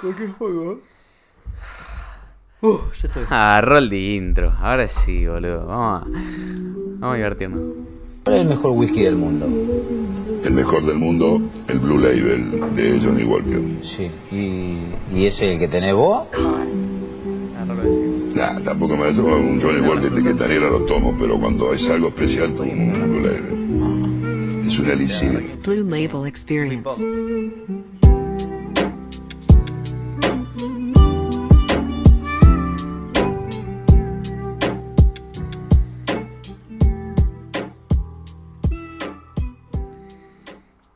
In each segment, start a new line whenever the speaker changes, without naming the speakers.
¿Con qué juego? Uh, ya estoy.
Agarró Ah, el de intro. Ahora sí, boludo. Vamos a, vamos a divertirnos.
¿Cuál es el mejor whisky del mundo?
El mejor del mundo, el Blue Label de Johnny Walker.
Sí. ¿Y, y ese el que tenés vos?
Agarró lo de siempre.
Nah, tampoco me parece como un Johnny Walker de que tan era lo tomo, pero cuando es algo especial tomo un Blue Label. Es un elixir.
Blue Label Experience.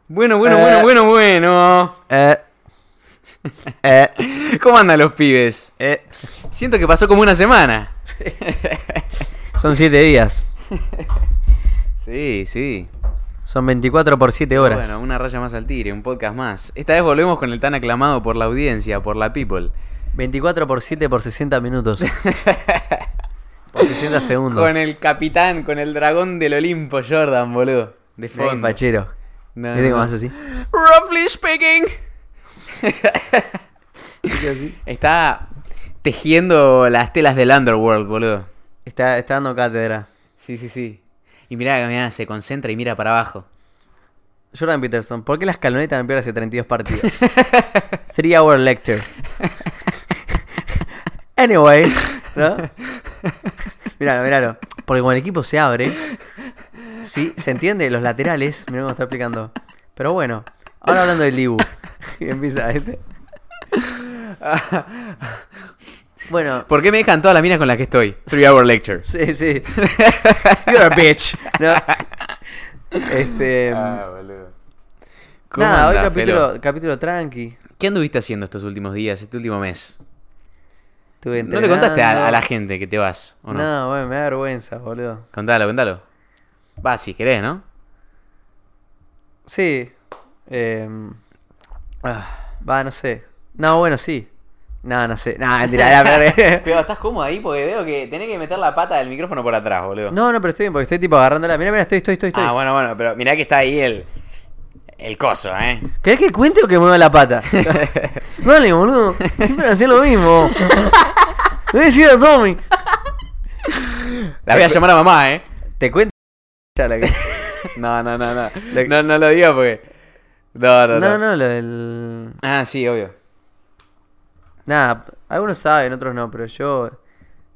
Bueno, bueno, bueno, bueno, bueno.
Eh, eh,
¿Cómo andan los pibes?
eh.
Siento que pasó como una semana.
Son 7 días.
Sí, sí.
Son 24 por 7 horas.
Bueno, una raya más al tigre, un podcast más. Esta vez volvemos con el tan aclamado por la audiencia, por la people.
24 por 7 por 60 minutos. por 60 segundos.
Con el capitán, con el dragón del Olimpo, Jordan, boludo. De
Mira qué
fondo.
fachero.
No,
Viste
no.
cómo hace así.
Roughly speaking. Está tejiendo las telas del underworld, boludo.
Está, está dando cátedra.
Sí, sí, sí. Y mirá, mirá, se concentra y mira para abajo.
Jordan Peterson, ¿por qué las escaloneta me pierde hace 32 partidos? Three hour lecture. anyway, ¿no? Míralo, míralo. Porque cuando el equipo se abre, ¿sí? ¿Se entiende? Los laterales, mirá cómo está explicando. Pero bueno, ahora hablando del Dibu. Y empieza este. Bueno,
¿Por qué me dejan todas las minas con las que estoy? Three hour lecture.
sí, sí. You're a bitch. ¿no? Este.
boludo.
Nada, hoy capítulo, capítulo tranqui.
¿Qué anduviste haciendo estos últimos días, este último mes?
Estuve
¿No le contaste a, a la
entrenando.
gente que te vas? ¿o no?
No, bueno, me da vergüenza, boludo.
Contalo, contalo. Va, si querés, ¿no?
Sí. em,
Ah.
Va, no sé. No, bueno, sí. No, no sé. No, mentira, la verga.
Pero estás cómodo ahí porque veo que tenés que meter la pata del micrófono por atrás, boludo.
No, no, pero estoy bien, porque estoy tipo agarrándola. Mira, mira, estoy, estoy, estoy. estoy.
Ah, bueno, bueno, pero mirá que está ahí el. El coso, ¿eh?
¿Querés que cuente o que mueva la pata? Dale, boludo. Siempre hacía lo mismo. Hubiera sido Tommy.
La voy a llamar a mamá, ¿eh?
Te cuento. Ya la que-
No, no, no, no. No, no lo digo porque. No, no, no.
No, no, lo del.
Ah, sí, obvio.
Nada, algunos saben, otros no, pero yo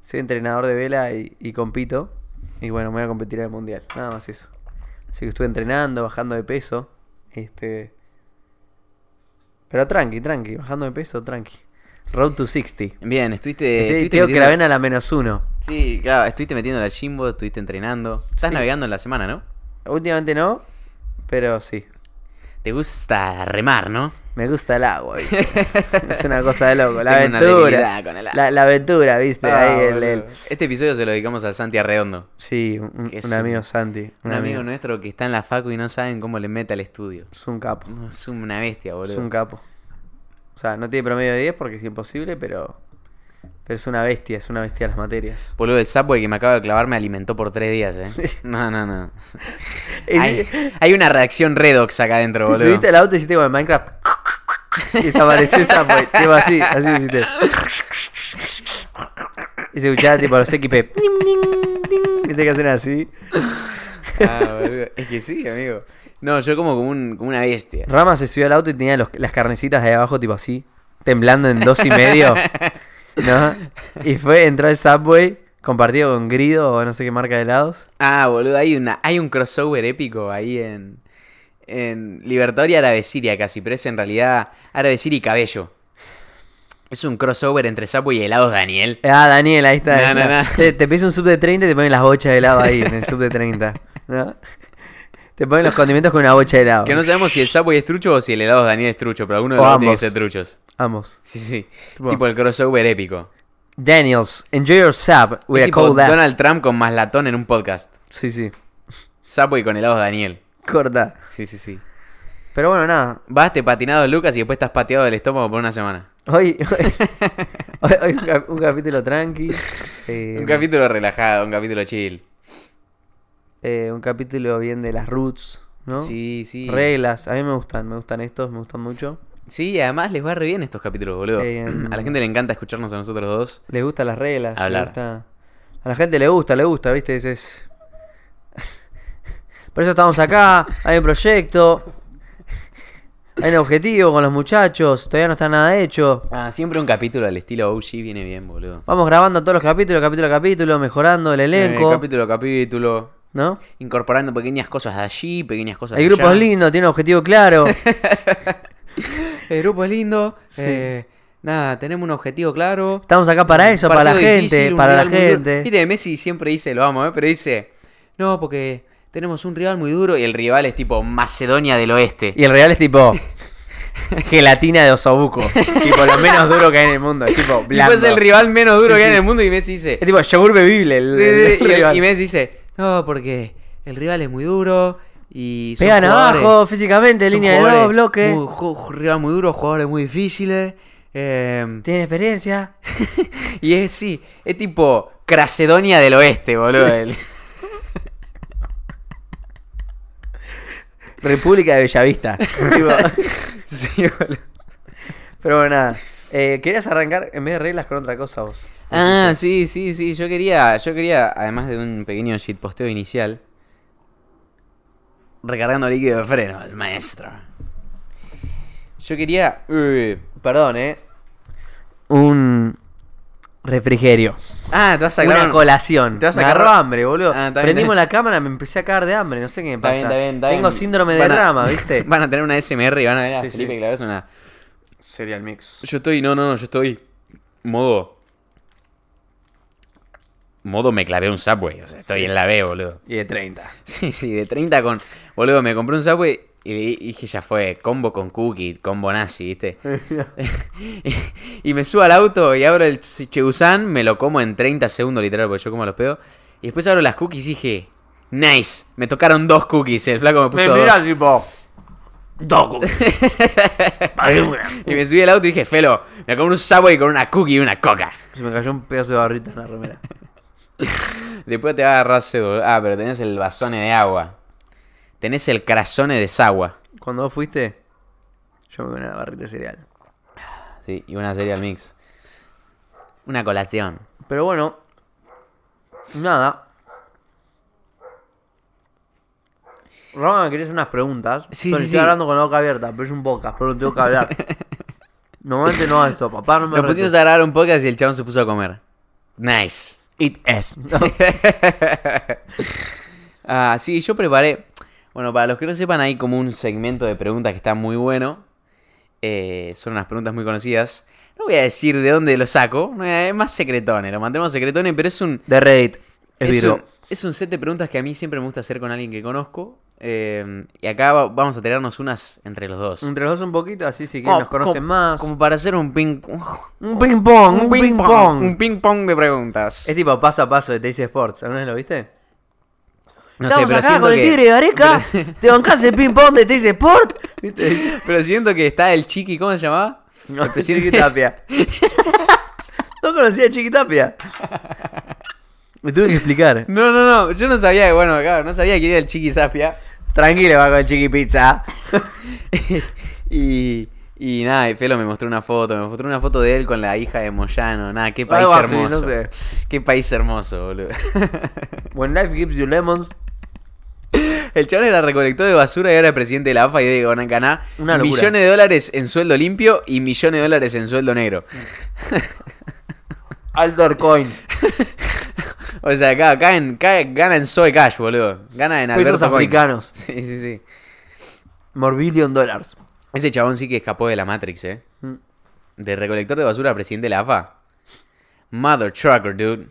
soy entrenador de vela y, y compito. Y bueno, me voy a competir al mundial, nada más eso. Así que estuve entrenando, bajando de peso. Este. Pero tranqui, tranqui, bajando de peso, tranqui. Road to 60.
Bien, estuviste.
Este,
Eh, estuviste
Creo que la
metiendo-
ven a la menos uno.
Sí, claro, estuviste metiendo la chimbo, estuviste entrenando. Estás
Sí.
navegando en la semana, ¿no?
Últimamente no, pero sí.
Te gusta remar, ¿no?
Me gusta el agua, ¿viste? es una cosa de loco. La
Tengo una
aventura.
debilidad con el agua.
la, la aventura, ¿viste?
Ah,
Ahí el-
boludo.
el-
Este episodio se lo dedicamos al Santi Arredondo.
Sí, un,
Que
un
es
amigo
un-
Santi.
Un amigo nuestro que está en la facu y no saben cómo le mete al estudio.
Es un capo.
No, Es una bestia, boludo.
Es un capo. O sea, no tiene promedio de 10 porque es imposible, pero. Pero es una bestia, es una bestia de las materias.
Boludo, el sapo que me acaba de clavar me alimentó por tres días, ¿eh? No, no, no. Hay, hay una reacción redox acá adentro,
Te
boludo.
subiste al auto y hiciste como en Minecraft. Y desapareció esa, pues. Tipo así, así lo hiciste. Y se escuchaba tipo los XP. Ding, ding, ding. Y te que hacer así.
Ah, boludo. Es que sí, amigo. No, yo como, como, un- como una bestia.
Rama se subió al auto y tenía los- las carnecitas de abajo, tipo así, temblando en dos y medio. ¿No? Y fue, entró al Subway, compartido con Grido o no sé qué marca de helados.
Ah, boludo, hay, una, hay un crossover épico ahí en, en Libertad y Árabe Siria casi, pero es en realidad Árabe Siria y Cabello. Es un crossover entre sapo y helados Daniel.
Ah, Daniel, ahí está.
No,
ahí
no,
está.
no.
Te, te pides un sub de 30 y te ponen las bochas de helado ahí, en el sub de 30. ¿no? Te ponen los condimentos con una bocha de helado.
Que no sabemos si el sapo es trucho o si el helado Daniel es trucho, pero alguno de
O
los dos tiene que
ambos.
ser truchos.
Vamos.
Sí, sí.
Tipo-
tipo el crossover épico.
Daniels, enjoy your sub with
Es
a
tipo
cold ass.
Donald Trump con Maslatón en un podcast.
Sí, sí.
Sapo y con helados Daniel.
Corta.
Sí, sí, sí.
Pero bueno, nada.
Vas, te patinado Lucas y después estás pateado del estómago por una semana.
Hoy, hoy, hoy- hoy un, cap- un capítulo tranqui. eh,
Un capítulo relajado, un capítulo chill.
eh, un capítulo bien de las roots, ¿no?
Sí, sí.
Reglas. A mí me gustan, me gustan estos, me gustan mucho.
Sí, además les va re bien estos capítulos, boludo.
Eh,
a la gente le encanta escucharnos a nosotros dos.
Le gustan las reglas. le
Hablar.
gusta- A la gente le gusta, le gusta, ¿viste? Es, es- Por eso estamos acá, hay un proyecto, hay un objetivo con los muchachos, todavía no está nada hecho.
Ah, siempre un capítulo al estilo OG viene bien, boludo.
Vamos grabando todos los capítulos, capítulo a capítulo, mejorando el
Eh,
elenco,
capítulo a capítulo.
¿no?
Incorporando pequeñas cosas de allí, pequeñas cosas
El
de
grupo
allá.
es lindo, tiene un objetivo claro.
El grupo es lindo. eh, nada, tenemos un objetivo claro.
Estamos acá para eso,
Un
para la
partido
gente,
difícil, un
para la
rival muy duro.
gente.
Viste, Messi siempre dice, lo amo, ¿eh? pero dice, no, porque tenemos un rival muy duro y el rival es tipo Macedonia del Oeste.
Y el real es tipo gelatina de osobuco. tipo lo menos duro que hay en el mundo. Es tipo
Y
blanco.
fue el rival menos duro
Sí,
que hay en
sí.
el mundo y Messi dice,
Es tipo yogur bebible el,
Sí,
el
sí, y, el-
rival.
y Messi dice, no, porque el rival es muy duro y son
Pegan
jugadores-
abajo físicamente,
son
línea de
jugadores
dos, bloque.
eh. muy- ju- ju- rival muy duro, jugadores muy difíciles. eh,
Tiene experiencia.
y es, sí, es tipo Cracedonia del Oeste, boludo. el-
República de Bellavista. Tipo,
sí, boludo.
Pero bueno, nada. Eh, querías arrancar en vez de reglas con otra cosa vos.
Ah, sí, sí, sí, yo quería, yo quería, además de un pequeño shitposteo inicial, recargando líquido de freno, el maestro. Yo quería, eh, perdón, eh.
Un refrigerio.
Ah, te vas a
Una
aclarar-
colación.
te vas a
me
agarrar-
agarró hambre, boludo.
Ah, está bien,
Prendimos
está
la cámara, me empecé a cagar de hambre. No sé qué me
Está
pasa.
bien, está bien, está
Tengo
bien.
síndrome de
Van a-
rama, ¿viste?
Van a tener una SMR y van a ver a
Sí, sí.
Felipe Claver es una...
Serial Mix.
Yo estoy, no, no, no, yo estoy... Modo... Modo me clavé un Subway, o sea, estoy en la B, boludo.
Y de 30.
Sí, sí, de 30 con... Boludo, me compré un Subway y le dije, ya fue, combo con cookie, combo nazi, ¿viste? y, y me subo al auto y abro el Cheusan, me lo como en 30 segundos, literal, porque yo como los pedos. Y después abro las cookies y dije... Nice, me tocaron dos cookies, el flaco me
Me
puso dos.
mira tipo. Doku. uh.
Y me subí al auto y dije, Felo, me como un Subway con una cookie y una coca.
Se me cayó un pedazo de barrita en la remera.
Después te va a agarrar sed. Ah, pero tenés el basone de agua. Tenés el crasone de sagua.
Cuando vos fuiste, yo me comí una barrita de cereal.
Sí, y una cereal mix. Una colación.
Pero bueno, nada. Roma, me quería hacer unas preguntas.
Sí,
Pero
sí, sí.
estoy hablando con la boca abierta, pero es un boca, pero no tengo que hablar. Normalmente no hago esto, papá no me
Nos pusimos
rete.
a grabar un podcast y el chabón se puso a comer. Nice. It is. ah, sí, yo preparé. Bueno, para los que no sepan, hay como un segmento de preguntas que está muy bueno. Eh, son unas preguntas muy conocidas. No voy a decir de dónde lo saco. no, eh, Es más secretones. Lo mantenemos secretones, pero es un.
De Reddit. Es
Es
Virgo.
un, es un set de preguntas que a mí siempre me gusta hacer con alguien que conozco. eh, y acá va- vamos a tirarnos unas entre los dos.
Entre los dos un poquito, así si quieren
Como-
nos conocen
como-
más.
Como para hacer un ping
Oh, Un ping pong, un ping pong.
Un ping pong de preguntas.
Es tipo paso a paso de TC Sports. ¿Alguna vez lo viste?
No sé,
Estamos
pero
acá
siento
con el
que-
tigre de Areca. ¿Te bancás el ping pong de TC Sport?
pero- Pero siento que está el chiqui, ¿cómo se llamaba?
No, Chiquitapia. no conocía a Chiquitapia. Me tuve que explicar.
No, no, no. Yo no sabía, que- bueno, claro, no sabía que era el chiqui Zapia.
Tranquilo, va con Chiqui Pizza.
y, y nada, y Felo me mostró una foto. Me mostró una foto de él con la hija de Moyano. Nada, qué país
Algo así,
hermoso.
no sé.
Qué país hermoso, boludo.
When life gives you lemons.
El chabón era recolector de basura y ahora es presidente de la AFA y de Gonacaná.
Una locura.
Millones de dólares en sueldo limpio y millones de dólares en sueldo negro.
Mm. Alter Coin.
O sea, acá, acá, en, acá gana en Zoe Cash, boludo. Gana en
Pesos
Alberto Coin.
Pues africanos.
Sí, sí, sí.
Morbillion Dollars.
Ese chabón sí que escapó de la Matrix, eh.
Mm.
De recolector de basura a presidente de la AFA. Mother trucker, dude.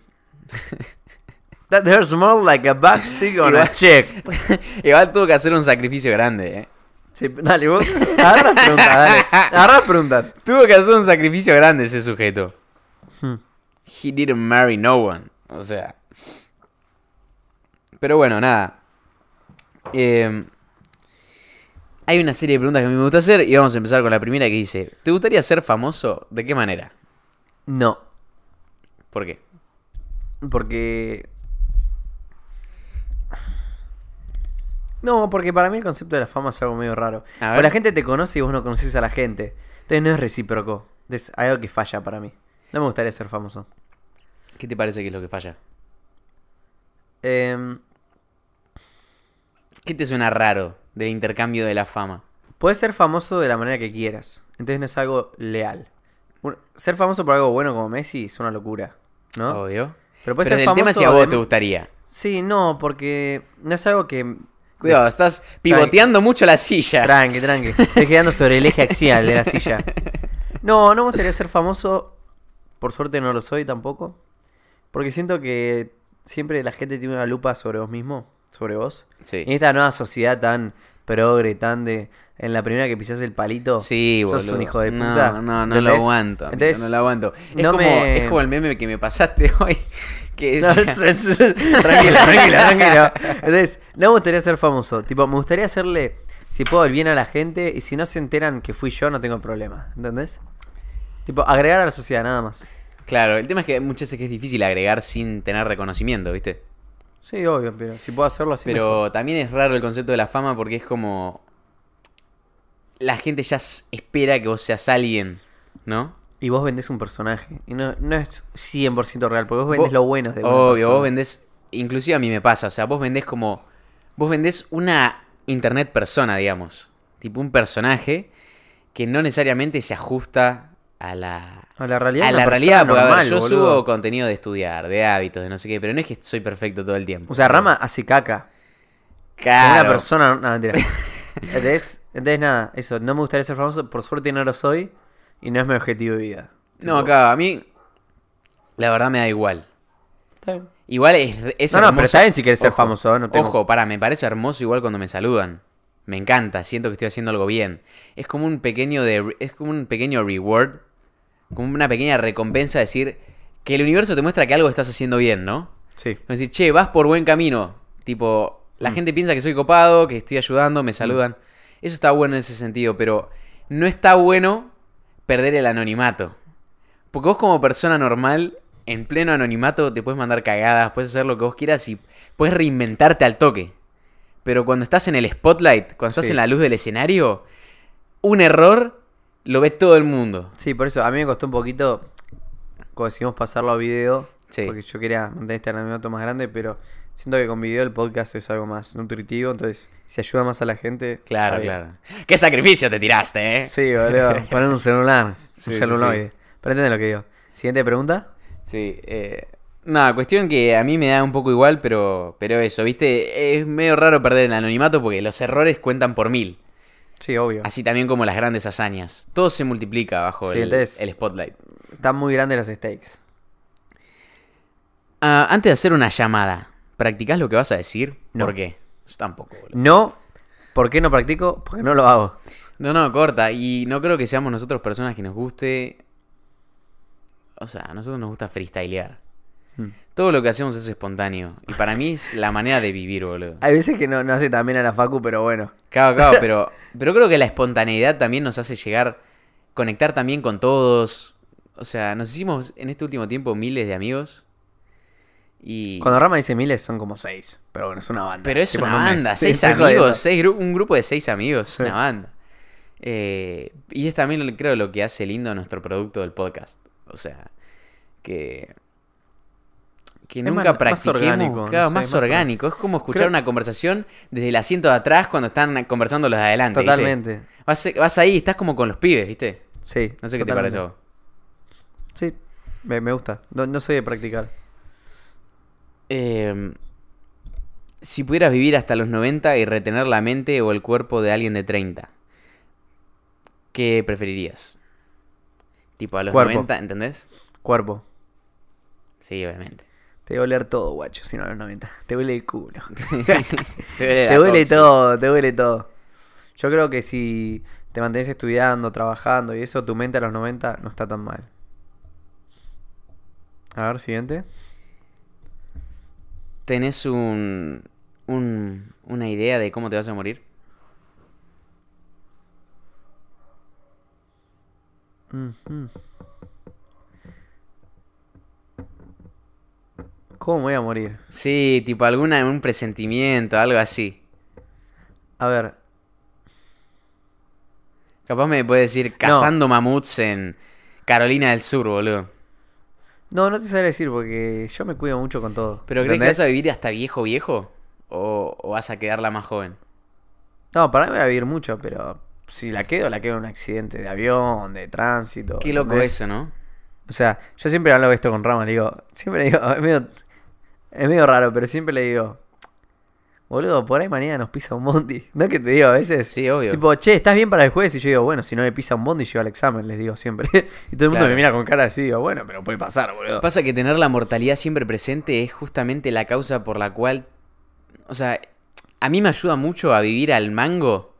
That hurts more like a backstick on a
Igual-
check.
Igual tuvo que hacer un sacrificio grande, eh.
Sí, dale, vos. Agarras preguntas, dale. Agarras preguntas.
Tuvo que hacer un sacrificio grande ese sujeto. He didn't marry no one. O sea. Pero bueno, nada. Eh, hay una serie de preguntas que a mí me gusta hacer y vamos a empezar con la primera que dice, ¿te gustaría ser famoso? ¿De qué manera?
No.
¿Por qué?
Porque. No, porque para mí el concepto de la fama es algo medio raro.
A ver.
Porque la gente te conoce y vos no conoces a la gente. Entonces no es recíproco. Es algo que falla para mí. No me gustaría ser famoso.
¿Qué te parece que es lo que falla?
Em,
¿Qué te suena raro del intercambio de la fama?
Puedes ser famoso de la manera que quieras. Entonces no es algo leal. Un- ser famoso por algo bueno como Messi es una locura, ¿no?
Obvio.
Pero
Pero
puede ser
el tema es si a
famoso
vos
de-
te gustaría.
Sí, no, porque no es algo que...
Cuidado, estás pivoteando mucho la silla.
Tranqui, tranqui. Estoy quedando sobre el eje axial de la silla. No, no me gustaría ser famoso. Por suerte no lo soy tampoco. Porque siento que siempre la gente tiene una lupa sobre vos mismo, sobre vos.
Sí.
En esta nueva sociedad tan progre, tan de... En la primera que pisás el palito,
Sí,
sos
boludo.
un hijo de
No,
puta.
No, no, lo
¿Entendés?
aguanto. amigo,
Entonces,
no lo aguanto. Es,
no
como,
me-
es como el meme que me pasaste hoy. Que
No,
decía-
es- es- es- tranquilo, tranquilo, tranquilo. Entonces, no me gustaría ser famoso. Tipo, me gustaría hacerle, si puedo, el bien a la gente. Y si no se enteran que fui yo, no tengo problema. ¿Entendés? Tipo, agregar a la sociedad, nada más.
Claro, el tema es que muchas veces que es difícil agregar sin tener reconocimiento, ¿viste?
Sí, obvio, pero si puedo hacerlo así.
Pero
mejor.
también es raro el concepto de la fama porque es como. La gente ya s- espera que vos seas alguien, ¿no?
Y vos vendés un personaje. Y no, no es 100% real, porque vos vendés lo bueno de una
Obvio,
persona.
vos vendés. Inclusive a mí me pasa, o sea, vos vendés como. Vos vendés una internet persona, digamos. Tipo un personaje que no necesariamente se ajusta a la.
A la realidad.
a
es
la
una
realidad,
persona
porque a ver,
normal,
yo
boludo.
subo contenido de estudiar, de hábitos, de no sé qué, pero no es que soy perfecto todo el tiempo.
O sea, Rama hace caca.
Claro.
Una persona. No, mentira. Entonces, entonces, nada, eso. No me gustaría ser famoso. Por suerte no lo soy. Y no es mi objetivo de vida.
No, acá, a mí. La verdad me da igual.
Está bien.
Igual es, es
No, no,
hermoso.
pero está bien si quieres ser
Ojo,
famoso, no tengo-
Ojo, para, me parece hermoso igual cuando me saludan. Me encanta, siento que estoy haciendo algo bien. Es como un pequeño de, es como un pequeño reward, como una pequeña recompensa decir que el universo te muestra que algo estás haciendo bien, ¿no?
Sí.
Es decir, che, vas por buen camino. Tipo,
Mm.
la gente piensa que soy copado, que estoy ayudando, me saludan. Eso está bueno en ese sentido, pero no está bueno perder el anonimato. Porque vos como persona normal, en pleno anonimato, te puedes mandar cagadas, puedes hacer lo que vos quieras y puedes reinventarte al toque. Pero cuando estás en el spotlight, cuando estás
Sí.
en la luz del escenario, un error lo ve todo el mundo.
Sí, por eso a mí me costó un poquito, como decimos, pasarlo a video.
Sí.
Porque yo quería mantener este anonimato más grande, pero siento que con video el podcast es algo más nutritivo, entonces se ayuda más a la gente.
Claro,
está bien.
claro. ¿Qué sacrificio te tiraste, eh?
Sí, boludo. Poner un celular.
Sí,
un
sí,
celuloide. Pero entienden lo que digo. Siguiente pregunta.
Sí, eh, nada, cuestión que a mí me da un poco igual, pero, pero eso, viste, es medio raro perder el anonimato porque los errores cuentan por mil,
Sí, obvio.
así también como las grandes hazañas, todo se multiplica bajo
Sí,
el,
entonces-
el spotlight.
Están muy grandes las stakes.
Ah, antes de hacer una llamada, ¿practicás lo que vas a decir?
No.
¿Por qué? Yo tampoco, boludo.
No, ¿por qué no practico? Porque no lo hago.
No, no, corta, y no creo que seamos nosotros personas que nos guste... O sea, a nosotros nos gusta freestylear.
Hmm.
Todo lo que hacemos es espontáneo. Y para mí es la manera de vivir, boludo.
Hay veces que no, no hace también a la facu, pero bueno.
Claro, claro, pero, pero creo que la espontaneidad también nos hace llegar, conectar también con todos. O sea, nos hicimos en este último tiempo miles de amigos. Y...
Cuando Rama dice miles son como seis. Pero bueno, es una banda.
Pero es
Tipo,
una
no me-
banda,
Sí,
seis
estoy jodiendo.
amigos, seis gru- un grupo de seis amigos,
Sí.
una banda. Eh, y es también lo- creo lo que hace lindo nuestro producto del podcast. O sea, que... Que
Es
nunca
más- más
practiquemos,
orgánico, no
claro,
sé,
más,
más orgánico.
orgánico. Es como escuchar
Creo-
una conversación desde el asiento de atrás cuando están conversando los de adelante. ¿viste?
Totalmente.
Vas, vas ahí, estás como con los pibes, ¿viste?
Sí.
No sé qué te
totalmente.
parece a vos.
Sí, me, me gusta. No, no soy de practicar.
Eh, si pudieras vivir hasta los 90 y retener la mente o el cuerpo de alguien de 30, ¿qué preferirías? Tipo a los
Cuerpo.
90, ¿entendés?
Cuerpo.
Sí, obviamente.
Te voy a oler todo, guacho, si no a los 90. Te huele el culo.
Te duele la
te huele
coxis.
todo, te huele todo. Yo creo que si te mantenés estudiando, trabajando y eso, tu mente a los 90 no está tan mal. A ver, siguiente.
¿Tenés un, un- una idea de cómo te vas a morir?
¿Cómo me voy a morir?
Sí, tipo alguna, un presentimiento, algo así.
A ver,
Capaz me puede decir cazando mamuts en Carolina del Sur, boludo.
No, no te sabré decir porque yo me cuido mucho con todo.
¿Pero crees que
¿entendés?
vas a vivir hasta viejo viejo? ¿O, o vas a quedarla más joven?
No, para mí voy a vivir mucho, pero si la quedo, la quedo en un accidente de avión, de tránsito.
Qué loco
¿entendés?
eso, ¿no?
O sea, yo siempre hablo de esto con Ramos, le digo, siempre le digo, es medio, es medio raro, pero siempre le digo, boludo, por ahí mañana nos pisa un bondi. ¿No es que te digo a veces?
Sí, obvio.
Tipo, che, ¿estás bien para el jueves? Y yo digo, bueno, si no me pisa un bondi, yo al examen, les digo siempre. y todo el mundo
Claro.
me mira con cara así, digo, bueno, pero puede pasar, boludo.
Pasa que tener la mortalidad siempre presente es justamente la causa por la cual... O sea, a mí me ayuda mucho a vivir al mango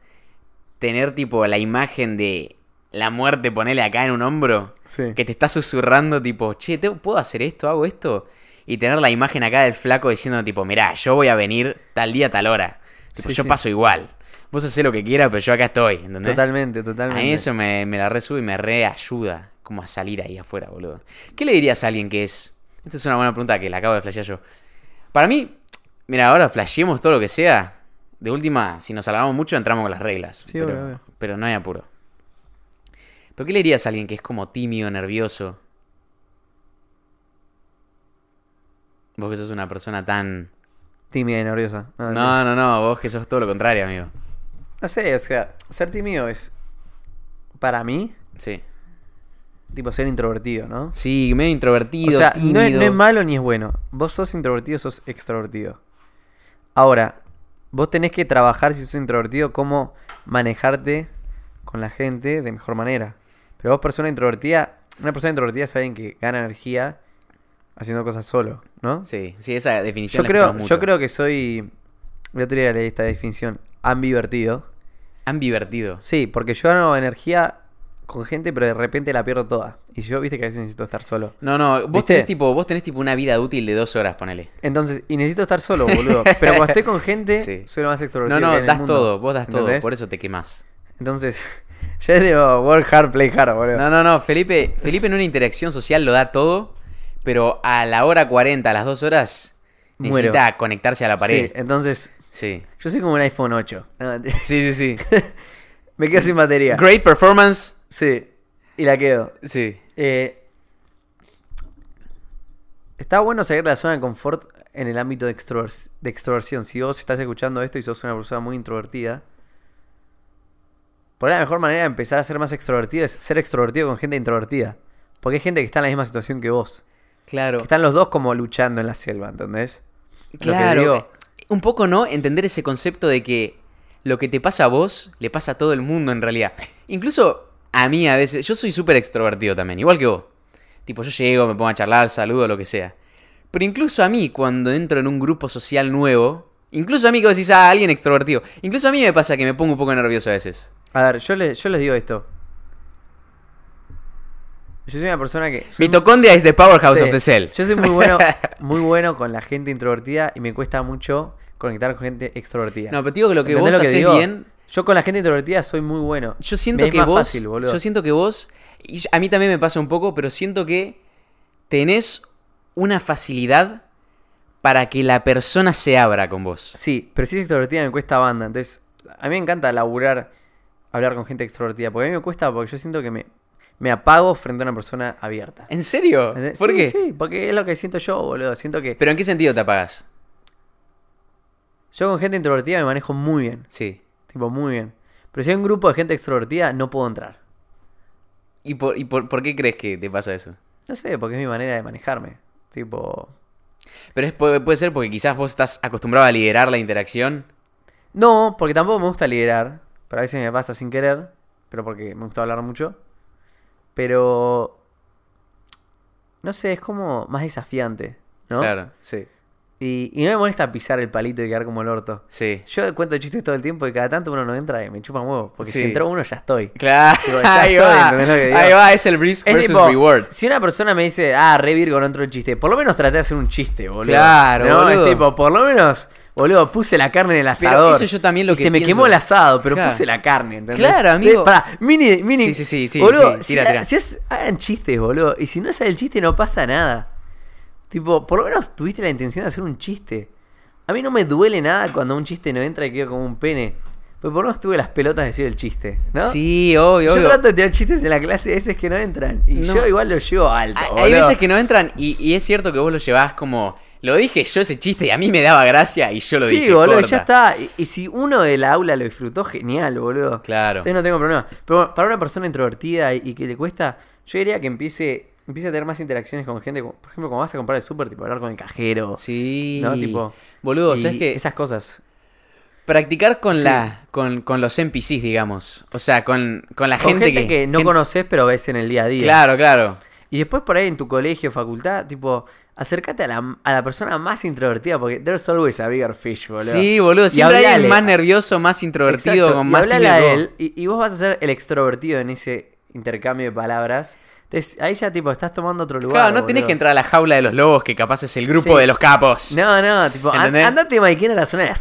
tener tipo la imagen de la muerte, ponele acá en un hombro,
Sí.
que te está susurrando tipo, che, te- ¿puedo hacer esto? ¿Hago esto? Y tener la imagen acá del flaco diciendo tipo, mirá, yo voy a venir tal día, tal hora. Tipo,
Sí,
yo
sí.
paso igual. Vos hacés lo que quieras, pero yo acá estoy, ¿entendés?
Totalmente,
A
totalmente.
mí eso me, me la resube y me reayuda como a salir ahí afuera, boludo. ¿Qué le dirías a alguien que es? Esta es una buena pregunta que la acabo de flashear yo. Para mí, mira, ahora flasheemos todo lo que sea. De última, si nos alargamos mucho, entramos con las reglas.
Sí,
pero,
obvio, obvio.
pero no hay apuro. ¿Pero qué le dirías a alguien que es como tímido, nervioso? Vos que sos una persona tan...
Tímida y nerviosa. No,
No, no, no, vos que sos todo lo contrario, amigo.
no sé, o sea, ser tímido es, para mí,
Sí.
tipo ser introvertido, ¿no?
Sí, medio introvertido,
O sea,
tímido.
No, es, no es malo ni es bueno. Vos sos introvertido, sos extrovertido. Ahora, vos tenés que trabajar, si sos introvertido, cómo manejarte con la gente de mejor manera. Pero vos, persona introvertida, una persona introvertida es alguien que gana energía haciendo cosas solo, ¿no?
Sí, sí, esa definición
Yo
la
creo,
escuchamos
yo
mucho.
creo que soy. Voy a tirar esta definición. Ambivertido.
Ambivertido.
Sí, porque yo gano energía con gente, pero de repente la pierdo toda. Y yo, viste que a veces necesito estar solo.
No, no, vos
¿Viste?
tenés, tipo, vos tenés tipo una vida útil de dos horas, ponele.
Entonces, y necesito estar solo, boludo. Pero cuando estoy con gente,
Sí.
soy lo más extrovertido.
No, no,
que hay en el
das
mundo.
todo, vos das todo,
¿Entendés?
por eso te quemás.
Entonces, yo digo, oh, work hard, play hard, boludo.
No, no, no, Felipe, Felipe en una interacción social lo da todo, pero a la hora 40, a las dos horas,
Muero.
necesita conectarse a la
sí,
pared.
entonces,
Sí.
yo soy como un iPhone 8. No, mentira.
Sí, sí, sí.
Me quedo sin batería.
Great performance.
Sí, y la quedo.
Sí.
Eh, está bueno salir de la zona de confort en el ámbito de, extrovers- de extroversión. Si vos estás escuchando esto y sos una persona muy introvertida, por ahí la mejor manera de empezar a ser más extrovertido es ser extrovertido con gente introvertida. Porque hay gente que está en la misma situación que vos.
Claro.
Que están los dos como luchando en la selva, ¿entendés? Lo que
Claro. eh,
digo,
Un poco, ¿no? Entender ese concepto de que lo que te pasa a vos le pasa a todo el mundo en realidad. Incluso a mí a veces. Yo soy súper extrovertido también, igual que vos. Tipo, yo llego, me pongo a charlar, saludo, lo que sea. Pero incluso a mí, cuando entro en un grupo social nuevo, incluso a mí que vos decís a alguien extrovertido, incluso a mí me pasa que me pongo un poco nervioso a veces.
a ver, yo les, yo les digo esto. Yo soy una persona que... soy muy-
Mitocondria is the powerhouse
Sí.
of the cell.
Yo soy muy bueno, muy bueno con la gente introvertida y me cuesta mucho conectar con gente extrovertida.
No, pero te digo que lo que
¿Entendés
vos
que
haces
digo?
bien
Yo con la gente introvertida soy muy bueno.
Yo
Me
siento
es
que
más
vos.
fácil, boludo.
yo siento que vos. Y yo- a mí también me pasa un poco, pero siento que tenés una facilidad para que la persona se abra con vos.
Sí, pero si es extrovertida me cuesta banda. Entonces, a mí me encanta laburar, hablar con gente extrovertida. Porque a mí me cuesta porque yo siento que me, me apago frente a una persona abierta.
¿En serio?
¿Entendés?
¿Por
Eh, Sí,
qué?
Sí, porque es lo que siento yo, boludo. Siento que
¿Pero en qué sentido te apagas?
yo con gente introvertida me manejo muy bien.
Sí.
Tipo, muy bien. Pero si hay un grupo de gente extrovertida, no puedo entrar.
¿Y por, y por, por qué crees que te pasa eso?
No sé, porque es mi manera de manejarme. Tipo,
Pero es- puede puede ser porque quizás vos estás acostumbrado a liderar la interacción.
No, porque tampoco me gusta liderar. Pero a veces me pasa sin querer. Pero porque me gusta hablar mucho. Pero. No sé, es como más desafiante, ¿no?
Claro, sí.
Y, y no me molesta pisar el palito y quedar como el orto.
Sí.
Yo cuento chistes todo el tiempo y cada tanto uno no entra y me chupa un huevo. Porque si
Sí.
entró uno ya estoy.
Claro.
Digo, ya
ahí,
estoy,
va.
¿entendés lo que digo?
ahí va, es el risk
Es
versus
tipo,
reward.
si una persona me dice, ah, re Virgo, no entró el chiste, por lo menos traté de hacer un chiste, boludo.
Claro,
no,
boludo.
Es tipo, por lo menos, boludo, puse la carne en el
Pero
asador.
eso yo también lo
y
que
se me
pienso.
quemó el asado, pero
Claro.
puse la carne, ¿entendés?
Claro, amigo.
De- pará, mini, mini.
Sí, sí, sí, sí,
boludo,
sí, tira,
si,
tira.
si es- hagan chistes, boludo, y si no sale el chiste no pasa nada. Tipo, por lo menos tuviste la intención de hacer un chiste. A mí no me duele nada cuando un chiste no entra y quedo como un pene. Pero por lo menos tuve las pelotas de decir el chiste, ¿no?
Sí, obvio,
Yo
obvio.
trato de tirar chistes en la clase a veces que no entran. Y
No.
yo igual los llevo alto.
Hay, Ah, hay
boludo.
veces que no entran y, y es cierto que vos lo llevás como... Lo dije yo ese chiste y a mí me daba gracia y yo lo
sí,
dije.
boludo,
corta".
ya está. Y, y si uno del aula lo disfrutó, genial, boludo.
Claro.
Entonces no tengo problema. Pero para una persona introvertida y, y que le cuesta, yo diría que empiece, empiece a tener más interacciones con gente. como- por ejemplo, cuando vas a comprar el súper, tipo hablar con el cajero.
Sí.
¿No? Tipo.
Boludo,
y
¿sabes qué?
Esas cosas.
Practicar con
Sí.
la con, con los NPCs, digamos. O sea, con, con la
Con
gente,
gente, que, no
gen-
conoces, pero ves en el día a día.
Claro, claro.
Y después por ahí en tu colegio, facultad, tipo, acércate a la, a la persona más introvertida, porque there's always a bigger fish, boludo.
Sí, boludo.
Y
Siempre hay
hablale.
alguien más nervioso, más introvertido,
Exacto,
con
y
más
hablale a
tímido.
él, y, y vos vas a ser el extrovertido en ese intercambio de palabras. Entonces, ahí ya, tipo, estás tomando otro lugar.
Claro, no tenés
boludo.
que entrar a la jaula de los lobos, que capaz es el grupo
Sí.
de los capos.
No, no, tipo, an-
¿Entendés?
andate Maiken a la zona de las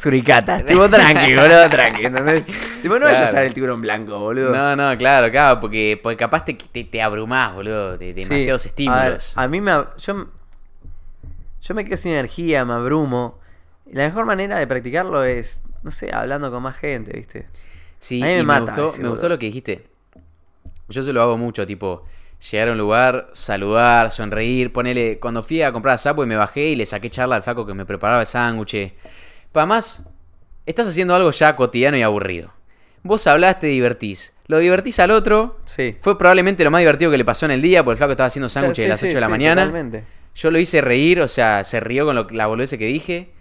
suricatas. Tipo, tranqui, boludo, tranqui, ¿entendés? Tipo, no vayas
Claro.
a ver el tiburón blanco, boludo.
No, no, claro, claro, porque, porque capaz te, te, te abrumás, boludo, de
Sí,
demasiados
a
estímulos.
ver, A, mí me. ab- Yo, m- yo me quedo sin energía, me abrumo. Y la mejor manera de practicarlo es, no sé, hablando con más gente, ¿viste?
Sí,
a mí me
y me,
mata
gustó,
ese,
me
boludo.
gustó lo que dijiste. Yo se lo hago mucho, tipo, llegar a un lugar, saludar, sonreír, ponele. Cuando fui a comprar a Subway me bajé y le saqué charla al faco que me preparaba el sándwich. Para más, estás haciendo algo ya cotidiano y aburrido. Vos hablaste, divertís. Lo divertís al otro.
Sí.
Fue probablemente lo más divertido que le pasó en el día, porque el flaco estaba haciendo sándwiches
Sí,
de las
sí,
8 de la
sí,
mañana.
totalmente.
Yo lo hice reír, o sea, se rió con lo- la boludez que dije.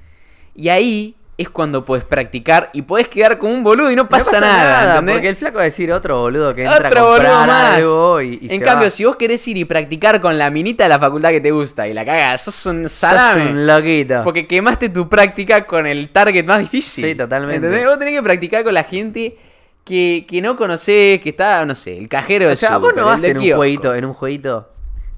Y ahí es cuando podés practicar y podés quedar como un boludo y no
No
pasa, nada, ¿entendés?
porque el flaco va a decir otro boludo que entra
Otro
a
boludo
comprar
más.
algo y, y
en
se
cambio,
va.
si vos querés ir y practicar con la minita de la facultad que te gusta y la cagas, sos un
Sos
salame.
un loquito.
Porque quemaste tu práctica con el target más difícil.
Sí, totalmente.
¿Entendés? Vos tenés que practicar con la gente que, que no conocés, que está, no sé, el cajero
o
de
sea,
súper,
vos no
el
vas
del
en un
kiosco.
jueguito, en un jueguito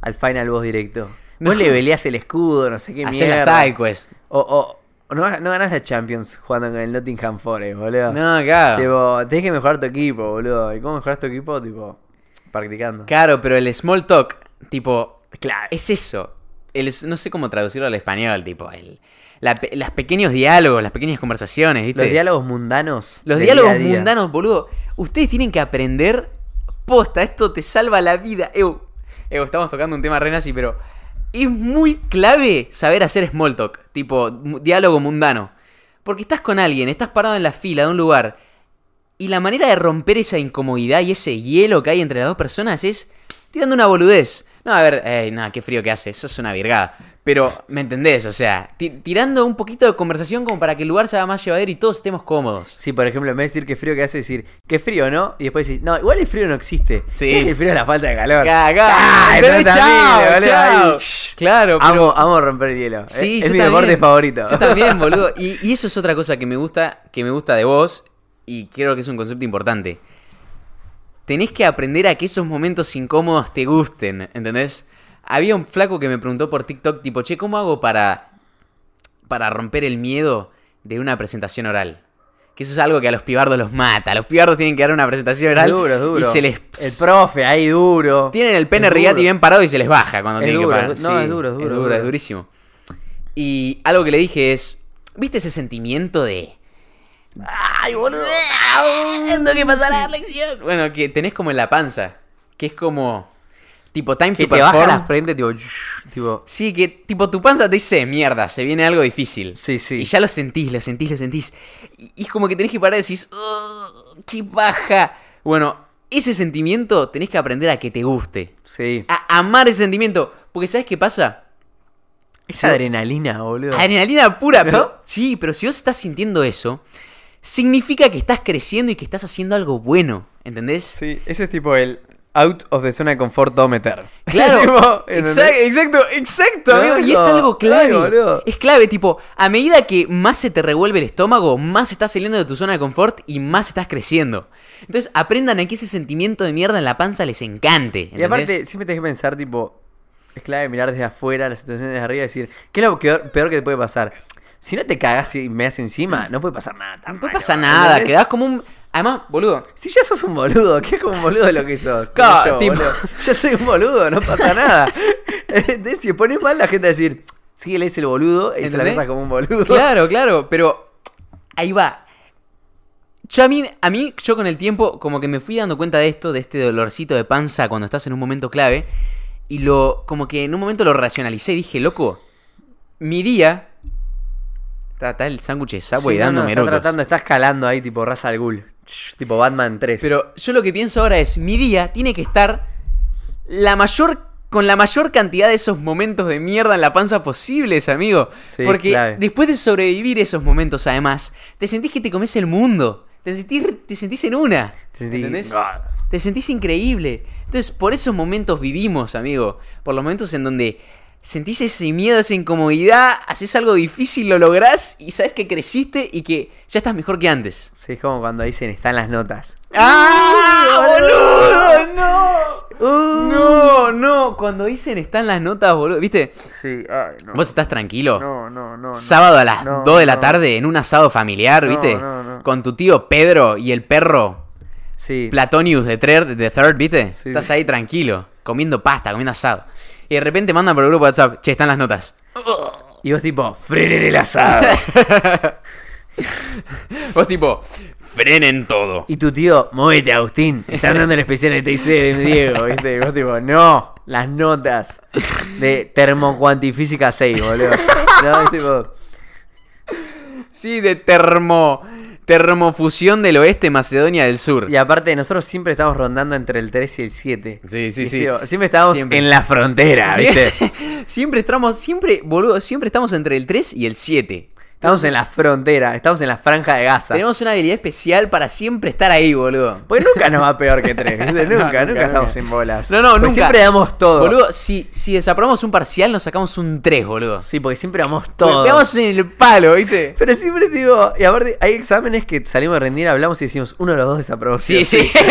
al final vos directo.
No.
Vos le peleás el escudo, no sé qué
Hacés
mierda.
la side quest.
O, o- o no, no ganás la Champions jugando con el Nottingham Forest, boludo.
No, claro.
Tipo, tenés que mejorar tu equipo, boludo. ¿Y cómo mejoras tu equipo? Tipo, practicando.
Claro, pero el small talk, tipo,
Claro.
es eso. El, es- no sé cómo traducirlo al español, tipo, el, la pe- las pequeños diálogos, las pequeñas conversaciones, ¿viste?
Los diálogos mundanos.
Los
del
diálogos
día a día.
mundanos, boludo. Ustedes tienen que aprender posta. Esto te salva la vida. Eu, eu, estamos tocando un tema re nazi, pero es muy clave saber hacer small talk. Tipo, mu- diálogo mundano. Porque estás con alguien, estás parado en la fila de un lugar. Y la manera de romper esa incomodidad y ese hielo que hay entre las dos personas es tirando una boludez. No, a ver, eh, nada, qué frío que hace, eso es una virgada. Pero, ¿me entendés? O sea, ti- tirando un poquito de conversación como para que el lugar sea más llevadero y todos estemos cómodos.
Sí, por ejemplo, en vez de decir qué frío que hace, decir qué frío, ¿no? Y después decir, no, igual el frío no existe.
Sí.
El frío es la falta de calor.
Cagá.
Ay,
Pero
no,
chao,
también, boludo,
chao.
ahí.
Claro, pero-
Amo, amo romper el hielo.
Sí,
es
yo
mi
también.
deporte favorito.
Yo también, boludo. Y, y eso es otra cosa que me gusta, que me gusta de vos, y creo que es un concepto importante. Tenés que aprender a que esos momentos incómodos te gusten, ¿entendés? Había un flaco que me preguntó por TikTok, tipo, che, ¿cómo hago para, para romper el miedo de una presentación oral? Que eso es algo que a los pibardos los mata. Los pibardos tienen que dar una presentación oral
duro, es duro.
y se les...
El profe ahí duro.
Tienen el pene
Es duro.
rigati bien parado y se les baja cuando
Es
tienen
duro,
que parar.
es du- no, es duro, es duro,
Es
es duro.
es durísimo. Y algo que le dije es, ¿viste ese sentimiento de... ¡Ay, boludo! Tengo que pasar a la lección. Bueno, que tenés como en la panza, que es como... Tipo, time
Que
to
te baja
perform.
la frente, tipo, shh, tipo,
Sí, que tipo tu panza te dice, mierda, se viene algo difícil.
Sí, sí.
Y ya lo sentís, lo sentís, lo sentís. Y, y es como que tenés que parar y decís, "Ugh, ¡qué baja! Bueno, ese sentimiento tenés que aprender a que te guste
sí.
a amar ese sentimiento. Porque ¿sabes qué pasa? Sí.
Esa adrenalina, boludo.
Adrenalina pura,
¿No?
pero... Sí, pero si vos estás sintiendo eso, significa que estás creciendo y que estás haciendo algo bueno, ¿entendés?
Sí, ese es tipo el out of the zona de confortómeter.
Claro,
Tipo, ¿entendés?
exacto, exacto, exacto, amigo, Y es
Claro,
algo clave.
claro, boludo.
es clave, tipo, a medida que más se te revuelve el estómago, más estás saliendo de tu zona de confort y más estás creciendo. Entonces, aprendan a que ese sentimiento de mierda en la panza les encante.
Y aparte,
¿entendés?
siempre tenés que pensar, tipo, es clave mirar desde afuera la situación desde arriba y decir, ¿qué es lo peor, peor que te puede pasar? Si no te cagás y me das encima, no puede pasar nada. tan
no puede
malo,
pasar nada,
¿entendés?
quedás como un... Además, boludo,
Si ya sos un boludo, ¿qué es como un boludo de lo que sos? Como
Claro,
yo,
tipo-
boludo. Yo soy un boludo, no pasa nada. Entonces, si pones mal la gente a decir, sí, él es el boludo, y se la
¿Entendés?
pasa como un boludo.
Claro, claro, pero ahí va. Yo a mí, a mí, yo con el tiempo, como que me fui dando cuenta de esto, de este dolorcito de panza cuando estás en un momento clave. Y lo, como que en un momento lo racionalicé, dije, loco, mi día. Está, está el sándwich de Subway
Sí, no, no,
dándome
está
eructos.
tratando, está escalando ahí tipo Ra's al Ghul. Tipo Batman 3.
Pero yo lo que pienso ahora es, mi día tiene que estar la mayor con la mayor cantidad de esos momentos de mierda en la panza posibles, amigo.
Sí,
Porque
clave.
después de sobrevivir esos momentos, además, te sentís que te comes el mundo. Te sentís, te sentís en una.
Te sentís-
¿entendés?
Ah.
Te sentís increíble. Entonces, por esos momentos vivimos, amigo. Por los momentos en donde sentís ese miedo, esa incomodidad, haces algo difícil, lo lográs y sabes que creciste y que ya estás mejor que antes.
Sí, es como cuando dicen están las notas.
¡Ah, boludo! ¡No!
¡Uh!
No, no. Cuando dicen están las notas, boludo. ¿Viste?
Sí, ay, no.
Vos estás tranquilo.
No, no, no.
Sábado a las
No,
2 de la
no.
tarde en un asado familiar,
No,
¿viste?
no, no.
Con tu tío Pedro y el perro
Sí.
Platonius de Third, de third ¿viste?
Sí.
Estás ahí tranquilo, comiendo pasta, comiendo asado. Y de repente mandan por el grupo de WhatsApp, che, están las notas.
Y vos tipo, frenen el asado.
Vos tipo, frenen todo.
y tu tío, movete Agustín. Están dando el especial de TIC de Diego, ¿viste? Y vos tipo, no, las notas de termocuantifísica 6, boludo. No, es tipo,
Sí, de termo. Termofusión del oeste, Macedonia del Sur.
y aparte nosotros siempre estamos rondando entre el 3 y el 7.
Sí, sí,
Y es
sí.
tipo, siempre estamos
Siempre.
en la frontera,
Sí.
Ah, ¿viste?
siempre estamos, siempre, boludo, siempre estamos entre el 3 y el 7.
Estamos en la frontera, estamos en la franja de Gaza.
Tenemos una habilidad especial para siempre estar ahí, boludo.
Porque Pues nunca nos va peor que tres, ¿viste? Nunca,
No,
nunca,
nunca,
estamos
nunca.
en bolas.
No, no,
Porque
nunca.
Siempre damos todo.
Boludo, si, si desaprobamos un parcial, nos sacamos un 3, boludo.
Sí, porque siempre
Pues
damos todo.
Pegamos en el palo, ¿viste?
Pero siempre te digo, y aparte, hay exámenes que salimos a rendir, hablamos y decimos, uno de los dos desaprobó.
Sí,
o
sí.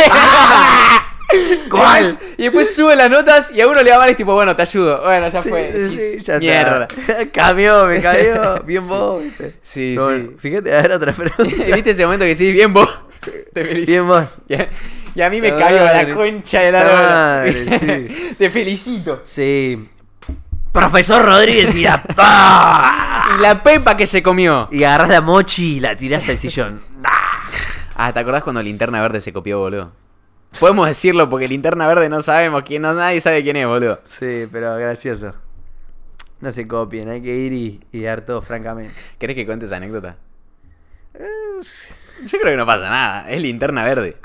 ¿Cuál?
Y después- Y después sube las notas y a uno le va mal y es tipo, bueno, te ayudo. Bueno, ya fue.
Sí,
Decís,
sí, ya está.
Mierda.
Cambió, me cambió. Bien vos, ¿viste?
Sí,
Pero
sí.
bueno, Fíjate, a ver otra pregunta.
¿Viste ese momento que sí, bien vos? Te felicito.
Bien vos.
Y a, y a mí me
La
cayó la
madre.
concha de la
La
lora.
madre,
Te felicito.
Sí. Profesor Rodríguez y la... ¡Pah!
Y la pepa que se comió.
Y agarrás la mochi y la tirás al sillón.
Ah, ¿te acordás cuando Linterna Verde se copió, boludo? Podemos decirlo porque Linterna Verde no sabemos quién, no, nadie sabe quién es, boludo.
Sí, pero gracioso. No se copien, hay que ir y, y dar todo francamente.
¿Querés que cuente esa anécdota? Eh, Yo creo que no pasa nada, es Linterna Verde.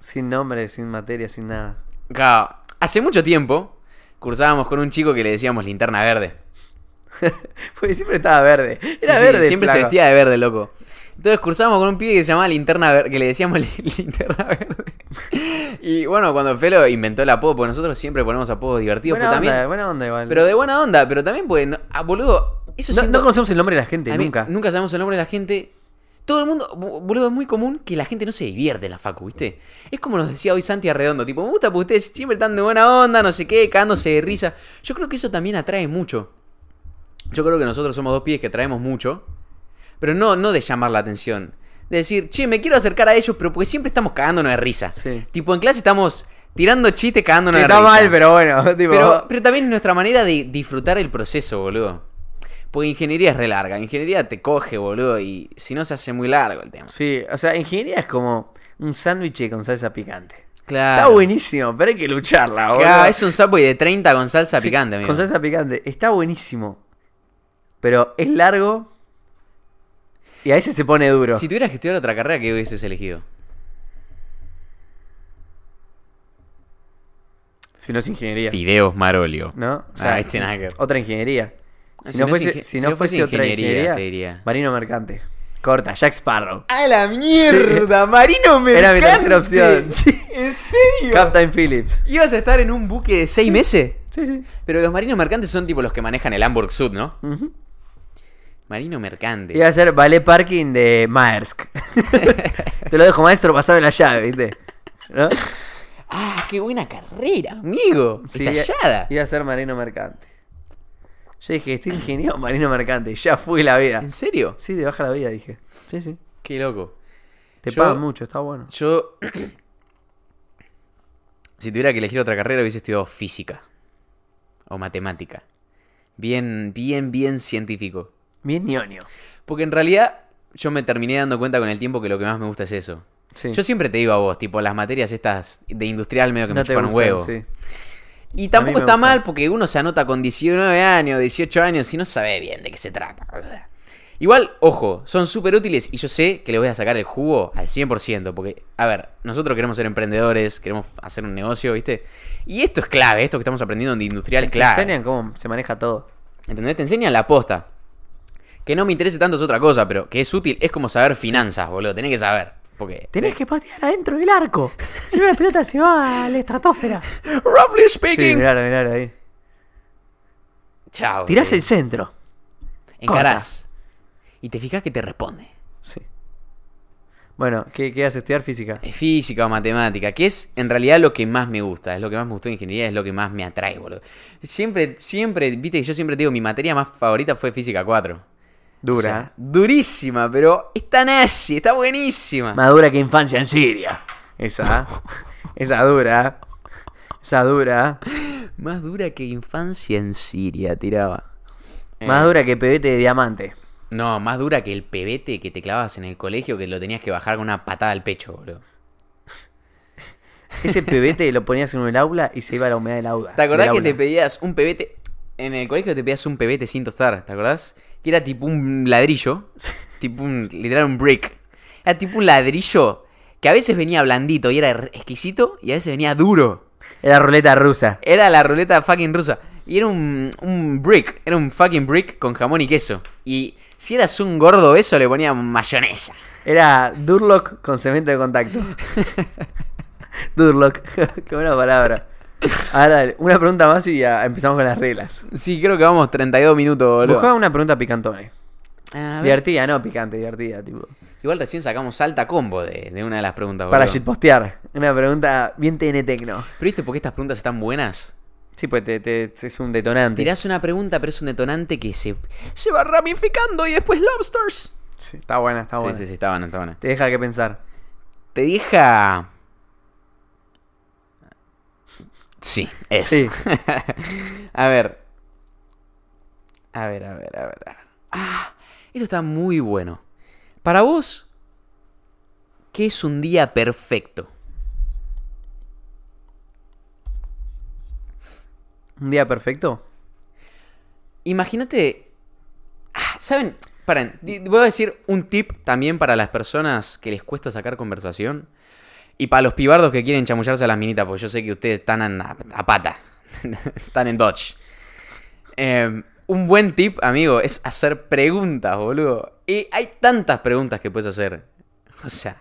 Sin nombre, sin materia, sin nada.
Claro, hace mucho tiempo cursábamos con un chico que le decíamos Linterna Verde.
Porque siempre estaba verde. Era
Sí, sí,
verde.
siempre se
flaco.
vestía de verde, loco. Entonces cursábamos con un pibe que se llamaba Linterna Verde, que le decíamos li- Linterna Verde. Y bueno, cuando Felo inventó el apodo, porque nosotros siempre ponemos apodos divertidos,
Buena
pero
onda,
también.
buena onda igual.
Pero de buena onda, pero también puede. No, ah, boludo, eso
no,
siento-
no conocemos el nombre de la gente,
a mí
nunca.
Nunca sabemos el nombre de la gente. Todo el mundo, bu- boludo, es muy común que la gente no se divierte en la facu, ¿viste? Es como nos decía hoy Santi Arredondo, tipo, me gusta porque ustedes siempre están de buena onda, no sé qué, cagándose de risa. Yo creo que eso también atrae mucho. Yo creo que nosotros somos dos pibes que atraemos mucho, pero no, no de llamar la atención. De decir, che, me quiero acercar a ellos, pero porque siempre estamos cagándonos de risa.
Sí.
Tipo, en clase estamos tirando chistes cagándonos
Que
de
está
risa.
mal, pero bueno. tipo,
Pero, pero también es nuestra manera de disfrutar el proceso, boludo. Porque ingeniería es re larga. Ingeniería te coge, boludo. Y si no, se hace muy largo el tema.
Sí, o sea, ingeniería es como un sándwich con salsa picante.
Claro.
Está buenísimo, pero hay que lucharla, boludo.
es un subway de 30 con salsa
Sí,
picante, amigo.
Con salsa picante. Está buenísimo. Pero es largo. Y a veces se pone duro.
Si tuvieras que estudiar otra carrera, ¿qué hubieses elegido?
si no es ingeniería.
Fideos Marolio.
¿No? O
Ah,
sea,
viste, nada que ver. Ah,
otra ingeniería. Si,
Si
no
no es
fuese,
inge-
si no fuese otra
ingeniería,
ingeniería,
te diría. Ah,
Marino Mercante. Corta, Jack Sparrow.
¡A la mierda! ¡Marino Mercante!
Era mi tercera opción, sí.
¿En serio?
Captain Phillips.
¿Ibas a estar en un buque de 6 meses?
Sí, sí.
Pero los marinos mercantes son tipo los que manejan el Hamburg Sud, ¿no? Marino mercante.
Iba a ser ballet parking de Maersk. Te lo dejo, maestro, pasame la llave, ¿viste? ¿No?
¡Ah, qué buena carrera, amigo!
Sí,
Estallada.
Iba a ser Marino Mercante. Yo dije, estoy ingeniero Marino Mercante. Ya fui la vida.
¿En serio?
Sí, de baja la vida, dije. Sí, sí.
Qué loco.
Te
Yo-
pagan mucho, está bueno.
Yo. si tuviera que elegir otra carrera, hubiese estudiado física. O matemática. Bien, bien, bien científico.
Bien ñoño.
Porque en realidad, yo me terminé dando cuenta con el tiempo que lo que más me gusta es eso.
Sí.
Yo siempre te digo a vos, tipo, las materias estas de industrial medio que me
no te
chupan un
gustan,
huevo.
sí.
Y tampoco
me
está
gusta.
mal porque uno se anota con 19 años, 18 años y no sabe bien de qué se trata. o sea. Igual, ojo, son súper útiles y yo sé que le voy a sacar el jugo al 100%, porque, a ver, nosotros queremos ser emprendedores, queremos hacer un negocio, ¿viste? Y esto es clave, esto que estamos aprendiendo de industrial es
Te
clave.
enseñan cómo se maneja todo.
¿Entendés? Te enseñan la posta. Que no me interese tanto es otra cosa, pero que es útil es como saber finanzas, boludo, tenés que saber. Porque
Tenés que patear adentro del arco. Si no, la pelota se va a la estratosfera.
Roughly
Sí,
speaking.
miralo, miralo ahí.
Chao.
Tirás
boludo.
el centro.
Encarás. Y te fijas que te responde.
Sí. Bueno, ¿qué, qué haces? Estudiar física.
Es física o matemática, que es en realidad lo que más me gusta, es lo que más me gustó de ingeniería, es lo que más me atrae, boludo. Siempre, siempre, viste que yo siempre digo, mi materia más favorita fue física 4.
Dura.
O sea, durísima, pero está nazi, está buenísima.
Madura que infancia en Siria. Esa. ¿eh? Esa dura. Esa dura.
Más dura que infancia en Siria, tiraba. Eh.
Más dura que pebete de diamante.
No, más dura que el pebete que te clavabas en el colegio que lo tenías que bajar con una patada al pecho, boludo.
Ese pebete lo ponías en el aula y se iba a la humedad del aula.
¿Te acordás
del
que te
aula.
pedías un pebete? En el colegio te pedías un pebete sin tostar, ¿te acordás? Que era tipo un ladrillo, tipo un, literal un brick. Era tipo un ladrillo que a veces venía blandito y era re- exquisito y a veces venía duro.
Era ruleta rusa.
Era la ruleta fucking rusa. Y era un, un brick, era un fucking brick con jamón y queso. Y si eras un gordo eso le ponía mayonesa.
Era Durlock con cemento de contacto. Durlock. Qué buena palabra. Ahora, dale, una pregunta más y ya empezamos con las reglas.
Sí, creo que vamos 32 minutos, boludo.
Buscaba una pregunta picantone.
A ver.
Divertida, no picante, divertida, tipo.
Igual recién sacamos alta combo de, de una de las preguntas,
Para
boludo.
shitpostear. Una pregunta bien TNTecno.
Pero viste por qué estas preguntas están buenas.
Sí, pues te, te- es un detonante.
Tirás una pregunta, pero es un detonante que se, se va ramificando y después lobsters.
Sí, está buena, está buena.
sí, sí, sí, está buena, está buena.
Te deja que pensar.
Ah, Te deja. Sí, es.
Sí.
a ver. A ver, a ver, a ver, a ver. Ah, esto está muy bueno. Para vos, ¿qué es un día perfecto?
¿Un día perfecto?
Imagínate. Ah, ¿Saben? Paren, di- voy a decir un tip también para las personas que les cuesta sacar conversación. Y para los pibardos que quieren chamullarse a las minitas, porque yo sé que ustedes están en- a, a pata. están en Dodge. Eh, un buen tip, amigo, es hacer preguntas, boludo. Y hay tantas preguntas que puedes hacer. O sea,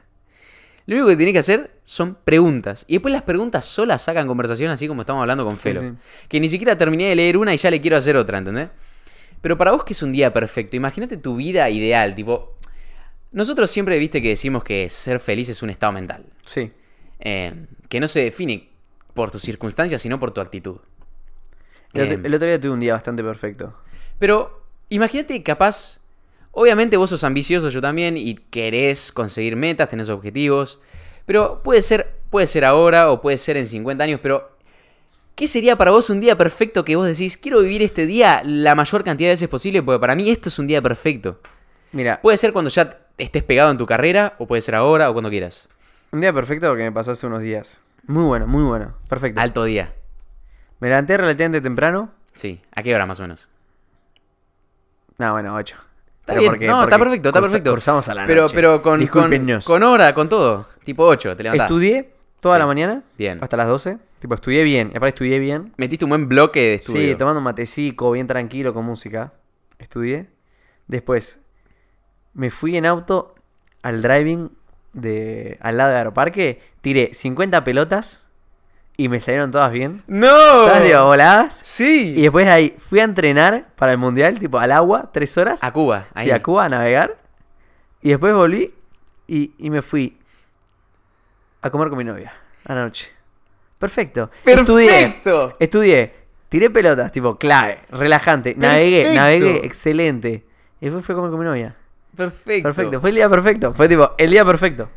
lo único que tienes que hacer son preguntas. Y después las preguntas solas sacan conversación, así como estamos hablando con Felo.
sí.
Que ni siquiera terminé de leer una y ya le quiero hacer otra, ¿entendés? Pero para vos que es un día perfecto, imagínate tu vida ideal, tipo... Nosotros siempre viste que decimos que ser feliz es un estado mental,
Sí.
eh, que no se define por tus circunstancias, sino por tu actitud.
El, otro-
Em,
el otro día tuve un día bastante perfecto.
pero imagínate capaz, obviamente vos sos ambicioso, yo también, y querés conseguir metas, tenés objetivos, pero puede ser, puede ser ahora o puede ser en 50 años, pero ¿qué sería para vos un día perfecto que vos decís, quiero vivir este día la mayor cantidad de veces posible, porque para mí esto es un día perfecto?
Mira,
Puede ser cuando ya estés pegado en tu carrera, o puede ser ahora, o cuando quieras.
un día perfecto que me pasó hace unos días. Muy bueno, muy bueno. Perfecto.
Alto día.
Me levanté relativamente temprano.
Sí, ¿a qué hora más o menos?
No, bueno, 8.
Está bien. no, está perfecto, está perfecto.
Cursamos a la
pero,
noche.
Pero con, con,
Discúlpenos.
con hora, con todo. Tipo 8, te levantás.
Estudié toda
Sí.
la mañana.
Bien.
Hasta las 12. Tipo, estudié bien. Y aparte estudié bien.
Metiste un buen bloque de estudio.
Sí, tomando matecico, bien tranquilo con música. Estudié. Después, me fui en auto al driving de al lado de Aeroparque. Tiré 50 pelotas y me salieron todas bien.
¡No!
Todas digo, voladas.
Sí.
Y después de ahí fui a entrenar para el mundial, tipo al agua, tres horas.
A Cuba.
Sí, a Cuba a navegar. Y después volví y, y me fui a comer con mi novia a la noche. Perfecto. Estudié.
¡Perfecto!
Estudié. Tiré pelotas, tipo, clave, relajante. Navegué,
Perfecto.
navegué, excelente. Y después fui a comer con mi novia.
Perfecto.
Perfecto. Fue el día perfecto. Fue tipo, el día perfecto.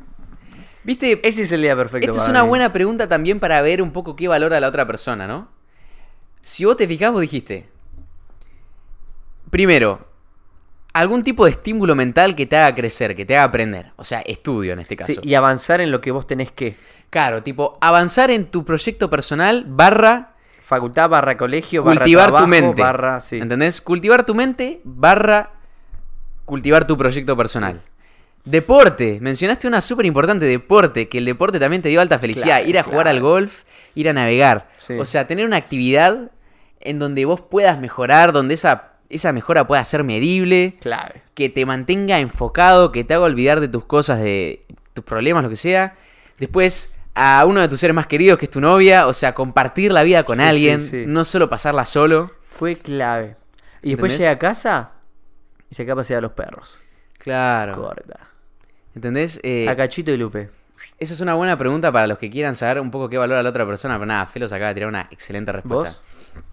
Viste,
Ese es el día perfecto.
Esta es
para
una
mí.
buena pregunta también para ver un poco qué valora la otra persona, ¿no? Si vos te fijás, vos dijiste. Primero, algún tipo de estímulo mental que te haga crecer, que te haga aprender. O sea, estudio en este caso.
Sí, y avanzar en lo que vos tenés que.
Claro, tipo, avanzar en tu proyecto personal barra
Facultad barra colegio barra
cultivar
trabajo,
tu mente.
barra... Sí.
¿Entendés? Cultivar tu mente barra cultivar tu proyecto personal. Deporte. Mencionaste una súper importante, deporte, que el deporte también te dio alta felicidad.
Claro,
ir a jugar
claro.
al golf, ir a navegar.
Sí.
O sea, tener una actividad en donde vos puedas mejorar, donde esa, esa mejora pueda ser medible
Clave.
que te mantenga enfocado, que te haga olvidar de tus cosas, de tus problemas, lo que sea. Después, a uno de tus seres más queridos, que es tu novia, o sea, compartir la vida con
Sí,
alguien,
sí, sí.
no solo pasarla solo.
Fue clave. Y después
¿Entendés?
llegué a casa y saqué a pasear a los perros.
Claro.
Corta.
¿Entendés? Ah. Eh,
A Cachito y Lupe.
esa es una buena pregunta para los que quieran saber un poco qué valora la otra persona, pero nada, Felos acaba de tirar una excelente respuesta.
¿Vos?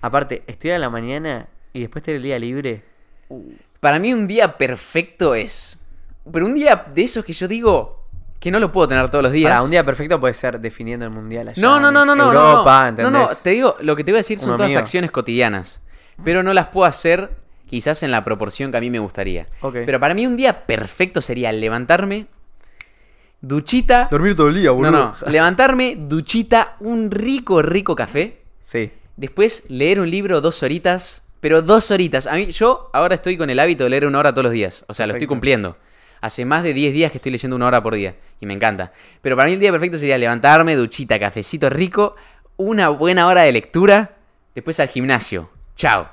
Aparte, estudiar a la mañana y después tener el día libre.
Para mí un día perfecto es... Pero un día de esos que yo digo que no lo puedo tener todos los días.
Para, un día perfecto puede ser definiendo el mundial allá.
No, no,
en
no, no, no, no,
Europa,
no, no, no,
¿entendés?
te digo, lo que te voy a decir son
Uno
todas
mío.
acciones cotidianas, pero no las puedo hacer quizás en la proporción que a mí me gustaría.
Ok.
Pero para mí un día perfecto sería levantarme, duchita,
Dormir todo el día,
no, no, levantarme, duchita, un rico, rico café,
Sí.
después leer un libro dos horitas, pero dos horitas. A mí, yo ahora estoy con el hábito de leer una hora todos los días, o sea, lo estoy
Perfecto.
cumpliendo. Hace más de 10 días que estoy leyendo una hora por día y me encanta. Pero para mí el día perfecto sería levantarme, duchita, cafecito rico, una buena hora de lectura, después al gimnasio. Chao.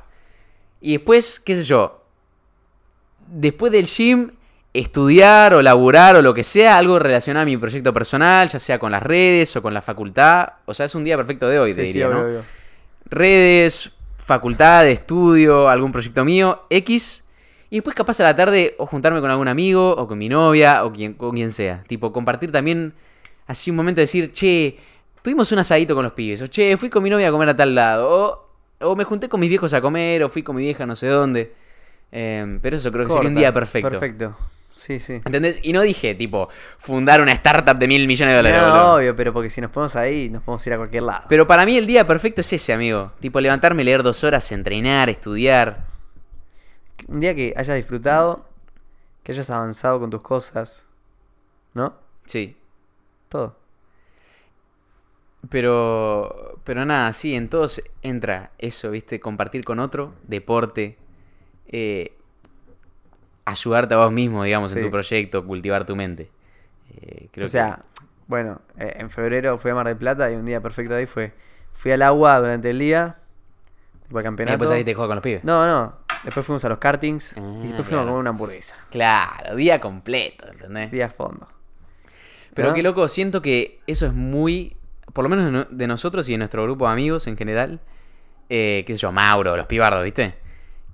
Y después, qué sé yo, después del gym, estudiar o laburar o lo que sea, algo relacionado a mi proyecto personal, ya sea con las redes o con la facultad. O sea, es un día perfecto de hoy, te
sí, sí,
diría,
obvio,
¿no?
obvio.
redes, facultad, estudio, algún proyecto mío, X. Y después capaz a la tarde o juntarme con algún amigo o con mi novia o quien, con quien sea. Tipo, compartir también así un momento de decir, che, tuvimos un asadito con los pibes. O che, fui con mi novia a comer a tal lado. O, o me junté con mis viejos a comer o fui con mi vieja no sé dónde. Em, pero eso creo que sería un
Corta,
día perfecto.
Perfecto. Sí, sí.
¿Entendés? Y no dije, tipo, fundar una startup de mil millones de dólares.
no,
boludo.
obvio, pero porque si nos ponemos ahí, nos podemos ir a cualquier lado.
Pero para mí el día perfecto es ese, amigo. Tipo, levantarme, leer dos horas, entrenar, estudiar.
Un día que hayas disfrutado, que hayas avanzado con tus cosas, ¿no?
Sí.
Todo.
Pero, pero nada, sí, en todos entra eso, ¿viste? Compartir con otro, deporte, eh, ayudarte a vos mismo, digamos, en
Sí.
tu proyecto, cultivar tu mente. Eh, creo
o sea, bueno, eh, en febrero fui a Mar del Plata y un día perfecto ahí fue. Fui al agua durante el día, tipo al
que...
campeonato.
después saliste a jugar con los pibes.
No, no. Después fuimos a los kartings
Ah,
y después fuimos
claro.
a comer una hamburguesa.
Claro, día completo, ¿entendés?
Día a fondo.
Pero
¿no?
qué loco, siento que eso es muy, por lo menos de no- de nosotros y de nuestro grupo de amigos en general, eh, qué sé yo, Mauro, los pibardos, ¿viste?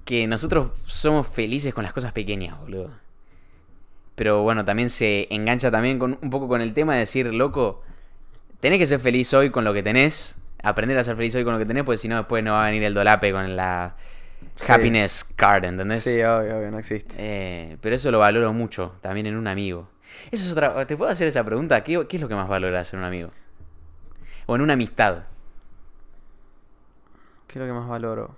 Que nosotros somos felices con las cosas pequeñas, boludo. Pero bueno, también se engancha también con, un poco con el tema de decir, loco, tenés que ser feliz hoy con lo que tenés, aprender a ser feliz hoy con lo que tenés, porque si no después no va a venir el dolape con la
Sí.
happiness card, ¿entendés?
Sí, obvio, obvio, no existe.
Eh, pero eso lo valoro mucho, también en un amigo. Eso es otra. ¿Te puedo hacer esa pregunta? ¿Qué, qué es lo que más valoras en un amigo? O en una amistad.
¿Qué es lo que más valoro?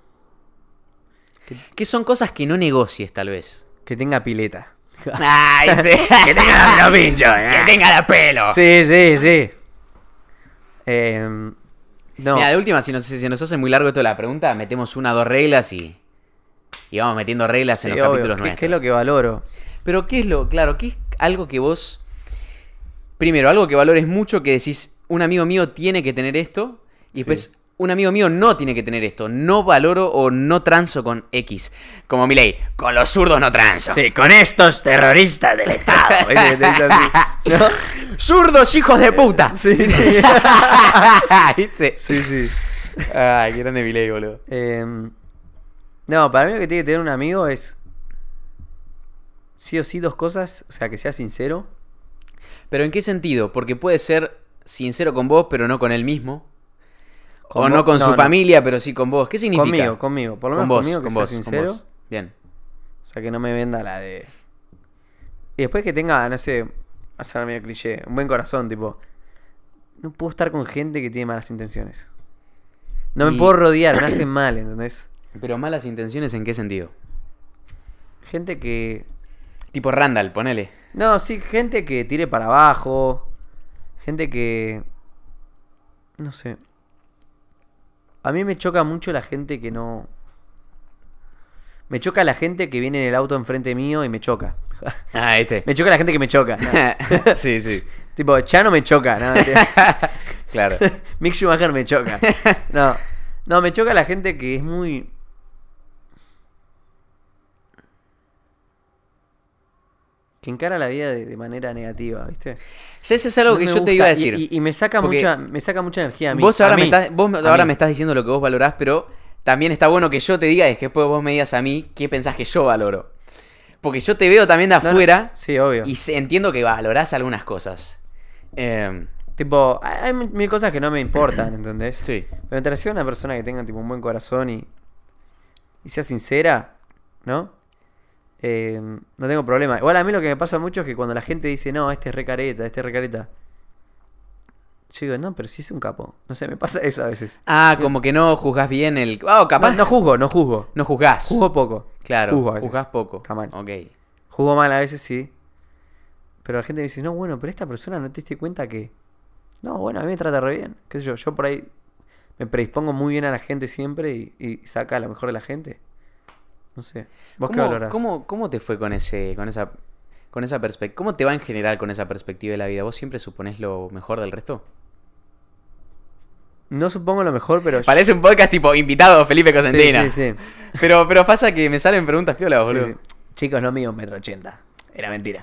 ¿Qué son cosas que no negocies, tal vez?
Que tenga pileta.
¡Ay! ¡Que tenga la pincho! ¡Que tenga la pelo!
eh. Sí, sí, sí. Em, no.
Mira, de última, si nos, si nos hace muy largo esto de la pregunta, metemos una o dos reglas y. Y vamos metiendo reglas
sí,
en los
obvio,
capítulos
¿qué-
nuestros.
¿Qué es lo que valoro?
Pero ¿qué es lo, claro, qué es algo que vos... Primero, algo que valores mucho, que decís, un amigo mío tiene que tener esto, y después, un amigo mío no tiene que tener esto, no valoro o no transo con X. Como mi ley, con los zurdos no transo.
con estos terroristas del Estado. ¿No?
¡Zurdos hijos de puta!
Sí, sí.
¿Viste?
Sí, sí.
Ay, qué grande mi ley, boludo.
Em, no, para mí lo que tiene que tener un amigo es. Sí o sí, dos cosas. O sea, que sea sincero.
Pero ¿en qué sentido? Porque puede ser sincero con vos, pero no con él mismo.
Con
o
vos-
no con
no,
su
no.
familia, pero sí con vos. ¿Qué significa?
Conmigo, conmigo. Por lo menos
con vos,
conmigo, que
con
sea
vos, con
sincero.
vos. Bien.
O sea, que no me venda la de. Y después que tenga, no sé, hacer medio cliché, un buen corazón, tipo. No puedo estar con gente que tiene malas intenciones. No me
Y-
puedo rodear, me hacen mal, ¿entendés?
Pero malas intenciones en qué sentido?
Gente que.
Tipo Randall, ponele.
No, sí, gente que tire para abajo. Gente que. No sé. A mí me choca mucho la gente que no. Me choca la gente que viene en el auto enfrente mío y me choca.
Ah, este.
me choca la gente que me choca. ¿no?
sí, sí.
tipo, Chano me choca. ¿no?
Claro.
Mick Schumacher me choca. No. No, me choca la gente que es muy. Que encara la vida de, de manera negativa, ¿viste?
Sí, Eso es algo
No
que
me
yo te
gusta,
iba a
y-
decir.
Y, y me saca
Porque
mucha, me saca mucha energía a mí.
vos
a
ahora, me
mí,
estás, vos
a
ahora
mí.
me estás diciendo lo que vos valorás, pero también está bueno que yo te diga y que después vos me digas a mí qué pensás que yo valoro. Porque yo te veo también de
No, no,
afuera
Sí, obvio.
y sé- entiendo que valorás algunas cosas. Eh,
Tipo, hay hay mil cosas que no me importan, ¿entendés?
sí.
Pero mientras sea una persona que tenga tipo un buen corazón y, y sea sincera, ¿no? Eh, no tengo problema. Igual a mí lo que me pasa mucho es que cuando la gente dice, no, este es recareta, este es recareta. Yo digo, no, pero si es un capo. No sé, me pasa eso a veces.
Ah, como que no juzgás bien el... Ah, o capaz...
No, no juzgo, no juzgo.
No juzgás.
Juzgo poco.
Claro,
juzgo a veces.
juzgás poco.
Está mal.
Ok.
Jugó mal a veces, sí. Pero la gente me dice, no, bueno, pero esta persona no te diste cuenta que. No, bueno, a mí me trata re bien. ¿Qué sé yo? Yo por ahí me predispongo muy bien a la gente siempre y, y saca a lo mejor de la gente. No sé. ¿Vos qué
¿Cómo-
valorás?
cómo, cómo te fue con ese, con esa, con esa perspectiva? ¿Cómo te va en general con esa perspectiva de la vida? ¿Vos siempre suponés lo mejor del resto?
No supongo lo mejor, pero. yo-
Parece un podcast tipo invitado Felipe
Pues Sí,
Cosendina.
sí, sí.
Pero, pero pasa que me salen preguntas piolas,
Sí,
boludo.
sí. Chicos, no mío, un metro ochenta. Era mentira.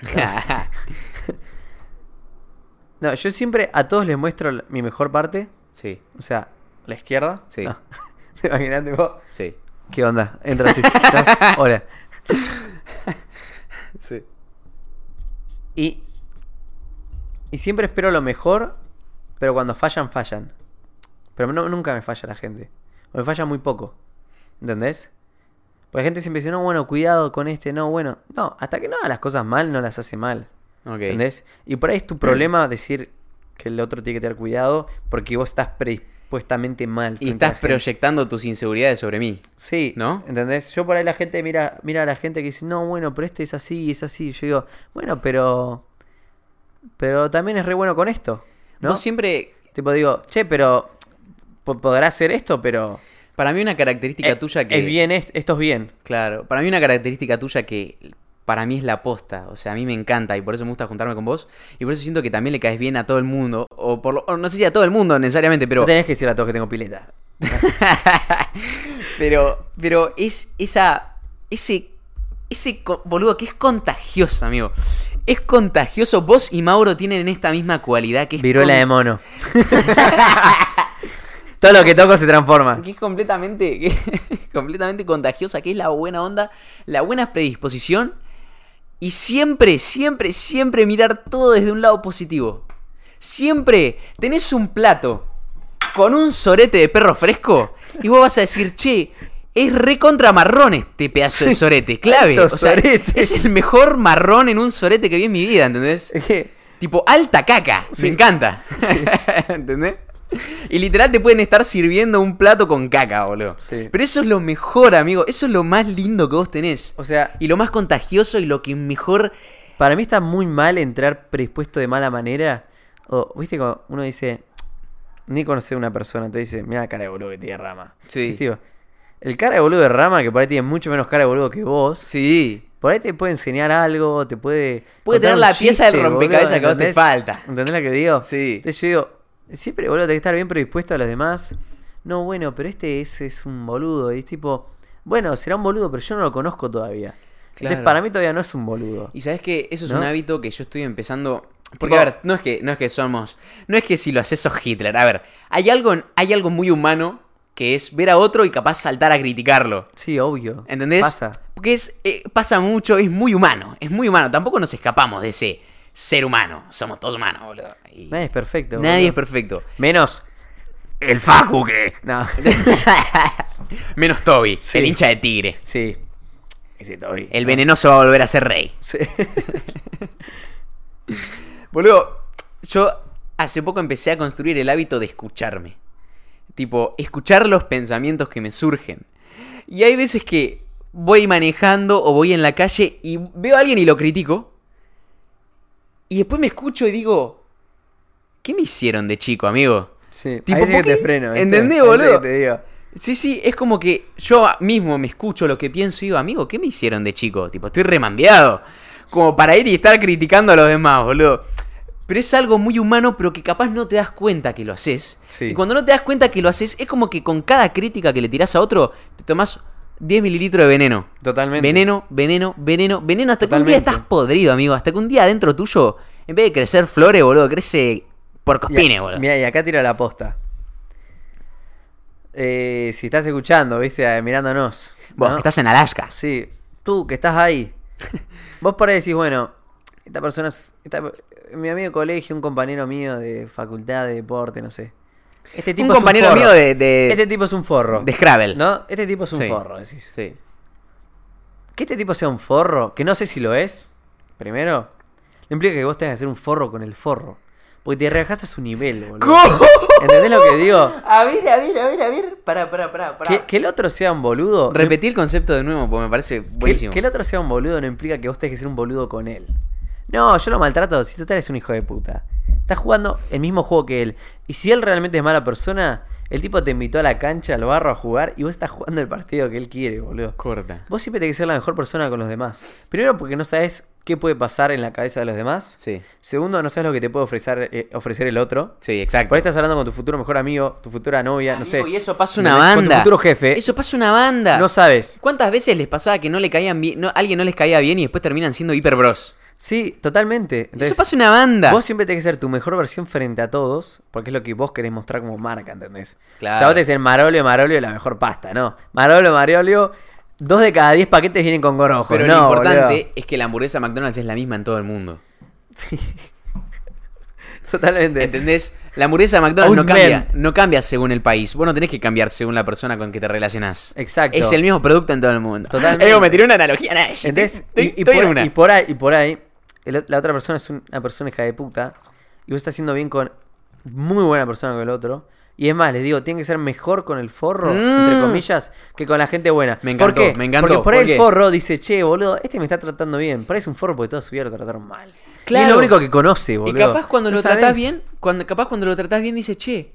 no, yo siempre a todos les muestro la- mi mejor parte.
sí,
O sea, la izquierda.
Sí.
No. ¿Te imaginas, tipo,
sí.
¿Qué onda? Entra así. ¿no? Hola.
Sí.
Y, y siempre espero lo mejor, pero cuando fallan, fallan. Pero no- nunca me falla la gente. O me falla muy poco. ¿Entendés? Porque la gente siempre dice, no, bueno, cuidado con este, no, bueno. No, hasta que no haga las cosas mal, no las hace mal.
Ok.
¿Entendés? Y por ahí es tu problema decir que el otro tiene que tener cuidado porque vos estás predispuestamente mal.
Y
frente a la
estás
gente.
proyectando tus inseguridades sobre mí.
Sí,
¿No?
¿Entendés? Yo por ahí la gente mira, mira a la gente que dice, no, bueno, pero este es así y es así. Yo digo, bueno, pero. Pero también es re bueno con esto. ¿No?
Vos siempre.
Tipo, digo, che, pero. po- Podrá hacer esto, pero.
Para mí, una característica
eh,
tuya que.
Es bien, es- esto es bien.
Claro, para mí una característica tuya que para mí es la posta, o sea, a mí me encanta y por eso me gusta juntarme con vos y por eso siento que también le caes bien a todo el mundo, o por lo- o no sé si a todo el mundo necesariamente, pero
No tenés que decir a todos que tengo pileta.
pero pero es esa ese ese co- boludo que es contagioso, amigo. Es contagioso. Vos y Mauro tienen esta misma cualidad que es
Viruela
con-
de mono. Todo lo que toco se transforma.
que es completamente, que es completamente contagiosa, que es la buena onda, la buena predisposición y siempre, siempre, siempre mirar todo desde un lado positivo. Siempre tenés un plato con un sorete de perro fresco y vos vas a decir, che, es re contra marrón este pedazo de sorete, clave.
alto
O sea,
sorete.
es el mejor marrón en un sorete que vi en mi vida, ¿entendés?
Es que-
Tipo, alta caca. Me encanta. ¿Entendés? Y literal te pueden estar sirviendo un plato con caca, boludo.
Sí.
Pero eso es lo mejor, amigo. Eso es lo más lindo que vos tenés.
O sea,
Y lo más contagioso y lo que mejor.
Para mí está muy mal entrar predispuesto de mala manera. O, viste, cuando uno dice, ni conocer a una persona, te dice, mira la cara de boludo que tiene rama.
Sí.
¿Viste? Digo, El cara de boludo de rama, que por ahí tiene mucho menos cara de boludo que vos,
Sí.
por ahí te puede enseñar algo, te puede.
Puede
contar
tener
un
la pieza del rompecabezas que a vos te
¿entendés?
falta.
¿Entendés lo que digo?
Sí.
Entonces yo digo, siempre, boludo, tenés que estar bien predispuesto a los demás. No, bueno, pero este es, es un boludo. Y es tipo, bueno, será un boludo, pero yo no lo conozco todavía.
Claro.
Entonces, para mí todavía no es un boludo.
Y sabes que eso es
¿No?
un hábito que yo estoy empezando. Porque,
Tipo-
a ver, no es que, no es que somos. No es que si lo haces sos Hitler. A ver, hay algo, en- hay algo muy humano que es ver a otro y capaz saltar a criticarlo.
Sí, obvio.
¿Entendés?
Pasa.
Porque es, eh, pasa mucho, es muy humano, es muy humano. Tampoco nos escapamos de ese ser humano. Somos todos humanos, boludo. Y
Nadie es perfecto.
nadie es
boludo.
perfecto.
Menos el Facu que. No.
Menos Toby,
Sí.
el hincha de tigre.
sí. Ese Toby. Ah.
El venenoso va a volver a ser rey.
Sí.
Boludo, yo hace poco empecé a construir el hábito de escucharme. Tipo, escuchar los pensamientos que me surgen. Y hay veces que voy manejando o voy en la calle y veo a alguien y lo critico. Y después me escucho y digo, ¿qué me hicieron de chico, amigo?
Sí,
Tipo,
ahí sí
¿por
que te
qué?
freno. ¿viste?
¿Entendés,
Ahí sí que
boludo?
te digo.
Sí, sí, es como que yo mismo me escucho lo que pienso y digo, amigo, ¿qué me hicieron de chico? Tipo, estoy remandeado. Como para ir y estar criticando a los demás, boludo. Pero es algo muy humano, pero que capaz no te das cuenta que lo haces.
Sí.
Y cuando no te das cuenta que lo haces, es como que con cada crítica que le tirás a otro, te tomás 10 mililitros de veneno.
Totalmente.
Veneno, veneno, veneno, veneno. Hasta que un
Totalmente.
día estás podrido, amigo. Hasta que un día adentro tuyo, en vez de crecer flores, boludo, crece
Y a-
porcospines, boludo.
Mira, y acá tira la posta. Eh, si estás escuchando, viste, eh, mirándonos.
Vos,
¿no?
que estás en Alaska.
Sí, tú que estás ahí. Vos por ahí decís, bueno, esta persona es. esta- mi amigo de colegio, un compañero mío de facultad de deporte, no sé. Este tipo es
compañero
forro.
mío de- de-
Este tipo es un forro.
de Scrabble.
¿No? Este tipo es un
Sí.
forro, decís.
Sí.
Que este tipo sea un forro, que no sé si lo es, primero, no implica que vos tengas que ser un forro con el forro. Porque te reajás a su nivel, boludo.
¿Cómo?
¿Entendés lo que digo?
A ver, a ver, a ver, a ver. Pará, pará, pará. pará.
Que, que el otro sea un boludo. no
Repetí el concepto de nuevo porque me parece
Que-
buenísimo.
Que, el otro sea un boludo no implica que vos tengas que ser un boludo con él. No, yo lo maltrato si total es un hijo de puta. Estás jugando el mismo juego que él. Y si él realmente es mala persona, el tipo te invitó a la cancha, al barro a jugar y vos estás jugando el partido que él quiere, boludo.
Corta.
Vos siempre tenés que ser la mejor persona con los demás. Primero porque no sabes qué puede pasar en la cabeza de los demás.
Sí.
Segundo, no sabes lo que te puede ofrecer, eh, ofrecer el otro.
Sí, exacto.
Por ahí estás hablando con tu futuro mejor amigo, tu futura novia, no sé.
Amigo, Y eso pasa una
¿entendés?
banda.
Con tu futuro jefe.
Eso pasa una banda.
No sabes.
¿Cuántas veces les pasaba que no le caían bien, no, alguien no les caía bien y después terminan siendo hiper bros?
Sí, totalmente. Entonces,
eso pasa una banda.
Vos siempre tenés que ser tu mejor versión frente a todos, porque es lo que vos querés mostrar como marca, ¿entendés?
Claro.
O sea, vos te dicen Marolio, Marolio, la mejor pasta, ¿no? Marolio, Marolio, dos de cada diez paquetes vienen con gorojos.
Pero
no,
lo importante
boludo.
es que la hamburguesa McDonald's es la misma en todo el mundo.
Totalmente.
¿Entendés? La hamburguesa de McDonald's no
Eh, Old
cambia,
man.
no cambia según el país. Vos no tenés que cambiar según la persona con que te relacionás.
Exacto.
Es el mismo producto en todo el mundo.
Totalmente.
Ego, me tiré una analogía. nada, estoy-
Entonces,
estoy-
y, y
estoy en
por,
una.
y por ahí, y por ahí, el- la otra persona es un- una persona hija de puta, y vos estás haciendo bien con muy buena persona con el otro. Y es más, les digo, tiene que ser mejor con el forro, entre
Mm.
comillas, que con la gente buena.
Me encantó,
¿Por qué?
me encantó.
Porque por ahí
¿Por qué?
el forro dice, che, boludo, este me está tratando bien. Por ahí es un forro porque toda su vida lo trataron mal. Y es
Claro.
lo único que conoce,
Y
boludo.
capaz cuando
No
lo
sabés.
tratás bien, cuando, capaz cuando lo tratás bien dices, che,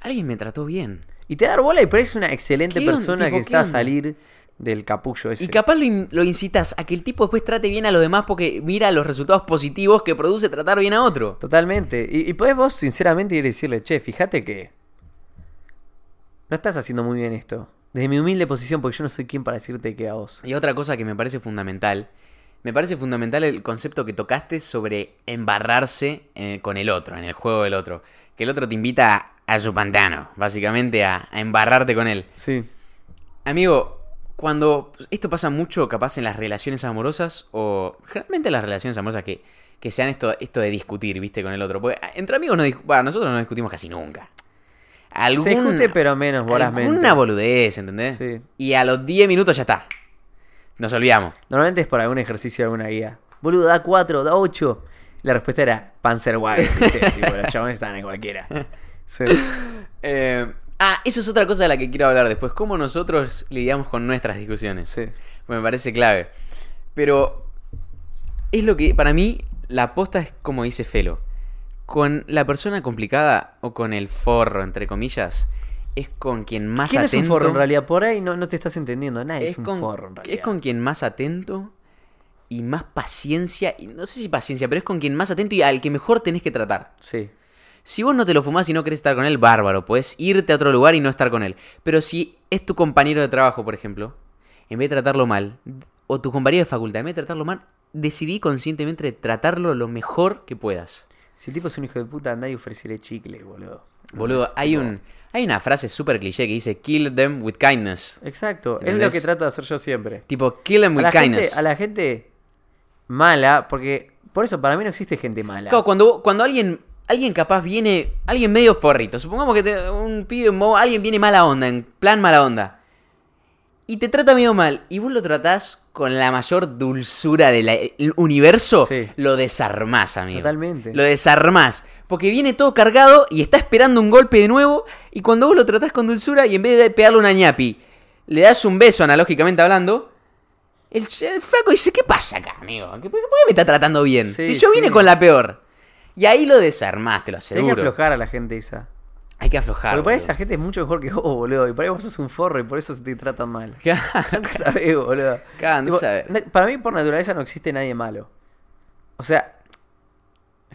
alguien me trató bien.
Y te da bola y por ahí es una excelente
¿Qué on-
persona
tipo,
que
qué
está a
onda?
salir del capullo ese.
Y capaz lo, in- lo incitas a que el tipo después trate bien a los demás porque mira los resultados positivos que produce tratar bien a otro.
Totalmente. Y, y podés vos, sinceramente, ir y decirle, che, fíjate que. No estás haciendo muy bien esto. Desde mi humilde posición, porque yo no soy quien para decirte que a vos.
Y otra cosa que me parece fundamental, me parece fundamental el concepto que tocaste sobre embarrarse eh, con el otro, en el juego del otro. Que el otro te invita a, a su pantano, básicamente a- a embarrarte con él.
Sí.
Amigo, cuando esto pasa mucho, capaz en las relaciones amorosas, o generalmente en las relaciones amorosas que, que sean esto, esto de discutir, viste, con el otro. Porque ah, entre amigos no discu- bueno, nosotros no discutimos casi nunca. Algún,
Se discute, pero menos vorazmente.
Una boludez, ¿entendés?
Sí.
Y a los 10 minutos ya está. Nos olvidamos.
Normalmente es por algún ejercicio, alguna guía. Boludo, da 4, da 8. La respuesta era Panzerwagen. ¿viste? tipo, los chabones estaban en cualquiera. Sí.
Eh, ah, eso es otra cosa de la que quiero hablar después. Cómo nosotros lidiamos con nuestras discusiones.
sí.
Me parece clave. Pero es lo que, para mí, la aposta es como dice Felo. Con la persona complicada o con el forro, entre comillas, es con quien más
¿Quién
atento...
es un forro en realidad? Por ahí no, no te estás entendiendo. Nadie es, un
con,
forro en realidad.
es con quien más atento y más paciencia, y no sé si paciencia, pero es con quien más atento y al que mejor tenés que tratar.
Sí.
Si vos no te lo fumás y no querés estar con él, bárbaro, puedes irte a otro lugar y no estar con él. Pero si es tu compañero de trabajo, por ejemplo, en vez de tratarlo mal, o tu compañero de facultad, en vez de tratarlo mal, decidí conscientemente tratarlo lo mejor que puedas.
Si el tipo es un hijo de puta, andá y ofrecele chicle, boludo.
Boludo, hay, un, hay una frase súper cliché que dice, kill them with kindness.
Exacto. Es lo
¿Entendés?
que trato de hacer yo siempre.
Tipo, kill them
a
with
Eh, la, gente,
kindness.
a la gente mala, porque por eso para mí no existe gente mala.
Claro, cuando, cuando alguien, alguien capaz viene, alguien medio forrito, supongamos que te- un pibe, un bobo, alguien viene mala onda, en plan mala onda, y te trata medio mal, y vos lo tratás con la mayor dulzura del universo,
Sí.
lo desarmás, amigo.
Totalmente.
Lo desarmás. Porque viene todo cargado y está esperando un golpe de nuevo, y cuando vos lo tratás con dulzura y en vez de pegarle una ñapi, le das un beso analógicamente hablando. El, ch- el flaco dice, ¿qué pasa acá, amigo? ¿Qué- ¿Por qué me está tratando bien?
Sí,
si yo vine
sí.
con la peor. Y ahí lo desarmaste, lo
Tenés que
aseguro.
aflojar a la gente esa.
Hay que aflojar.
Porque por ahí
boludo.
esa gente es mucho mejor que vos, boludo. Y por ahí vos sos un forro y por eso te tratan mal.
Claro.
Nunca sabés, boludo.
Claro, no
Tipo,
sabés.
na- Para mí, por naturaleza, no existe nadie malo. O sea,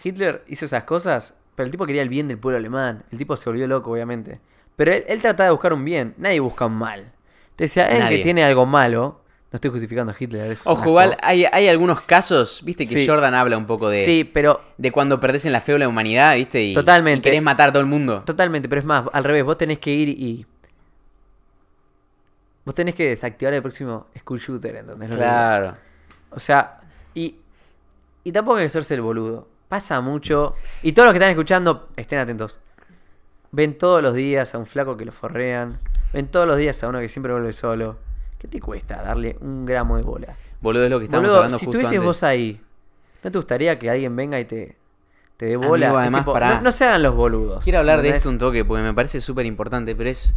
Hitler hizo esas cosas, pero el tipo quería el bien del pueblo alemán. El tipo se volvió loco, obviamente. Pero él, él trataba de buscar un bien. Nadie busca un mal. Te decía, él
Nadie.
que tiene algo malo. No estoy justificando a Hitler. es un
Ojo,
asco.
igual hay, hay algunos casos, viste, que
Sí.
Jordan habla un poco de,
Sí, pero
de cuando perdés en la fe o la humanidad, viste, y,
Totalmente.
y querés matar a todo el mundo.
Totalmente, pero es más, al revés, vos tenés que ir y. Vos tenés que desactivar el próximo school shooter, ¿entendés? lo que digo?
Claro.
O sea, y. Y tampoco hay que hacerse el boludo. Pasa mucho. Y todos los que están escuchando, estén atentos. Ven todos los días a un flaco que lo forrean. Ven todos los días a uno que siempre vuelve solo. ¿Qué te cuesta darle un gramo de bola?
Boludo es lo que estábamos
Boludo,
hablando
si
justo
estuvieses
antes.
vos ahí, ¿no te gustaría que alguien venga y te, te dé bola?
Amigo,
Es
además,
tipo,
pará.
no, no se hagan los boludos.
Quiero hablar de
¿entendés?
esto un toque porque me parece súper importante, pero es.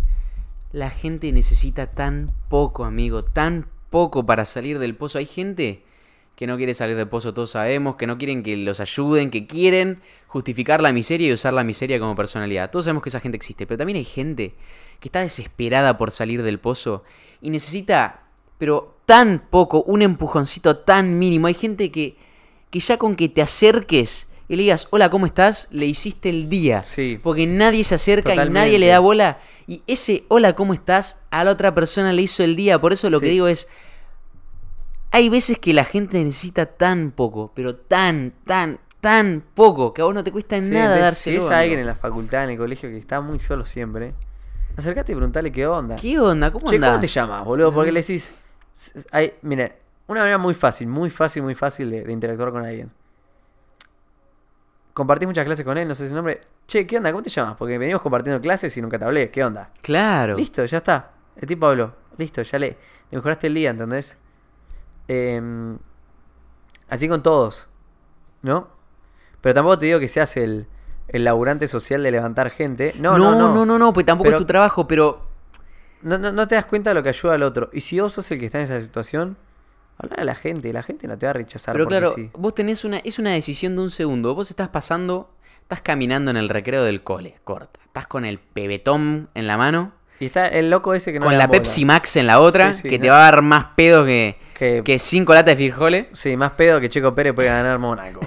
La gente necesita tan poco, amigo, tan poco para salir del pozo. Hay gente que no quiere salir del pozo, todos sabemos, que no quieren que los ayuden, que quieren justificar la miseria y usar la miseria como personalidad. Todos sabemos que esa gente existe, pero también hay gente que está desesperada por salir del pozo y necesita, pero tan poco, un empujoncito tan mínimo. Hay gente que, que ya con que te acerques y le digas, hola, ¿cómo estás? Le hiciste el día.
Sí.
Porque nadie se acerca y nadie
Totalmente.
le da bola. Y ese hola, ¿cómo estás? a la otra persona le hizo el día. Por eso lo que
Sí.
digo es, hay veces que la gente necesita tan poco, pero tan, tan, tan poco, que a vos no te cuesta
Sí,
nada
entonces,
dárselo.
Si es alguien en
amigo.
la facultad, en el colegio, que está muy solo siempre, acercate y preguntale qué onda.
¿Qué onda? ¿Cómo
Che,
andás?
¿cómo te llamas, boludo? Porque le decís. s- s- Hay, mira, una manera muy fácil, muy fácil, muy fácil de, de interactuar con alguien. Compartís muchas clases con él, no sé su nombre. Che, ¿qué onda? ¿Cómo te llamas? Porque venimos compartiendo clases y nunca te hablé. ¿Qué onda?
Claro.
Listo, ya está. El tipo habló. Listo, ya le, le mejoraste el día, ¿entendés? Em, así con todos, ¿no? Pero tampoco te digo que seas el, el laburante social de levantar gente. No, no, no.
no, no, pues tampoco
Pero-
es tu trabajo, pero
No, no- no te das cuenta de lo que ayuda al otro. Y si vos sos el que está en esa situación, habla a la gente. La gente no te va a rechazar
Pero
porque
claro,
sí.
vos tenés una, es una decisión de un segundo. Vos estás pasando, estás caminando en el recreo del cole, corta. Estás con el pebetón en la mano,
Y está el loco ese que no
con
le
la
dan bola.
Pepsi Max en la otra,
Sí, sí,
que
no.
te va a dar más pedo que,
Que-
que cinco latas de frijoles.
Sí, más pedo que Checo Pérez puede ganar Mónaco.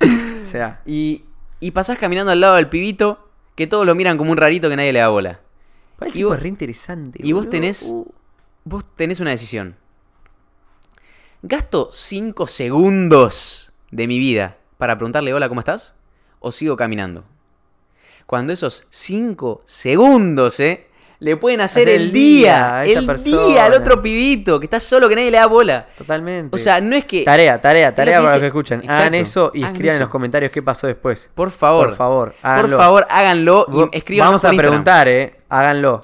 o sea,
Y, y pasás caminando al lado del pibito, que todos lo miran como un rarito que nadie le da bola.
el
Y
tipo
vos-
es re interesante.
Y vos
boludo. uh.
tenés. Vos tenés una decisión. ¿Gasto 5 segundos de mi vida para preguntarle hola, ¿cómo estás? ¿O sigo caminando? Cuando esos 5 segundos, ¿eh? Le pueden hacer
Hacer
el
el
día,
día a esa
el día
persona.
al otro pibito que está solo, que nadie le da bola.
Totalmente.
O sea, no es que.
Tarea, tarea,
lo que
tarea para
dice-
los que escuchan. Hagan
Exacto,
eso y
hagan
escriban en
eso.
los comentarios qué pasó después.
Por favor.
Por favor,
Por
háganlo.
favor, háganlo
Vo-
y escríbanos
Vamos a
por Instagram.
preguntar, eh. Háganlo.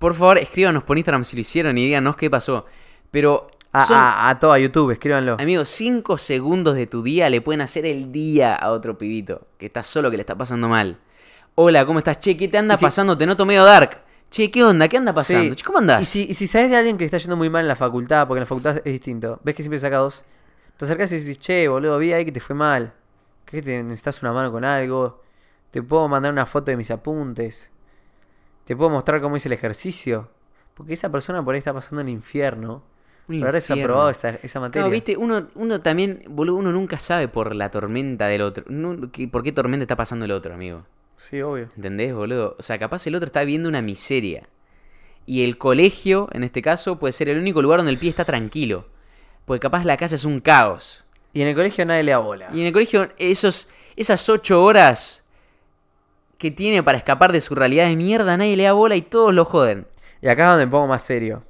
Por favor, escríbanos por Instagram si lo hicieron y díganos qué pasó. Pero.
A,
son-
a, a toda YouTube, escríbanlo.
Amigo, 5 segundos de tu día le pueden hacer el día a otro pibito que está solo, que le está pasando mal. Hola, ¿cómo estás? Che, ¿qué te anda
Y si-
pasando? Te noto medio dark. Che, ¿qué onda? ¿Qué anda pasando?
Sí.
Che, ¿Cómo andás?
Y si, y si sabes de alguien que le está yendo muy mal en la facultad, porque en la facultad es distinto, ves que siempre saca dos, te acercas y dices, che, boludo, vi ahí que te fue mal. ¿Crees que te necesitas una mano con algo? ¿Te puedo mandar una foto de mis apuntes? ¿Te puedo mostrar cómo hice el ejercicio? Porque esa persona por ahí está pasando el infierno.
Un
Por haber
infierno.
desaprobado esa, esa materia.
Claro, viste, uno, uno también, boludo, uno nunca sabe por la tormenta del otro. No, que- ¿Por qué tormenta está pasando el otro, amigo?
Sí, obvio.
¿Entendés, boludo? O sea, capaz el otro está viviendo una miseria. Y el colegio, en este caso, puede ser el único lugar donde el pie está tranquilo. Porque capaz la casa es un caos.
Y en el colegio nadie le da bola.
Y en el colegio, esos, esas ocho horas que tiene para escapar de su realidad de mierda, nadie le da bola y todos lo joden.
Y acá es donde me pongo más serio.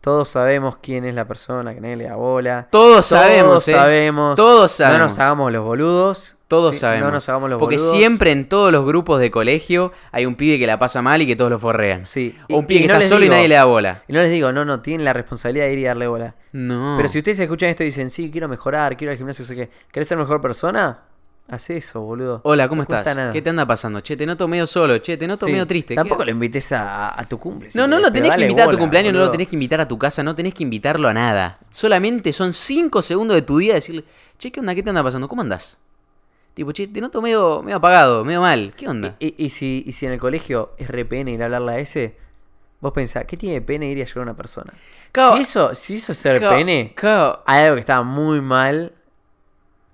Todos sabemos quién es la persona que nadie le da bola.
Todos sabemos, eh.
sabemos.
Todos sabemos.
No nos hagamos los boludos.
Todos
Sí,
sabemos.
No nos hagamos los
Porque
boludos.
siempre en todos los grupos de colegio hay un pibe que la pasa mal y que todos lo forrean.
Sí.
O un
Y-
pibe
y
que
no
está
les
solo y
digo-
nadie le da bola.
Y no les digo, no, no, tienen la responsabilidad de ir y darle bola.
No.
Pero si ustedes escuchan esto y dicen, sí, quiero mejorar, quiero ir al gimnasio, no sé qué. ¿Querés ser mejor persona? Haz eso, boludo.
Hola, ¿cómo
No cuesta
estás?
nada.
¿Qué te anda pasando? Che, te noto medio solo, che, te noto
Sí,
medio triste. ¿qué-
Tampoco lo invites a, a tu cumple. si
No, no
querés,
lo
pero
tenés que
dale
invitar a tu
bola,
cumpleaños, no lo
boludo.
tenés que invitar a tu casa, no tenés que invitarlo a nada. Solamente son 5 segundos de tu día decirle, che, ¿qué onda? ¿Qué te anda pasando? ¿Cómo andás? Tipo, che, te noto medio, medio apagado, medio mal. ¿Qué onda?
Y, y- y si, y si en el colegio es re pene ir a hablarle a ese, vos pensás, ¿qué tiene de pene ir y ayudar a una persona?
Cao,
si, eso, si eso es ser
Cao,
pene,
cao.
hay algo que estaba muy mal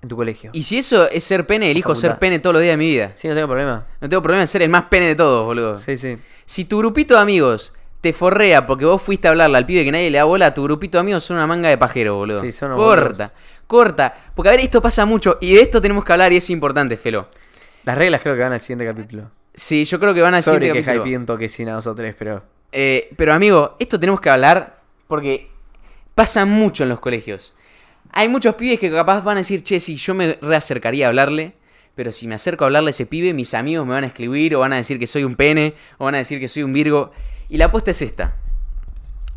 en tu colegio.
Y si eso es ser pene, elijo ser
facultad.
pene todos los días de mi vida.
Sí, no tengo problema.
No tengo problema en ser el más pene de todos, boludo.
Sí, sí.
Si tu grupito de amigos te forrea porque vos fuiste a hablarle al pibe que nadie le da bola, tu grupito de amigos son una manga de pajero, boludo.
Sí, son unos
corta,
boludos.
corta. Porque a ver, esto pasa mucho y de esto tenemos que hablar y es importante, Felo.
Las reglas creo que van al siguiente capítulo.
Sí, yo creo que van a
Sorry
siguiente
que
capítulo.
hypeé un toquecín a dos o tres, pero.
Eh, pero amigo, esto tenemos que hablar porque pasa mucho en los colegios. Hay muchos pibes que capaz van a decir, che, sí, yo me reacercaría a hablarle, pero si me acerco a hablarle a ese pibe, mis amigos me van a escribir o van a decir que soy un pene o van a decir que soy un virgo. Y la apuesta es esta.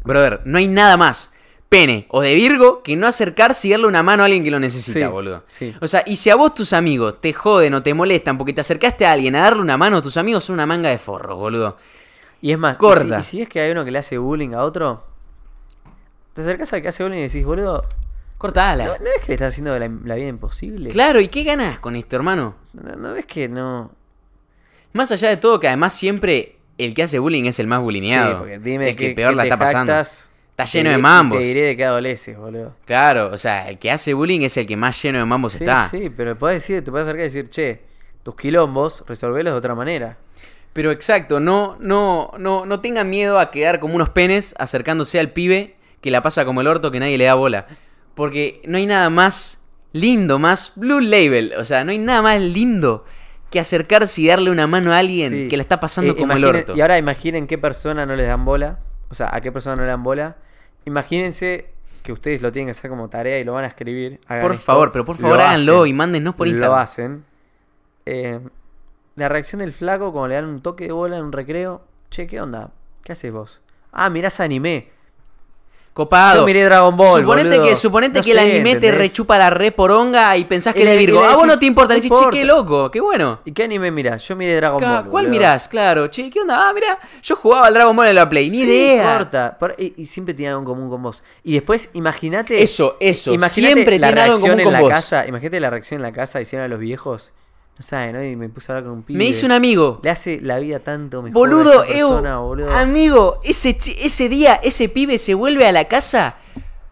Brother, no hay nada más pene o de virgo que no acercarse y darle una mano a alguien que lo necesita,
Sí,
boludo.
sí.
O sea, y si a vos tus amigos te joden o te molestan porque te acercaste a alguien a darle una mano, tus amigos son una manga de forro, boludo.
Y es más, y
Corta.
si- Y si, es que hay uno que le hace bullying a otro, te acercás al que hace bullying y decís, boludo,
Cortala.
¿no, no ves que le estás haciendo la, la vida imposible?
Eh, Claro, ¿y qué ganas con esto, hermano?
¿No, no ves que no?
Más allá de todo, que además siempre el que hace bullying es el más
Sí,
bullineado.
porque dime
el que
qué-
peor
qué
la
te
está pasando.
jactas,
Está
te
lleno de
diré- y
mambos.
Te diré de qué adoleces, boludo.
Claro, o sea, el que hace bullying es el que más lleno de mambos
sí,
está.
sí, pero podés decir, te podés acercar y decir, che, tus quilombos, resolvelos de otra manera.
Pero exacto, no, no, no, no tengan miedo a quedar como unos penes acercándose al pibe que la pasa como el orto que nadie le da bola. Porque no hay nada más lindo, más blue label. O sea, no hay nada más lindo que acercarse y darle una mano a alguien
Sí.
que la está pasando
Eh,
como el
imaginen-
orto.
Y ahora imaginen qué persona no les dan bola. O sea, a qué persona no le dan bola. Imagínense que ustedes lo tienen que hacer como tarea y lo van a escribir. hagan
Por
esto,
favor, pero por
lo
favor háganlo
hacen,
y mándennos por
Lo
Instagram.
hacen. Eh, la reacción del flaco cuando le dan un toque de bola en un recreo. Che, ¿qué onda? ¿Qué haces vos? Ah, mirás anime.
Copado.
Yo miré Dragon Ball,
Suponete
boludo.
que, suponete
No
que el
sé,
anime te
¿entendés?
rechupa la re poronga y pensás que
Y
es de
le- y
Virgo.
le
A vos no
decís,
te importa,
"No
decís, che, qué
importa".
loco, qué bueno.
¿Y qué anime mirás? Yo miré Dragon
Ca-
Ball.
¿Cuál
boludo.
mirás? Claro, che, ¿qué onda? Ah, mirá, yo jugaba al Dragon Ball en la Play, ni
Sí,
idea.
corta. Por- y, y siempre tiene algo en común con vos. Y después, imagínate.
Eso, eso,
Imagínate
siempre
la
tiene algo en
reacción
común con
la
vos.
casa. Imagínate la reacción en la casa. Hicieron a los viejos. No saben, ¿no? Y me puse a hablar con un pibe.
Me hice un amigo.
Le hace la vida tanto mejor. a
Boludo,
esa
eu,
persona, boludo.
amigo, ese, chi- ese día, ese pibe se vuelve a la casa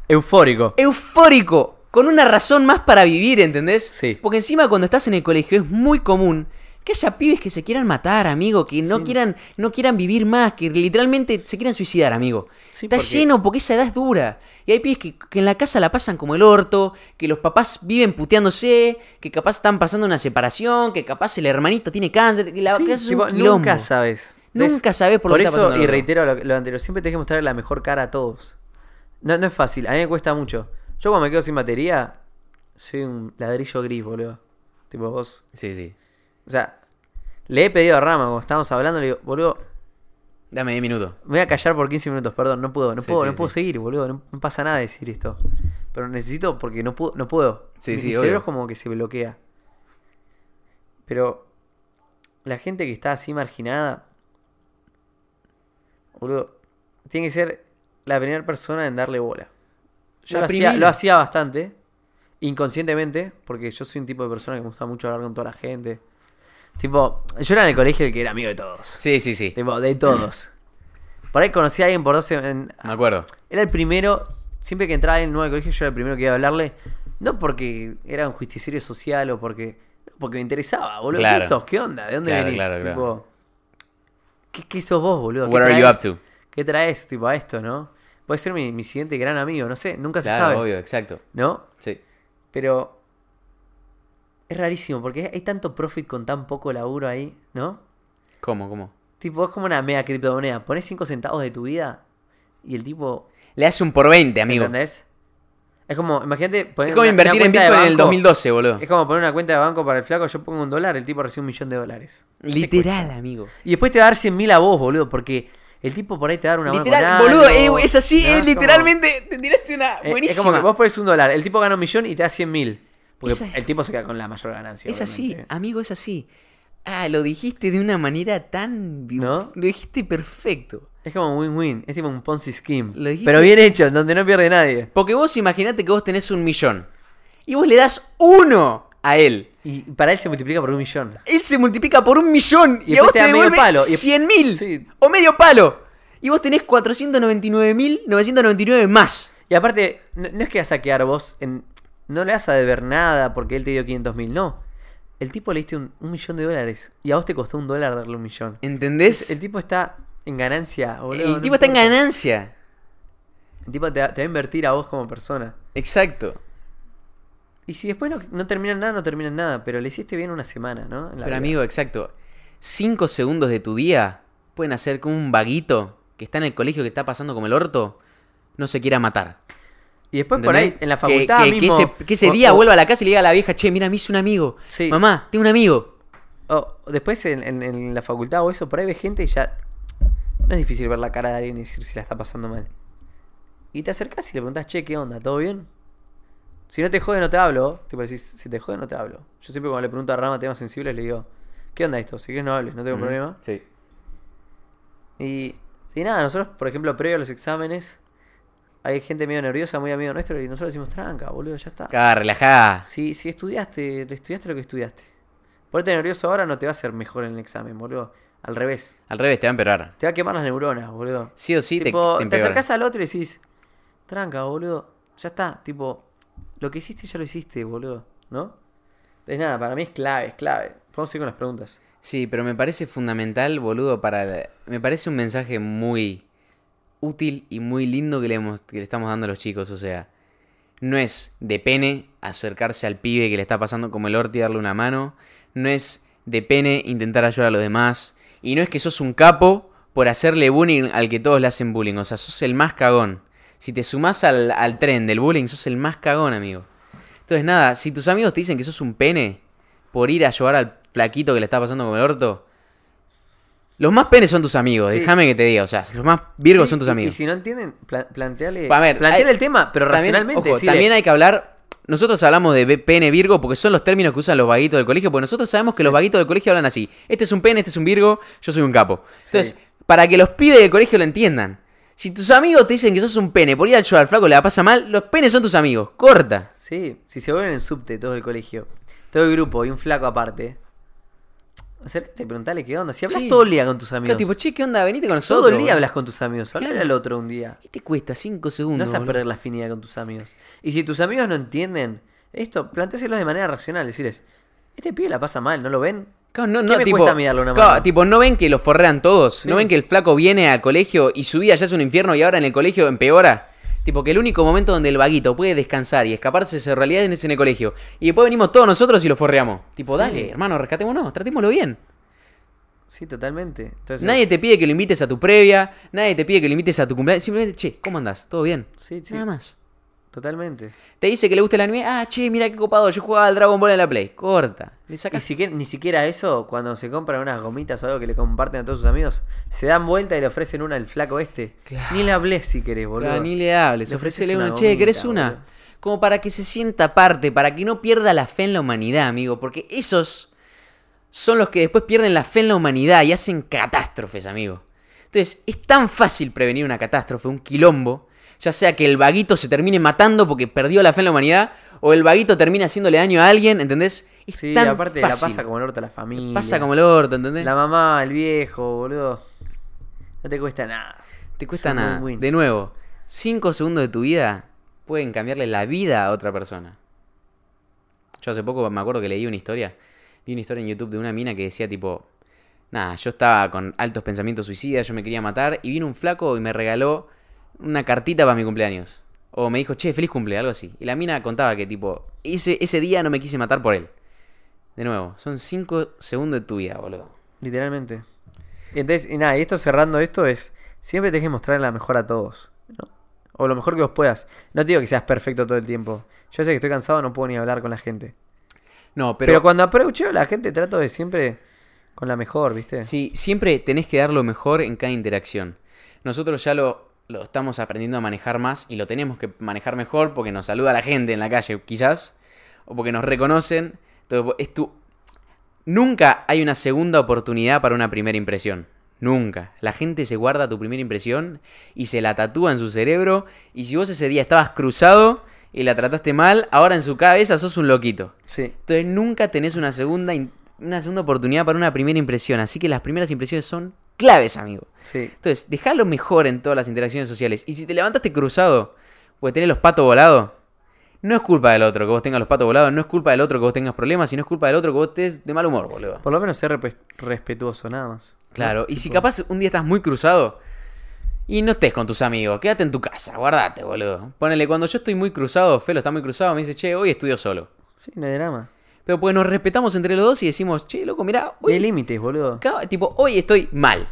Eufórico.
eufórico, con una razón más para vivir, ¿entendés?
Sí.
Porque encima cuando estás en el colegio es muy común que haya pibes que se quieran matar, amigo, que no quieran no quieran vivir más, que literalmente se quieran suicidar, amigo.
Sí,
Está
porque-
lleno porque esa edad es dura. Y hay pibes que, que en la casa la pasan como el orto, que los papás viven puteándose, que capaz están pasando una separación, que capaz el hermanito tiene cáncer, que la
Sí,
casa es
si
un
vos
quilombo.
nunca sabes.
Nunca sabés por lo
por
que está
eso,
pasando,
Y
loco.
reitero lo, lo anterior, siempre tenés que mostrar la mejor cara a todos. No, no es fácil, a mí me cuesta mucho. Yo cuando me quedo sin batería, soy un ladrillo gris, boludo. Tipo vos.
Sí, sí.
O sea, le he pedido a Rama, como estábamos hablando, le digo, boludo,
Dame 10 minutos.
Me voy a callar por 15 minutos, perdón, no puedo, no
Sí,
puedo,
sí,
no puedo
sí.
seguir, boludo, no, no pasa nada decir esto. Pero necesito porque no puedo, no puedo.
Sí,
mi
sí,
mi cerebro
obvio.
es como que se bloquea. Pero la gente que está así marginada, boludo, tiene que ser la primera persona en darle bola. Yo
La
lo hacía,
primera.
lo hacía bastante, inconscientemente, porque yo soy un tipo de persona que me gusta mucho hablar con toda la gente. Tipo, yo era en el colegio el que era amigo de todos.
Sí, sí, sí.
Tipo, de todos. Por ahí conocí a alguien por dos en-
Me acuerdo.
Era el primero. Siempre que entraba alguien nuevo al colegio, yo era el primero que iba a hablarle. No porque era un justiciero social o porque. Porque me interesaba, boludo.
Claro.
¿Quién sos? ¿Qué onda? ¿De dónde
Claro,
venís?
claro,
tipo,
claro.
¿qué, qué sos vos, boludo? ¿Qué
What are you
traes?
up to?
¿Qué traes, tipo, a esto, no? Puede ser mi, mi siguiente gran amigo, no sé, nunca se sabe.
Claro, obvio, exacto.
¿No?
Sí.
Pero. Es rarísimo, porque hay tanto profit con tan poco laburo ahí, ¿no?
¿Cómo, cómo?
Tipo, es como una mega criptomoneda. Pones 5 centavos de tu vida y el tipo.
Le hace un por 20, amigo.
¿Entendés? Es como, imagínate. poner
Es como
una- una
invertir en
cuenta de
Bitcoin en el
banco.
2012, boludo.
Es como poner una cuenta de banco para el flaco. Yo pongo un dólar, el tipo recibe un millón de dólares.
Literal, amigo.
Y después te va a dar 100 mil a vos, boludo, porque el tipo por ahí te va a dar una mano con
Literal,
algo,
boludo, eh, es así,
pues ¿no?
eh,
como-
literalmente te tiraste una
es- Es como
buenísima.
que vos pones un dólar, el tipo gana un millón y te da 100 mil. Porque
Esa-
el tipo se queda con la mayor ganancia.
Es así,
obviamente.
amigo, es así. Ah, lo dijiste de una manera tan... vi-
¿No?
Lo dijiste perfecto.
Es como un win-win. Es tipo un Ponzi Scheme.
Lo dijiste-
Pero bien hecho, donde no pierde nadie.
Porque vos imaginate que vos tenés un millón. Y vos le das uno a él.
Y para él se multiplica por un millón.
Él se multiplica por un millón. Y, a
después
vos te,
te da medio
devuelve
palo, y-
100 mil.
Sí.
O medio palo. Y vos tenés 499.999 más.
Y aparte, no, no es que vas a quedar vos en. No le vas a deber nada porque él te dio 500 mil, no. El tipo le diste un, un millón de dólares y a vos te costó un dólar darle un millón.
¿Entendés?
El
El,
tipo está en ganancia, boludo. no
tipo está en
importa.
ganancia.
El tipo te, va- te va a invertir a vos como persona.
Exacto.
Y si después no, no termina en nada, no termina en nada. Pero le hiciste bien una semana, ¿no? En
Pero
la vida.
amigo, exacto. Cinco segundos de tu día pueden hacer que un vaguito que está en el colegio que está pasando como el orto no se quiera matar. Pues
Y después por ahí,
¿Entendés?
en la
Que-
facultad
que, que
mismo,
ese, que ese
o-
día
o-
vuelva a la casa y le diga a la vieja, che, mira, me hice un amigo.
Sí.
Mamá, tengo un amigo.
o- o después en, en- en la facultad o eso, por ahí ves gente y ya... No es difícil ver la cara de alguien y decir si la está pasando mal. Y te acercás y le preguntás, che, ¿qué onda? ¿Todo bien? Si no te jode, no te hablo. Tipo, decís, si te jode, no te hablo. Yo siempre cuando le pregunto a Rama temas sensibles, le digo, ¿qué onda esto? Si quieres no hables, no tengo problema.
Sí.
Y, y nada, nosotros, por ejemplo, previo a los exámenes, hay gente medio nerviosa, muy amigo nuestro, y nosotros decimos, tranca, boludo, ya está.
Acá, relajá.
Si, si estudiaste, estudiaste lo que estudiaste. Ponerte nervioso ahora no te va a hacer mejor en el examen, boludo. Al revés.
Al revés, te va a empeorar.
Te va a quemar las neuronas, boludo.
Sí o sí, te-
Tipo,
te,
te,
empeora.
acercás al otro y decís, tranca, boludo. Ya está. Tipo, lo que hiciste ya lo hiciste, boludo. ¿No? Entonces nada, para mí es clave, es clave. Vamos a ir con las preguntas.
Sí, pero me parece fundamental, boludo, para... la- Me parece un mensaje muy útil y muy lindo que le, hemos- que le estamos dando a los chicos. O sea, no es de pene acercarse al pibe que le está pasando como el orti y darle una mano. No es de pene intentar ayudar a los demás. Y no es que sos un capo por hacerle bullying al que todos le hacen bullying. O sea, sos el más cagón. Si te sumás al, al tren del bullying, sos el más cagón, amigo. Entonces, nada, si tus amigos te dicen que sos un pene por ir a ayudar al flaquito que le está pasando como el orto, los más penes son tus amigos,
Sí.
déjame que te diga. O sea, los más virgos
Sí,
son tus
y-
amigos.
Y, si no entienden, pla- planteale,
Pa- a ver,
planteale
hay-
el tema, pero
También,
racionalmente.
ojo,
decirle,
también hay que hablar. Nosotros hablamos de B- pene Virgo porque son los términos que usan los vaguitos del colegio. Porque nosotros sabemos que los vaguitos del colegio hablan así: este es un pene, este es un Virgo, yo soy un capo. Entonces, para que los pibes del colegio lo entiendan, si tus amigos te dicen que sos un pene por ir al show al flaco le la pasa mal, los penes son tus amigos. Corta.
Sí, si se vuelven en subte todo el colegio, todo el grupo y un flaco aparte. Acércate y preguntale qué onda. Si hablas
Sí.
todo el día con tus
Claro,
amigos.
tipo, che, ¿qué onda? Venite con nosotros.
todo el día
boludo.
hablas con tus amigos. Hablar
Claro.
al otro un día.
¿Qué te cuesta? Cinco
No
segundos.
vas a
boludo.
perder la afinidad con tus amigos. Y si tus amigos no entienden esto, plantéselo de manera racional. Decirles, este pibe la pasa mal, ¿no lo ven?
Claro, no,
¿Qué
no,
me
tipo,
cuesta mirarlo una
claro,
mano?
tipo, no ven que lo forrean todos,
Sí.
no ven que el flaco viene al colegio y su vida ya es un infierno y ahora en el colegio empeora. Tipo, que el único momento donde el vaguito puede descansar y escaparse de su realidad es en el colegio. Y después venimos todos nosotros y lo forreamos. Tipo,
Sí.
dale, hermano, rescatémonos, tratémoslo bien.
Sí, totalmente. Entonces,
Nadie te pide que lo invites a tu previa, nadie te pide que lo invites a tu cumpleaños. Simplemente, che, ¿cómo andás? ¿Todo bien?
Sí, sí.
Nada más.
Totalmente.
Te dice que le gusta el anime, ah, che, mira qué copado, yo jugaba al Dragon Ball en la Play. Corta. Le
Y
sacas
siquiera- ni siquiera eso, cuando se compran unas gomitas o algo que le comparten a todos sus amigos, se dan vuelta y le ofrecen una al flaco este. Ni le hablés si querés, boludo.
Claro, ni le hables,
Le ofreces
ofrecele
una
una, che, ¿querés
gomita,
una?
boludo.
Como para que se sienta aparte, para que no pierda la fe en la humanidad, amigo, porque esos son los que después pierden la fe en la humanidad y hacen catástrofes, amigo. Entonces, es tan fácil prevenir una catástrofe, un quilombo, ya sea que el vaguito se termine matando porque perdió la fe en la humanidad, o el vaguito termina haciéndole daño a alguien, ¿entendés? Es
Sí,
tan
aparte la
fácil.
pasa como el orto a la familia.
Pasa como el orto, ¿eh? ¿entendés?
La mamá, el viejo, boludo. No te cuesta nada.
Te cuesta
Es un
nada.
win-win.
De nuevo, 5 segundos de tu vida pueden cambiarle la vida a otra persona. Yo hace poco me acuerdo que leí una historia. Vi una historia en YouTube de una mina que decía tipo, nada, yo estaba con altos pensamientos suicidas, yo me quería matar y vino un flaco y me regaló una cartita para mi cumpleaños. O me dijo, che, feliz cumple, algo así. Y la mina contaba que tipo, ese, ese día no me quise matar por él. De nuevo, son 5 segundos de tu vida, boludo.
Literalmente. Y entonces, y nada, y esto cerrando esto es, siempre tenés que mostrar la mejor a todos. ¿no? O lo mejor que vos puedas. No te digo que seas perfecto todo el tiempo. Yo sé que estoy cansado, no puedo ni hablar con la gente.
No,
Pero,
pero...
cuando aprovecheo a la gente trato de siempre con la mejor, ¿viste?
Sí, siempre tenés que dar lo mejor en cada interacción. Nosotros ya lo, lo estamos aprendiendo a manejar más y lo tenemos que manejar mejor porque nos saluda la gente en la calle, quizás. o porque nos reconocen. Entonces, es tu... Nunca hay una segunda oportunidad para una primera impresión. Nunca. La gente se guarda tu primera impresión y se la tatúa en su cerebro. Y si vos ese día estabas cruzado y la trataste mal, ahora en su cabeza sos un loquito.
Sí.
Entonces nunca tenés una segunda, in- una segunda oportunidad para una primera impresión. Así que las primeras impresiones son claves, amigo.
Sí.
Entonces, dejalo mejor en todas las interacciones sociales. Y si te levantaste cruzado, porque tenés los patos volados, no es culpa del otro que vos tengas los patos volados, no es culpa del otro que vos tengas problemas, sino es culpa del otro que vos estés de mal humor, boludo.
Por lo menos ser respe- respetuoso, nada más.
Claro, y si capaz un día estás muy cruzado y no estés con tus amigos, quédate en tu casa, guardate, boludo. Ponele, cuando yo estoy muy cruzado, Felo está muy cruzado, me dice, che, hoy estudio solo.
Sí, no hay drama.
Pero pues nos respetamos entre los dos y decimos, che, loco, mirá,
No hay
hoy
límites, boludo.
Ca- Tipo, hoy estoy mal.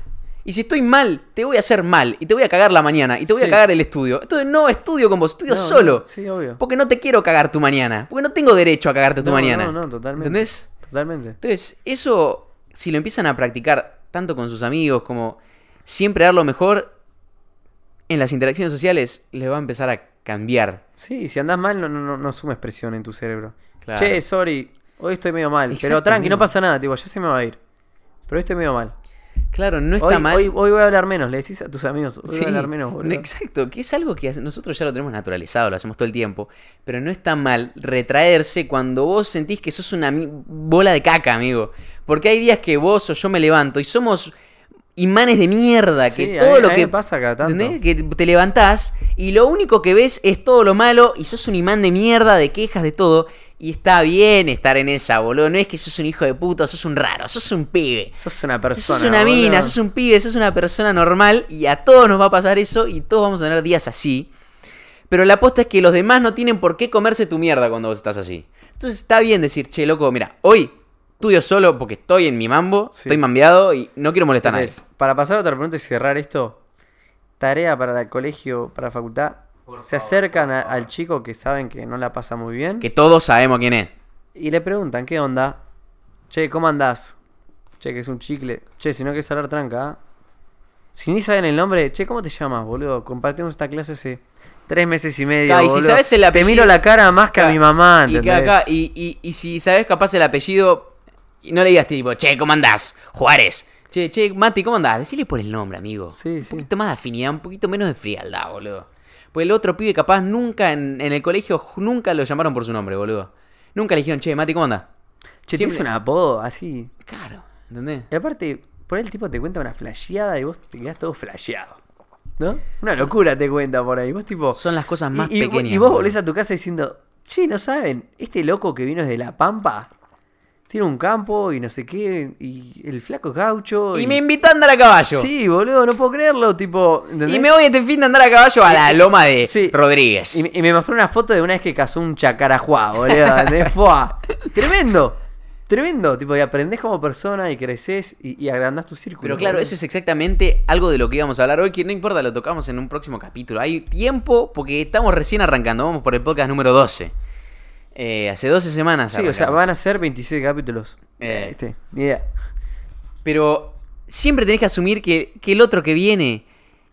Y si estoy mal, te voy a hacer mal. Y te voy a cagar la mañana. Y te voy
Sí.
a cagar el estudio. Entonces no estudio con vos, estudio
No,
solo.
no, sí, obvio.
Porque no te quiero cagar tu mañana. Porque no tengo derecho a cagarte tu
No,
mañana.
No, no, totalmente.
¿Entendés?
Totalmente.
Entonces, eso, si lo empiezan a practicar tanto con sus amigos como siempre dar lo mejor en las interacciones sociales, les va a empezar a cambiar.
Sí, si andás mal, no, no, no, no sumes presión en tu cerebro.
Claro.
Che, sorry, hoy estoy medio mal. pero
Exacto,
tranqui, no
amigo.
pasa nada, tipo, ya se me va a ir. Pero hoy estoy medio mal.
Claro, no está
hoy,
mal.
Hoy, hoy voy a hablar menos, le decís a tus amigos. Hoy
Sí,
voy a hablar menos, boludo.
Exacto, que es algo que hace- nosotros ya lo tenemos naturalizado, lo hacemos todo el tiempo, pero no está mal retraerse cuando vos sentís que sos una mi- bola de caca, amigo. Porque hay días que vos o yo me levanto y somos imanes de mierda, que
Sí, a
todo
mí-
lo
a mí
que
me pasa cada tanto.
¿entendés? que te levantás y lo único que ves es todo lo malo y sos un imán de mierda, de quejas, de todo. Y está bien estar en esa, boludo. No es que sos un hijo de puta, sos un raro, sos un pibe.
Sos una persona.
Sos una mina,
boludo.
sos un pibe, sos una persona normal y a todos nos va a pasar eso y todos vamos a tener días así. Pero la aposta es que los demás no tienen por qué comerse tu mierda cuando vos estás así. Entonces está bien decir, che, loco, mira, hoy estudio solo porque estoy en mi mambo,
Sí.
estoy mambeado y no quiero molestar a nadie.
Entonces, para pasar a otra pregunta y cerrar esto, tarea para el colegio, para la facultad. se acercan a- al chico que saben que no la pasa muy bien
Que todos sabemos quién es.
y le preguntan, ¿qué onda? Che, ¿cómo andás? Che, que es un chicle. Che, si no querés hablar tranca. ¿ah? Si ni saben el nombre, che, ¿cómo te llamas, boludo? Compartimos esta clase hace tres meses y medio.
Claro, y si
boludo.
sabes el
Te
apellido-
miro la cara más que a mi mamá.
Y, que
¿entendés?
acá- y- y- y si sabes capaz el apellido, y no le digas tipo, che, ¿cómo andás? Juárez. Che, che, Mati, ¿cómo andás? Decirle por el nombre, amigo.
Sí,
un
sí.
poquito más de afinidad, un poquito menos de frialdad, boludo. Pues el otro pibe capaz nunca en, en el colegio, ju- nunca lo llamaron por su nombre, boludo. Nunca le dijeron, che, Mati, ¿cómo andás?
Che,
Siempre-
tienes un apodo así.
Claro, ¿entendés?
Y aparte, por ahí el tipo te cuenta una flasheada y vos te quedás todo flasheado. ¿No? Una locura te cuenta por ahí. Vos tipo.
Son las cosas
y-
más
y, vos-
pequeñas.
Y vos
boludo.
volvés a tu casa diciendo, che, ¿no saben? Este loco que vino desde La Pampa tiene un campo y no sé qué. Y el flaco es gaucho.
Y me invitó a andar a caballo.
Sí, boludo, no puedo creerlo. Tipo. ¿entendés?
y me voy este fin de andar a caballo a la loma de
Sí.
Rodríguez.
Y me- y me mostró una foto de una vez que cazó un chacarajuá, boludo. ¿entendés? Fuá. Tremendo. Tremendo. Tipo, y aprendés como persona y creces y, y agrandás tu círculo.
Pero claro,
boludo.
eso es exactamente algo de lo que íbamos a hablar hoy, que no importa, lo tocamos en un próximo capítulo. Hay tiempo porque estamos recién arrancando, vamos por el podcast número 12. Eh, hace 12 semanas.
Sí, o sea,
arrancamos.
van a ser 26 capítulos.
Eh.
Este, ni idea.
Pero siempre tenés que asumir que, que el otro que viene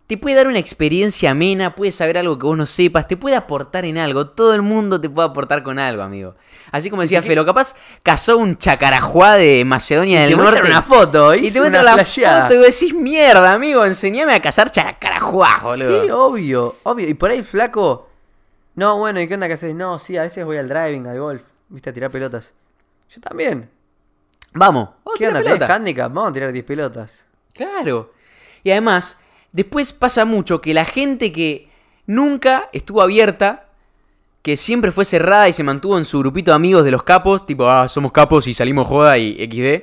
te puede dar una experiencia amena, puede saber algo que vos no sepas, te puede aportar en algo. Todo el mundo te puede aportar con algo, amigo. Así como decía Felo, capaz cazó un chacarajuá de Macedonia
Y
del
te
Norte.
muestran una foto,
Y
hice
te muestra
una
la
flasheada.
foto y vos decís, mierda, amigo, enseñame a cazar chacarajuá, boludo.
Sí, obvio, obvio. Y por ahí flaco. No, bueno, ¿y qué onda que haces? No, sí, a veces voy al driving, al golf, viste, a tirar pelotas. Yo también.
Vamos. vamos a
¿Qué
tirar
onda? ¿Tenés
Oh, pelota.
handicap? Vamos a tirar 10 pelotas.
Claro. Y además, después pasa mucho que la gente que nunca estuvo abierta, que siempre fue cerrada y se mantuvo en su grupito de amigos de los capos, tipo, ah, somos capos y salimos joda y XD,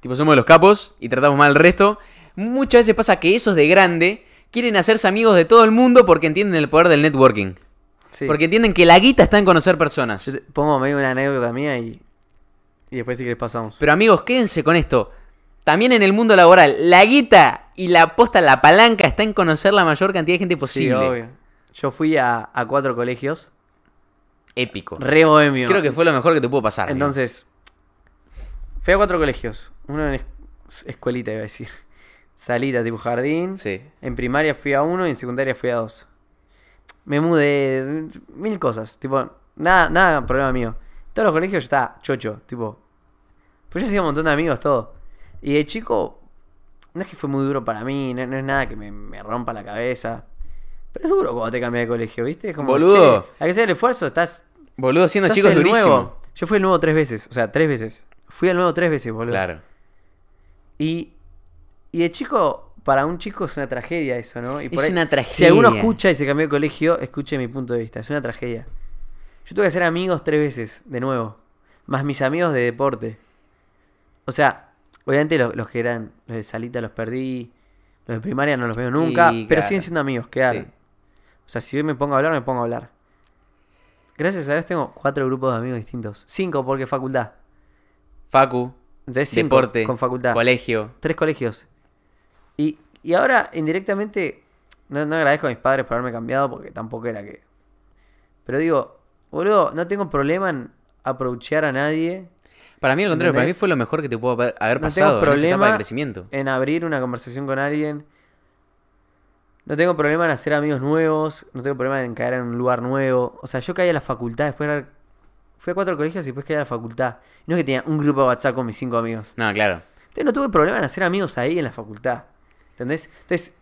tipo, somos de los capos y tratamos mal al resto, muchas veces pasa que esos de grande quieren hacerse amigos de todo el mundo porque entienden el poder del networking.
Sí.
Porque entienden que la guita está en conocer personas.
Yo te- pongo medio una anécdota mía y. Y después si querés pasamos.
Pero amigos, quédense con esto. También en el mundo laboral, la guita y la aposta, la palanca, está en conocer la mayor cantidad de gente
Sí,
posible.
obvio. Yo fui a, a cuatro colegios.
Épico.
Re bohemio.
Creo que fue lo mejor que te pudo pasar. amigo.
Entonces, fui a cuatro colegios. Uno en es- escuelita, iba a decir. Salita, tipo jardín.
Sí.
En primaria fui a uno y en secundaria fui a dos. Me mudé, mil cosas. Tipo, nada, nada, problema mío. Todos los colegios yo estaba chocho, tipo. Pues yo hacía un montón de amigos, todo. Y de chico, no es que fue muy duro para mí, no, no es nada que me, me rompa la cabeza. Pero es duro cuando te cambias de colegio, ¿viste? Es como,
Boludo.
"Che, hay que hacer el esfuerzo, estás.
Boludo, siendo
sos
chicos
el
durísimo.
nuevo". Yo fui el nuevo tres veces, o sea, tres veces. Fui al nuevo tres veces, boludo.
Claro.
Y, y de chico, para un chico es una tragedia eso, ¿no? Y
Es una
Si
tragedia.
alguno escucha y se cambió de colegio, escuche mi punto de vista. Es una tragedia. Yo tuve que hacer amigos tres veces, de nuevo. Más mis amigos de deporte. O sea, obviamente los, los que eran, los de salita los perdí. Los de primaria no los veo nunca.
Y,
pero
claro.
siguen siendo amigos, quedaron.
Sí.
O sea, si hoy me pongo a hablar, me pongo a hablar. Gracias a Dios tengo cuatro grupos de amigos distintos. Cinco porque facultad.
Facu,
Entonces cinco
deporte,
con facultad
colegio.
tres colegios. Y, y ahora, indirectamente, no, no agradezco a mis padres por haberme cambiado porque tampoco era que. Pero digo, boludo, no tengo problema en approachear a nadie,
Para mí, al contrario, para mí
¿Entendés?
fue lo mejor que te pudo haber haber
no
pasado
tengo
en esa etapa de
problema
crecimiento.
en abrir una conversación con alguien. No tengo problema en hacer amigos nuevos, no tengo problema en caer en un lugar nuevo. O sea, yo caí a la facultad, después era- fui a cuatro colegios y después caí a la facultad. No es que tenía un grupo de WhatsApp con mis cinco amigos.
No, claro.
Entonces no tuve problema en hacer amigos ahí en la facultad. ¿Entendés? Entonces,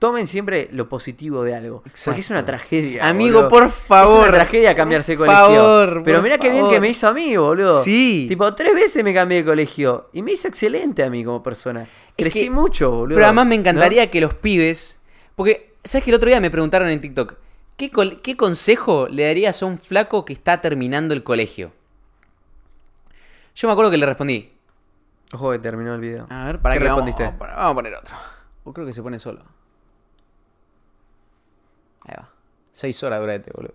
tomen siempre lo positivo de algo. Porque es
Exacto.
una tragedia.
Amigo,
boludo.
por
Es
favor,
una tragedia cambiarse de
por
colegio.
favor,
Pero
por
mirá qué bien
favor.
que me hizo a mí, boludo.
Sí.
Tipo, tres veces me cambié de colegio. Y me hizo excelente a mí como persona. Crecí
que-
mucho, boludo.
Pero además me encantaría
¿No?
que los pibes. Porque, ¿sabes que el otro día me preguntaron en TikTok? ¿qué, col- ¿Qué consejo le darías a un flaco que está terminando el colegio? Yo me acuerdo que le respondí.
Ojo que terminó el video.
A ver, ¿para
¿Qué
qué, vamos-
respondiste?
Vamos, a poner- vamos a poner otro. O creo que se pone solo. Ahí va. Seis horas dura este, boludo.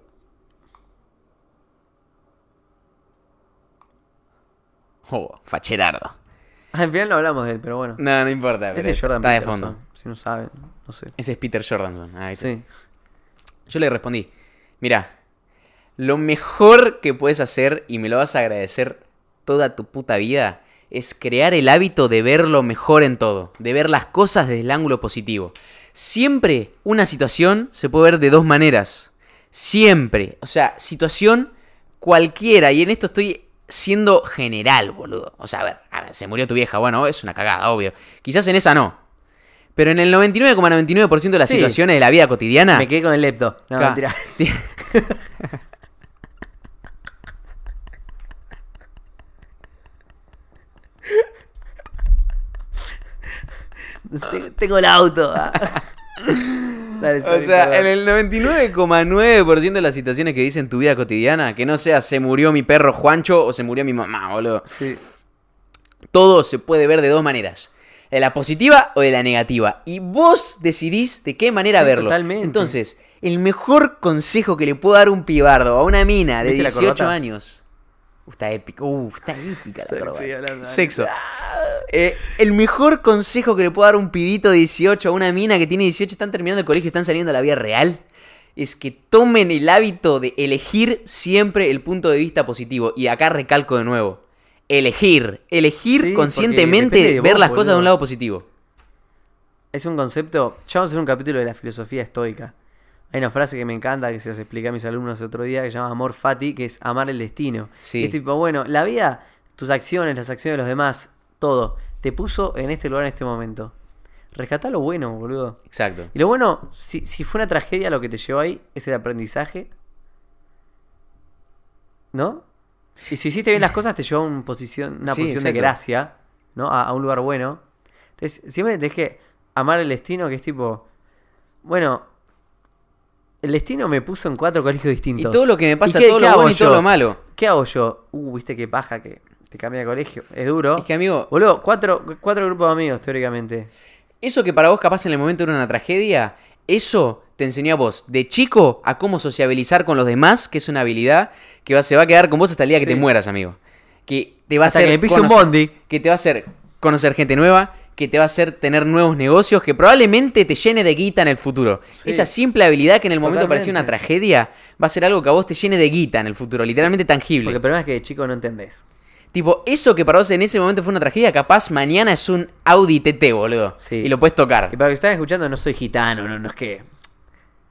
Oh, facherardo.
Al final no hablamos de él, pero bueno.
No, no importa. pero
Ese es Jordan
está de
Peterson,
fondo.
Si no saben, no sé.
Ese es Peter Jordanson. Ah, ahí está.
Sí.
Yo le respondí, mira, lo mejor que puedes hacer y me lo vas a agradecer toda tu puta vida es crear el hábito de ver lo mejor en todo, de ver las cosas desde el ángulo positivo. Siempre una situación se puede ver de dos maneras. Siempre. O sea, situación cualquiera. Y en esto estoy siendo general, boludo. O sea, a ver, ahora, se murió tu vieja. Bueno, es una cagada, obvio. Quizás en esa no. Pero en el 99,99% de las
Sí.
situaciones de la vida cotidiana...
Me quedé con el lepto. No,
Ca-
mentira.
Ti-
Te- Tengo el auto. ah. Dale,
O
sorry,
sea, en
perdón.
el 99,9% de las situaciones que dicen tu vida cotidiana, que no sea se murió mi perro Juancho o se murió mi mamá, boludo.
Sí.
Todo se puede ver de dos maneras. De la positiva o de la negativa. Y vos decidís de qué manera
Sí,
verlo.
totalmente.
Entonces, el mejor consejo que le puedo dar un pibardo a una mina de
¿Viste la
18
corbata?
años. Uh, está épico. Uh, está épica la
Sí,
corbata.
sí, hablando.
Sexo. Eh, el mejor consejo que le puedo dar un pibito de 18 a una mina que tiene 18, están terminando el colegio, están saliendo a la vida real, es que tomen el hábito de elegir siempre el punto de vista positivo. Y acá recalco de nuevo, elegir, elegir
Sí, porque
conscientemente
depende de
ver
vos,
las cosas de
boludo.
un lado positivo.
Es un concepto. Ya vamos a hacer un capítulo de la filosofía estoica. Hay una frase que me encanta que se las expliqué a mis alumnos el otro día que se llama amor fati, que es amar el destino.
Sí.
Y Es tipo, bueno, la vida, tus acciones, las acciones de los demás, todo, te puso en este lugar en este momento. Rescatá lo bueno, boludo.
Exacto.
Y lo bueno, si, si fue una tragedia lo que te llevó ahí, es el aprendizaje. ¿No? Y si hiciste bien las cosas, te llevó a un posición, una
Sí,
posición de
exacto.
gracia, ¿no? A, a un lugar bueno. Entonces, siempre tenés que amar el destino, que es tipo. Bueno, el destino me puso en cuatro colegios
Y
distintos.
todo lo que me pasa,
qué-
todo
qué
lo
hago
bueno y todo
yo?
lo malo.
¿Qué hago yo? Uh, viste qué paja que te cambia de colegio. Es duro.
Es que, amigo,
Boludo, cuatro, cuatro grupos de amigos, teóricamente.
Eso que para vos capaz en el momento era una tragedia, eso te enseñó a vos de chico a cómo sociabilizar con los demás, que es una habilidad que va- se va a quedar con vos hasta el día que
Sí.
te mueras, amigo. Que te va
Hasta
a hacer
que me pise un
conocer-
bondi.
que te va a hacer conocer gente nueva, que te va a hacer tener nuevos negocios, que probablemente te llene de guita en el futuro.
Sí.
Esa simple habilidad que en el momento parecía una
Totalmente.
tragedia, va a ser algo que a vos te llene de guita en el futuro, literalmente tangible.
Porque el problema es que de chico no entendés.
Tipo, eso que para vos en ese momento fue una tragedia, capaz mañana es un Audi TT, boludo.
Sí.
Y lo puedes tocar.
Y para los que están escuchando, no soy gitano, no, no es que.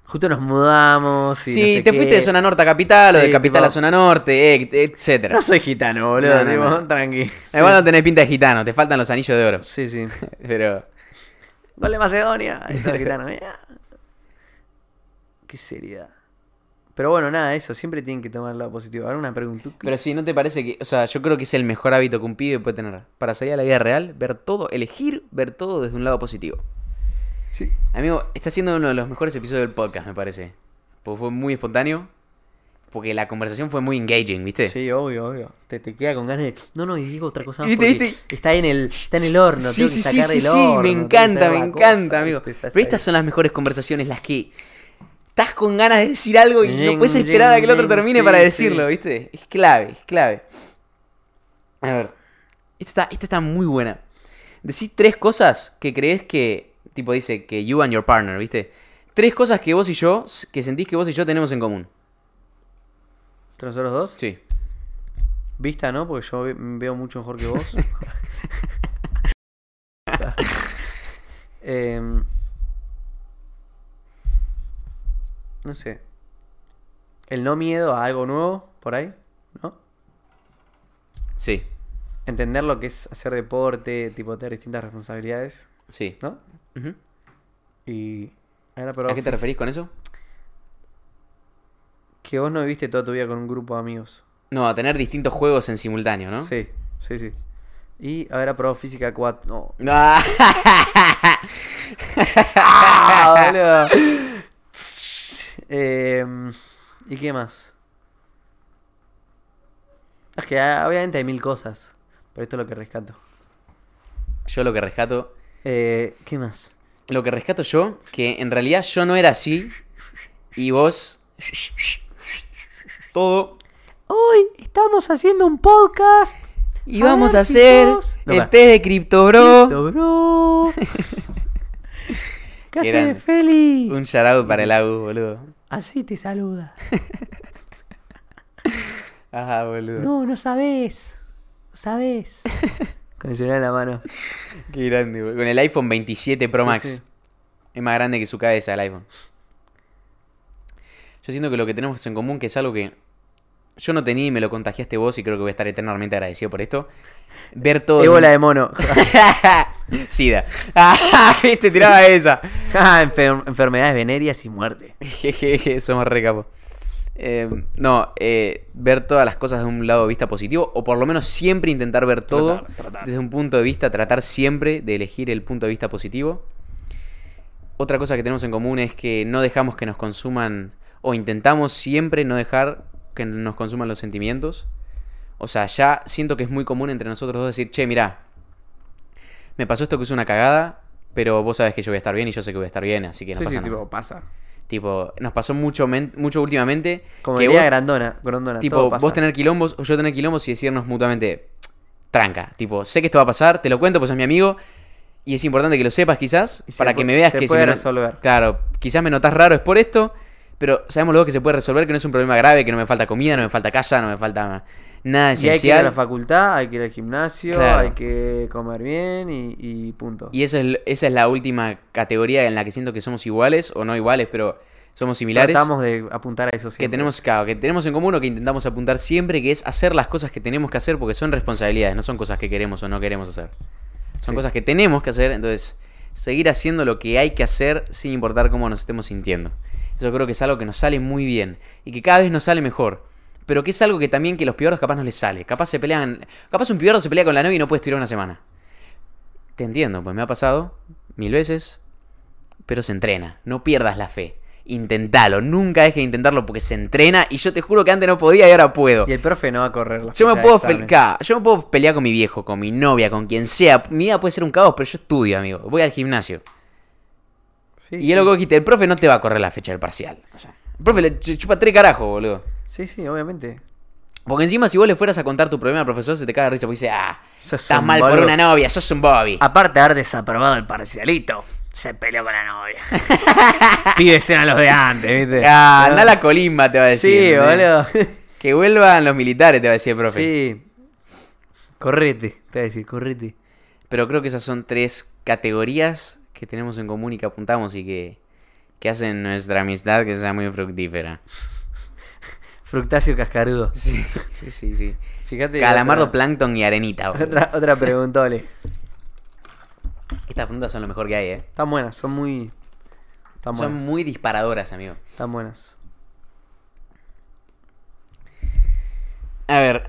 Justo nos mudamos. Y
Sí,
no sé
te fuiste
qué.
de zona norte a capital o de
Sí,
capital
tipo-
a zona norte, eh, etcétera.
No soy gitano, boludo.
No, no,
tipo,
no. Eh,
Tranqui. Sí.
Igual no tenés pinta de gitano, te faltan los anillos de oro.
sí, sí.
Pero.
Dale Macedonia. Ahí está el gitano. ya. Qué seriedad. Pero bueno, nada, eso. Siempre tienen que tomar el lado positivo. Ahora una pregunta.
Pero sí, ¿no te parece que.? O sea, yo creo que es el mejor hábito que un pibe puede tener. Para salir a la vida real, ver todo, elegir ver todo desde un lado positivo.
Sí.
Amigo, está siendo uno de los mejores episodios del podcast, me parece. Porque fue muy espontáneo. Porque la conversación fue muy engaging, ¿viste?
Sí, obvio, obvio. Te, te queda con ganas de. No, no, y digo otra cosa. más
¿Viste,
porque
viste?
Está en el, está en el horno.
Sí,
tengo
sí, sí,
que sacar
sí,
del
sí,
horno,
me
tengo que
encanta,
hacer
me
la cosa,
encanta, amigo.
¿viste? Estás
Pero estas
ahí.
son las mejores conversaciones, las que estás con ganas de decir algo y no
Ying,
puedes esperar a que el otro
ying,
termine
sí,
para decirlo,
sí.
¿viste? Es clave, es clave. A ver, esta está, esta está muy buena. Decís tres cosas que crees que, tipo dice, que you and your partner, ¿viste? Tres cosas que vos y yo, que sentís que vos y yo tenemos en común.
¿Entre nosotros dos?
Sí.
Vista, ¿no? Porque yo ve- veo mucho mejor que vos. Em, no sé. El no miedo a algo nuevo, por ahí, ¿no?
Sí,
Entender lo que es hacer deporte, tipo tener distintas responsabilidades,
sí.
¿no?
Ujú.
Y. Ahora, pero
¿A qué te
office-
referís con eso?
Que vos no viviste toda tu vida con un grupo de amigos.
No, a tener distintos juegos en simultáneo, ¿no?
Sí, sí, sí. Y haber aprobado física 4. No.
Ah,
Ah, boludo. Em, ¿Y qué más? Es que ah, obviamente hay mil cosas, pero esto es lo que rescato.
yo lo que rescato.
Eh, ¿Qué más?
Lo que rescato yo, que en realidad yo no era así. Y vos. Todo.
Hoy estamos haciendo un podcast.
Y
A
vamos
ver
a
si
hacer
sos-
No,
el
pará.
test de Crypto Bro.
Bro.
¿Qué
Eran-
hace Feli?
Un shoutout para el Agus, boludo.
Así te saluda.
Ajá, boludo.
No, no sabes. No sabes.
Con el celular en la mano.
Qué grande, boludo. Con el iPhone 27 Pro
Sí,
Max.
sí.
Es más grande que su cabeza el iPhone. Yo siento que lo que tenemos en común, que es algo que yo no tenía y me lo contagiaste vos, y creo que voy a estar eternamente agradecido por esto. Ver todo.
Ébola de mono.
Sida. Ah, Viste, tiraba esa.
Ah, enfer- enfermedades venéreas y muerte.
Jejeje, somos re capos. Eh, no, eh, ver todas las cosas de un lado de vista positivo, o por lo menos siempre intentar ver todo
Tratar, tratar.
desde un punto de vista, tratar siempre de elegir el punto de vista positivo. Otra cosa que tenemos en común es que no dejamos que nos consuman, o intentamos siempre no dejar que nos consuman los sentimientos. O sea, ya siento que es muy común entre nosotros dos decir, che, mirá, me pasó esto que es una cagada, pero vos sabés que yo voy a estar bien y yo sé que voy a estar bien, así que no
sí,
pasa
sí,
nada.
tipo, pasa.
Tipo, nos pasó mucho, men- mucho últimamente.
Como
que
diría
vos,
Grandona, Grandona. todo
tipo,
pasa.
vos tener quilombos o yo tener quilombos y decirnos mutuamente, tranca. Tipo, sé que esto va a pasar, te lo cuento, pues es mi amigo. Y es importante que lo sepas, quizás,
Y se
para
pu-
que me veas
se
que
puede
me no-
resolver.
Claro, quizás me notas raro, es por esto. Pero sabemos luego que se puede resolver, que no es un problema grave, que no me falta comida, no me falta casa, no me falta nada
Y hay que ir a
esencial.
la facultad, hay que ir al gimnasio,
Claro.
hay que comer bien y, y punto.
Y eso es, l- esa es la última categoría en la que siento que somos iguales, o no iguales, pero somos similares.
Tratamos de apuntar a eso siempre.
que tenemos claro, que tenemos en común o que intentamos apuntar siempre, que es hacer las cosas que tenemos que hacer porque son responsabilidades, no son cosas que queremos o no queremos hacer. Son
Sí.
cosas que tenemos que hacer, entonces seguir haciendo lo que hay que hacer sin importar cómo nos estemos sintiendo. Eso creo que es algo que nos sale muy bien y que cada vez nos sale mejor. Pero que es algo que también que los piordos capaz no les sale. Capaz se pelean, capaz un piordo se pelea con la novia y no puede estirar una semana. Te entiendo, pues me ha pasado mil veces, pero se entrena. No pierdas la fe. Intentalo, nunca dejes de intentarlo porque se entrena y yo te juro que antes no podía y ahora puedo.
Y el profe no va a correr
Yo
la fecha
me,
de
puedo
examen.
fel- ca, yo me puedo pelear con mi viejo, con mi novia, con quien sea. Mi vida puede ser un caos, pero yo estudio, amigo. Voy al gimnasio.
Sí,
y
sí.
es lo que quita. El profe no te va a correr la fecha del parcial. O sea, el profe le ch- chupa tres carajos, boludo.
Sí, sí, obviamente.
Porque encima, si vos le fueras a contar tu problema al profesor, se te caga de risa porque dice, ah,
Sos
estás
un
mal por
boludo. Ah,
una novia, sos un Bobby.
Aparte de haber desaprobado el parcialito, se peleó con la novia. Pibes eran los de antes, ¿viste?
Ah, anda a la colimba, te va a decir.
Sí,
¿entendés?
boludo.
Que vuelvan los militares, te va a decir el profe.
sí. Correte, te voy a decir, correte.
Pero creo que esas son tres categorías que tenemos en común y que apuntamos y que, que hacen nuestra amistad que sea muy fructífera.
Fructáceo cascarudo.
Sí, sí, sí, sí.
Fíjate.
Calamardo,
otra-
plancton y arenita. boludo.
Otra, otra pregunta, Ole.
Estas preguntas son lo mejor que hay, eh.
Están buenas, son muy. Están buenas.
Son muy disparadoras, amigo.
Están buenas.
A ver.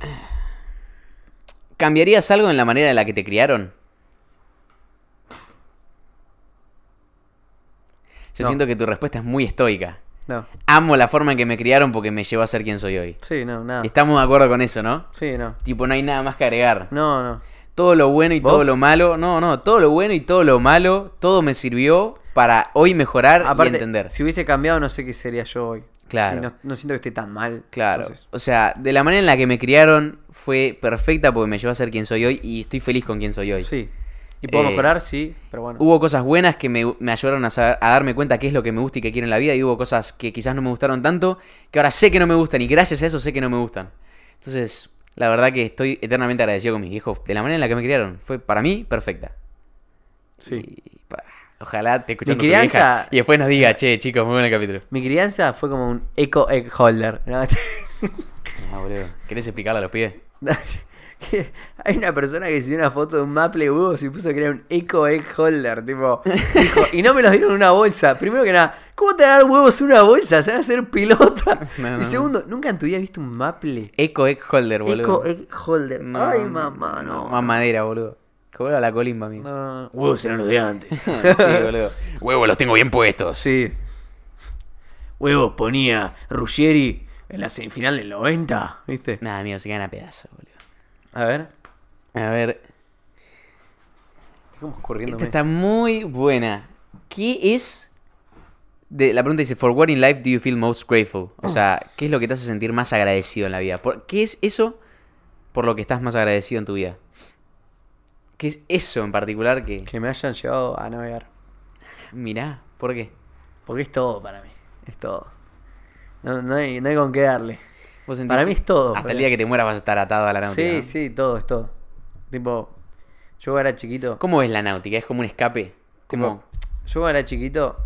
¿Cambiarías algo en la manera en la que te criaron? Yo
No.
siento que tu respuesta es muy estoica.
No.
Amo la forma en que me criaron porque me llevó a ser quien soy hoy.
Sí, no, nada.
Estamos de acuerdo con eso, ¿no?
Sí, no.
Tipo, no hay nada más que agregar.
No, no.
Todo lo bueno y
¿Vos?
todo lo malo. No, no, todo lo bueno y todo lo malo. Todo me sirvió para hoy mejorar y
Aparte,
entender.
si hubiese cambiado, no sé qué sería yo hoy.
Claro.
Y no, no siento que esté tan mal.
Claro.
Entonces,
O sea, de la manera en la que me criaron fue perfecta porque me llevó a ser quien soy hoy y estoy feliz con quien soy hoy.
sí. ¿Y puedo
Eh,
mejorar? Sí, pero bueno.
Hubo cosas buenas que me, me ayudaron a, saber- a darme cuenta qué es lo que me gusta y qué quiero en la vida y hubo cosas que quizás no me gustaron tanto que ahora sé que no me gustan y gracias a eso sé que no me gustan. Entonces, la verdad que estoy eternamente agradecido con mis hijos. De la manera en la que me criaron fue para mí perfecta.
sí.
Y, pa, ojalá te escuchando tu
Mi crianza-
vieja y después nos diga, che, chicos, muy bueno el capítulo.
Mi crianza fue como un eco egg holder. ¿no?
No, boludo. ¿Querés explicarle a los pibes?
Que Hay una persona que se dio una foto de un maple huevos y puso que era un eco egg holder. Tipo, dijo, y no me los dieron en una bolsa. Primero que nada, ¿cómo te van a dar huevos en una bolsa? Se van a hacer pelotas.
No,
Y
no.
segundo, nunca en tu vida has visto un maple.
Eco Egg Holder, boludo.
Eco egg holder.
No,
Ay,
no,
mamá, no.
Mamadera, boludo. Que vuelva la colimba, amigo.
No.
Huevos eran los de antes.
sí, boludo. Huevos los tengo bien puestos.
Sí.
Huevos ponía Ruggeri en la semifinal del 90.
¿Viste?
Nada, amigo, se quedan a pedazos, boludo.
A ver.
A ver,
Estamos corriendo.
esta Este está muy buena. ¿Qué es? De, la pregunta dice, ¿For what in life do you feel most grateful? O sea,
Ah.
¿qué es lo que te hace sentir más agradecido en la vida? ¿Por, ¿Qué es eso por lo que estás más agradecido en tu vida? ¿Qué es eso en particular que...
Que me hayan llevado a navegar.
Mirá, ¿por qué?
Porque es todo para mí. Es todo. No, no hay, no hay con qué darle.
Vos sentís
Para mí
que
es todo,
Hasta el
boludo.
día que te mueras vas a estar atado a la náutica.
Sí,
¿no?
sí, todo, es todo. Tipo, yo cuando era chiquito.
¿Cómo es la náutica? ¿Es como un escape? Como...
Yo cuando era chiquito.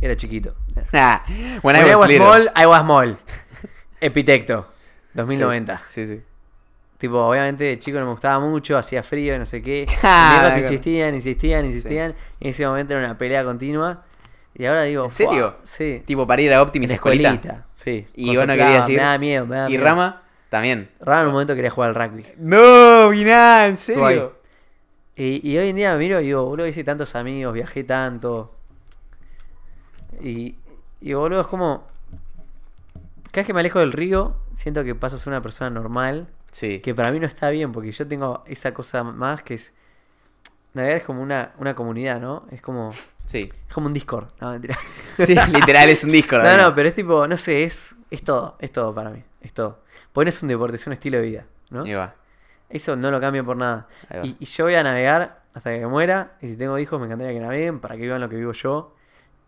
Era chiquito.
Ah, when I
When I
was
was
little.
small, I was small. Epitecto. 2090.
Sí, sí.
Tipo, obviamente de chico no me gustaba mucho, hacía frío y no sé qué. Mis
Ah, de
viejos
acuerdo.
insistían, insistían, insistían. Y en ese momento era una pelea continua. Y ahora digo,
¿En serio?
"Fua, Sí.
Tipo para ir a Optimis
En
escuelita.
Sí.
Y vos no
Concentraba,
querías ir.
Me da miedo, me da
y
miedo.
Rama también.
Rama en un momento quería jugar al rugby.
No, mirá, en
Estuvo ahí. Y, y hoy en día me miro y digo, boludo, hice tantos amigos, viajé tanto. Y, y boludo, es como. Cada vez que me alejo del río, siento que paso a ser una persona normal.
Sí.
Que para mí no está bien, porque yo tengo esa cosa más que es. Navegar es como una, una comunidad, ¿no? Es como. Es
Sí.
como un Discord. No, mentira.
Sí, literal es un Discord.
No,
amigo.
no, pero es tipo, no sé, es, es todo, es todo para mí. Es todo. Porque no es un deporte, es un estilo de vida, ¿no?
Ahí va.
Eso no lo cambio por nada.
Ahí va.
Y, y yo voy a navegar hasta que muera. Y si tengo hijos, me encantaría que naveguen para que vivan lo que vivo yo.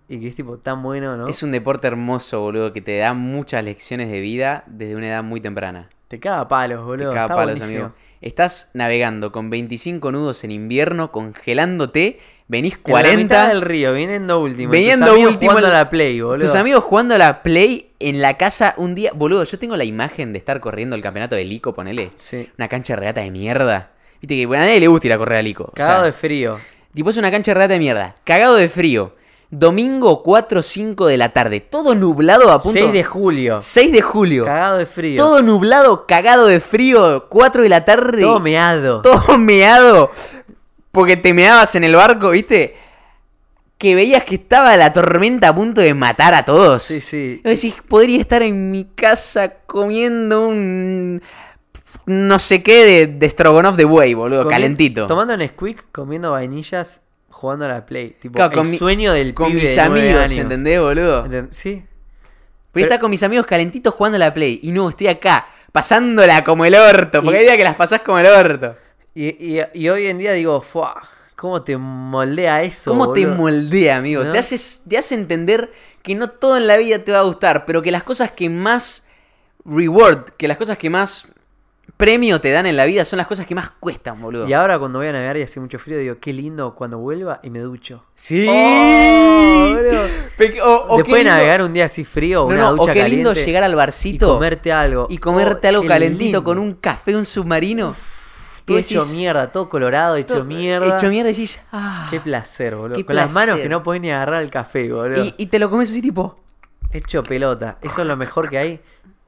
Y que es tipo tan bueno, ¿no?
Es un deporte hermoso, boludo, que te da muchas lecciones de vida desde una edad muy temprana.
Te caga a palos,
Te
boludo.
caga
Está
palos,
buenísimo.
amigo. Estás navegando con 25 nudos en invierno, congelándote, venís
En la
40.
mitad del río, viniendo último.
Viniendo
Viniendo
último
último. Jugando
en-
a la play, boludo.
Tus amigos jugando a la Play en la casa un día. Boludo, yo tengo la imagen de estar corriendo el campeonato de Lico, ponele.
Sí.
Una cancha de regata de mierda. Viste que bueno, a nadie le gusta ir a correr a Lico. O sea,
Cagado de frío.
Tipo, es una cancha de regata de mierda. Cagado de frío. Domingo 4 5 de la tarde. Todo nublado a punto.
6 de julio.
6 de julio.
Cagado de frío.
Todo nublado, cagado de frío. 4 de la tarde.
Todo meado.
Todo meado. Porque te meabas en el barco, ¿viste? Que veías que estaba la tormenta a punto de matar a todos.
Sí, sí.
Y vos decís, podría estar en mi casa comiendo un. No sé qué de, de Strogonoff de buey, boludo,
Comi-
calentito.
Tomando Nesquik, comiendo vainillas, jugando a la play. Tipo,
Claro, con
el
mi-
sueño del
con
pibe
mis
de nueve
amigos,
años.
¿entendés, boludo? Pero,
Enten- Sí.
está con mis amigos calentitos jugando a la Play. Y no, estoy acá, pasándola como el orto. Porque
Y-
hay días que las pasás como el orto.
Y, y- y hoy en día digo, "Fua, ¿cómo te moldea eso?
¿Cómo te
boludo?"
moldea, amigo?
¿No?
Te, haces, te hace entender que no todo en la vida te va a gustar, pero que las cosas que más reward, que las cosas que más premio te dan en la vida son las cosas que más cuestan, boludo.
Y ahora cuando voy a navegar y hace mucho frío, digo, qué lindo cuando vuelva y me ducho.
Sí.
Oh, boludo,
Pe- o- o qué
Después de
lindo-
navegar un día así frío,
No,
una
no, o
ducha
qué lindo
caliente
llegar al barcito
y comerte algo.
y comerte
Oh,
algo
qué
calentito
lindo.
con un café, un submarino.
Todo
Y
hecho
decís,
mierda, todo colorado, hecho
todo-
mierda.
Hecho mierda y decís, ah.
Qué placer, boludo.
Qué
Con las manos
placer.
que no podés ni agarrar el café, boludo.
y, y te lo comes así tipo,
Hecho pelota. Eso es lo mejor que hay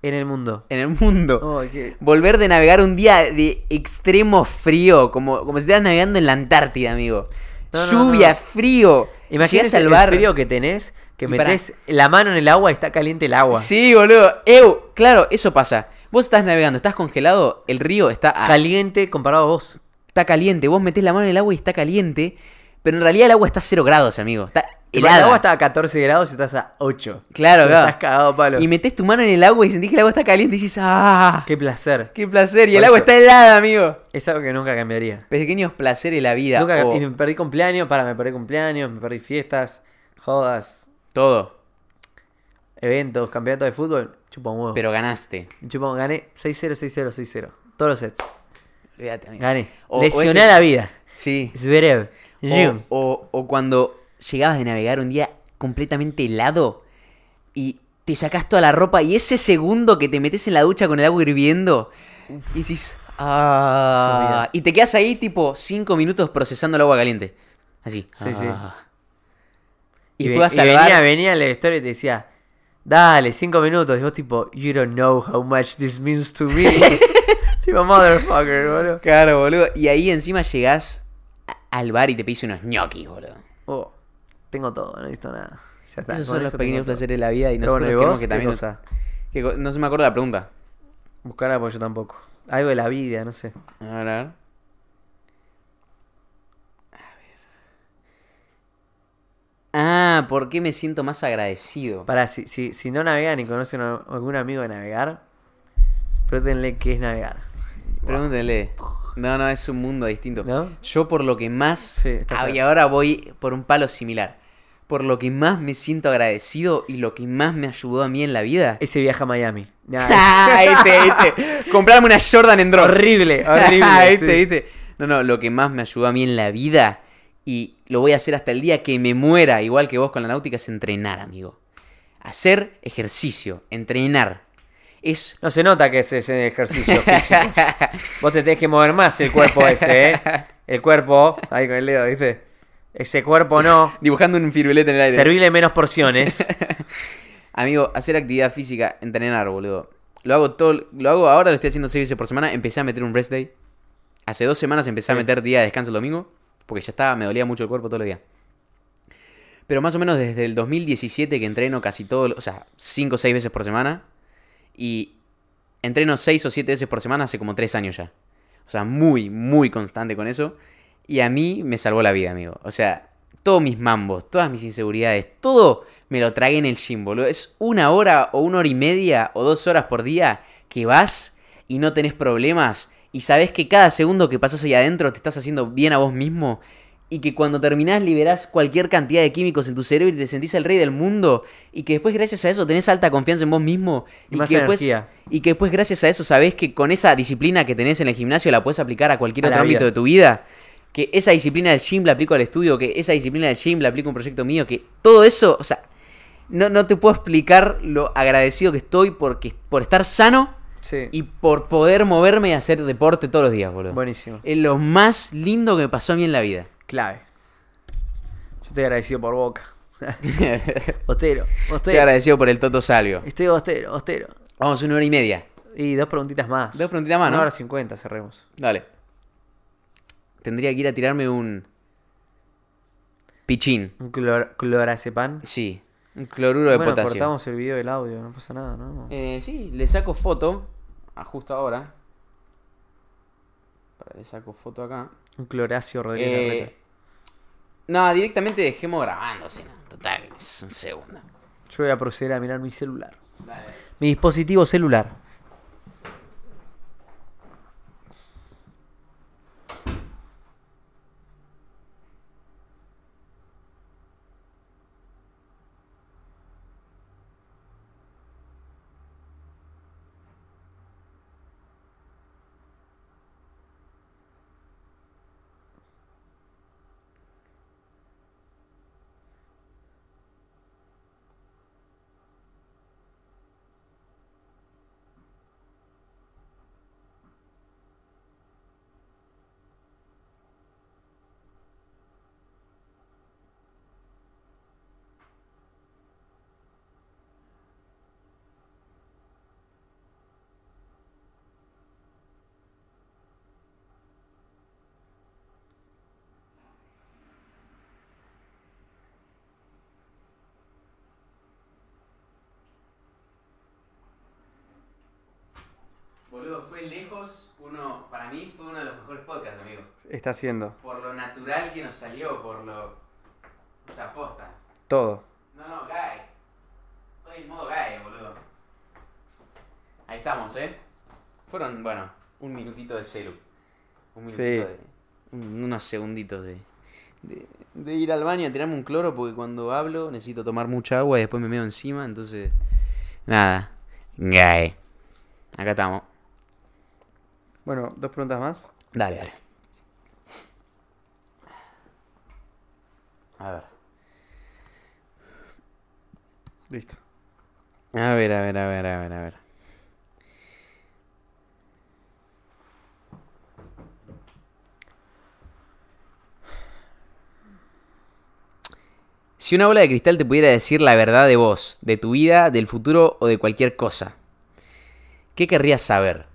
en el mundo.
en el mundo.
Oh, qué-
Volver de navegar un día de extremo frío, como, como si estuvieras navegando en la Antártida, amigo.
No, no,
Lluvia,
no.
frío.
Imagínate
llegas al
el
bar.
frío que tenés, que
Y pará.
metés la mano en el agua y está caliente el agua.
Sí, boludo. Eu, claro, eso pasa. Vos estás navegando, estás congelado, el río está, a-
Caliente comparado a vos.
está caliente. Vos metés la mano en el agua y está caliente. Pero en realidad el agua está a cero grados, amigo. Está
El
helada.
agua está a 14 grados y estás a 8.
Claro,
Pero
claro.
Estás cagado a palos.
Y metés tu mano en el agua y sentís que el agua está caliente y dices, ¡ah! ¡Qué,
Qué placer.
placer! Y
Por
el agua
eso-
está helada, amigo.
Es algo que nunca cambiaría.
Pequeños placeres de la vida.
Nunca-
o
Y me perdí cumpleaños, para, me perdí cumpleaños, me perdí fiestas, jodas,
Todo.
eventos, campeonatos de fútbol. Chupa un huevo.
Pero ganaste.
Chupa, gané 6-0, 6-0, 6-0. Todos los sets.
Olvídate, amigo.
Gané.
O- o
Lesioné
ese-
la vida.
Sí. O,
Zverev. Jim.
o- o cuando llegabas de navegar un día completamente helado y te sacás toda la ropa y ese segundo que te metes en la ducha con el agua hirviendo y dices,
Eso
ah,
es vida.
y te quedas ahí tipo cinco minutos procesando el agua caliente. Así.
Sí, sí.
"Ah".
Y,
Y,
ve-
juegas
y
al
venía,
bar.
venía la historia y te decía, dale, cinco minutos. Y vos tipo, you don't know how much this means to me. tipo, motherfucker, boludo.
Claro, boludo. Y ahí encima llegás a- al bar y te pides unos ñoquis, boludo.
Oh, tengo todo, no necesito nada. Ya está,
Esos
con
son los
eso
pequeños
tengo todo.
placeres de la vida y
Pero
nosotros
bueno, ¿y
queremos
vos
que
qué
también...
cosa?
¿Qué co- no se me acuerda la pregunta.
Buscarla porque yo tampoco. Algo de la vida, no sé.
A ver, a ver. Ah, ¿por qué me siento más agradecido?
Para, si, si, si no navegan y conocen a algún amigo de navegar, pregúntenle qué es navegar.
Pregúntenle. No, no, es un mundo distinto.
¿No?
Yo por lo que más...
Sí, está
Ah, y
claro.
ahora voy por un palo similar. Por lo que más me siento agradecido y lo que más me ayudó a mí en la vida.
Ese viaje a Miami. Nah,
Ah, viste, viste. Comprarme una Jordan en drops.
Horrible, horrible,
Ah, viste,
sí.
viste. No, no, lo que más me ayudó a mí en la vida y lo voy a hacer hasta el día que me muera, igual que vos con la náutica, es entrenar, amigo. Hacer ejercicio, entrenar. Es.
no se nota que es ese ejercicio físico. Vos te tenés que mover más el cuerpo ese, ¿eh? El cuerpo, ahí con el dedo, ¿viste? Ese cuerpo no.
Dibujando un firulete en el aire.
Servirle menos porciones.
Amigo, hacer actividad física, entrenar, boludo. Lo hago todo, lo hago ahora, lo estoy haciendo seis veces por semana. Empecé a meter un rest day. Hace dos semanas empecé a meter día de descanso el domingo, porque ya estaba, me dolía mucho el cuerpo todo el día. Pero más o menos desde el 2017 que entreno casi todo, o sea, cinco o seis veces por semana. Y entreno seis o siete veces por semana hace como tres años ya. O sea, muy, muy constante con eso. Y a mí me salvó la vida, amigo. O sea, todos mis mambos, todas mis inseguridades, todo me lo tragué en el gym, boludo. Es una hora o una hora y media o dos horas por día que vas y no tenés problemas. Y sabés que cada segundo que pasas ahí adentro te estás haciendo bien a vos mismo. Y que cuando terminás liberás cualquier cantidad de químicos en tu cerebro y te sentís el rey del mundo. Y que después gracias a eso tenés alta confianza en vos mismo.
Y más
que después,
energía.
y que después gracias a eso sabés que con esa disciplina que tenés en el gimnasio la puedes aplicar a cualquier
A
otro
la
ámbito
vida.
de tu vida. Que esa disciplina del gym la aplico al estudio, que esa disciplina del gym la aplico a un proyecto mío, que todo eso, o sea, no, no te puedo explicar lo agradecido que estoy porque, por estar sano
Sí.
y por poder moverme y hacer deporte todos los días, boludo.
Buenísimo.
Es lo más lindo que me pasó a mí en la vida.
Clave. Yo estoy agradecido por Boca. Ostero,
Estoy
ostero.
agradecido por el Toto Salvio.
Estoy ostero, ostero.
Vamos, una hora y media.
Y dos preguntitas más.
Dos preguntitas más, ¿no?
Una hora cincuenta cerremos.
Dale. Tendría que ir a tirarme un. Pichín.
Un clor clorazepam.
Sí. Un cloruro de
bueno,
potasio.
cortamos el video del audio, no pasa nada, ¿no?
Eh, sí, le saco foto. A justo ahora. Para, le saco foto acá.
Un cloracio Rodríguez
Eh,
Larreta.
no, directamente dejemos grabando. si no, Total, es un segundo.
Yo voy a proceder a mirar mi celular. Mi dispositivo celular.
cuando fue lejos, uno, para mí fue uno de los mejores podcasts, amigo.
Está haciendo
Por lo natural que nos salió, por lo. O sea, posta.
todo.
No, no, Gae. Estoy en modo Gae, boludo. Ahí estamos, ¿eh? Fueron, bueno, un minutito de celu. Un
Sí.
de- un- unos segunditos de, de, de ir al baño a tirarme un cloro porque cuando hablo necesito tomar mucha agua y después me meo encima, entonces... Nada. Gae. Acá estamos.
Bueno, dos preguntas más.
Dale, dale. A ver.
Listo.
A ver, a ver, a ver, a ver, a ver. Si una bola de cristal te pudiera decir la verdad de vos, de tu vida, del futuro o de cualquier cosa, ¿qué querrías saber?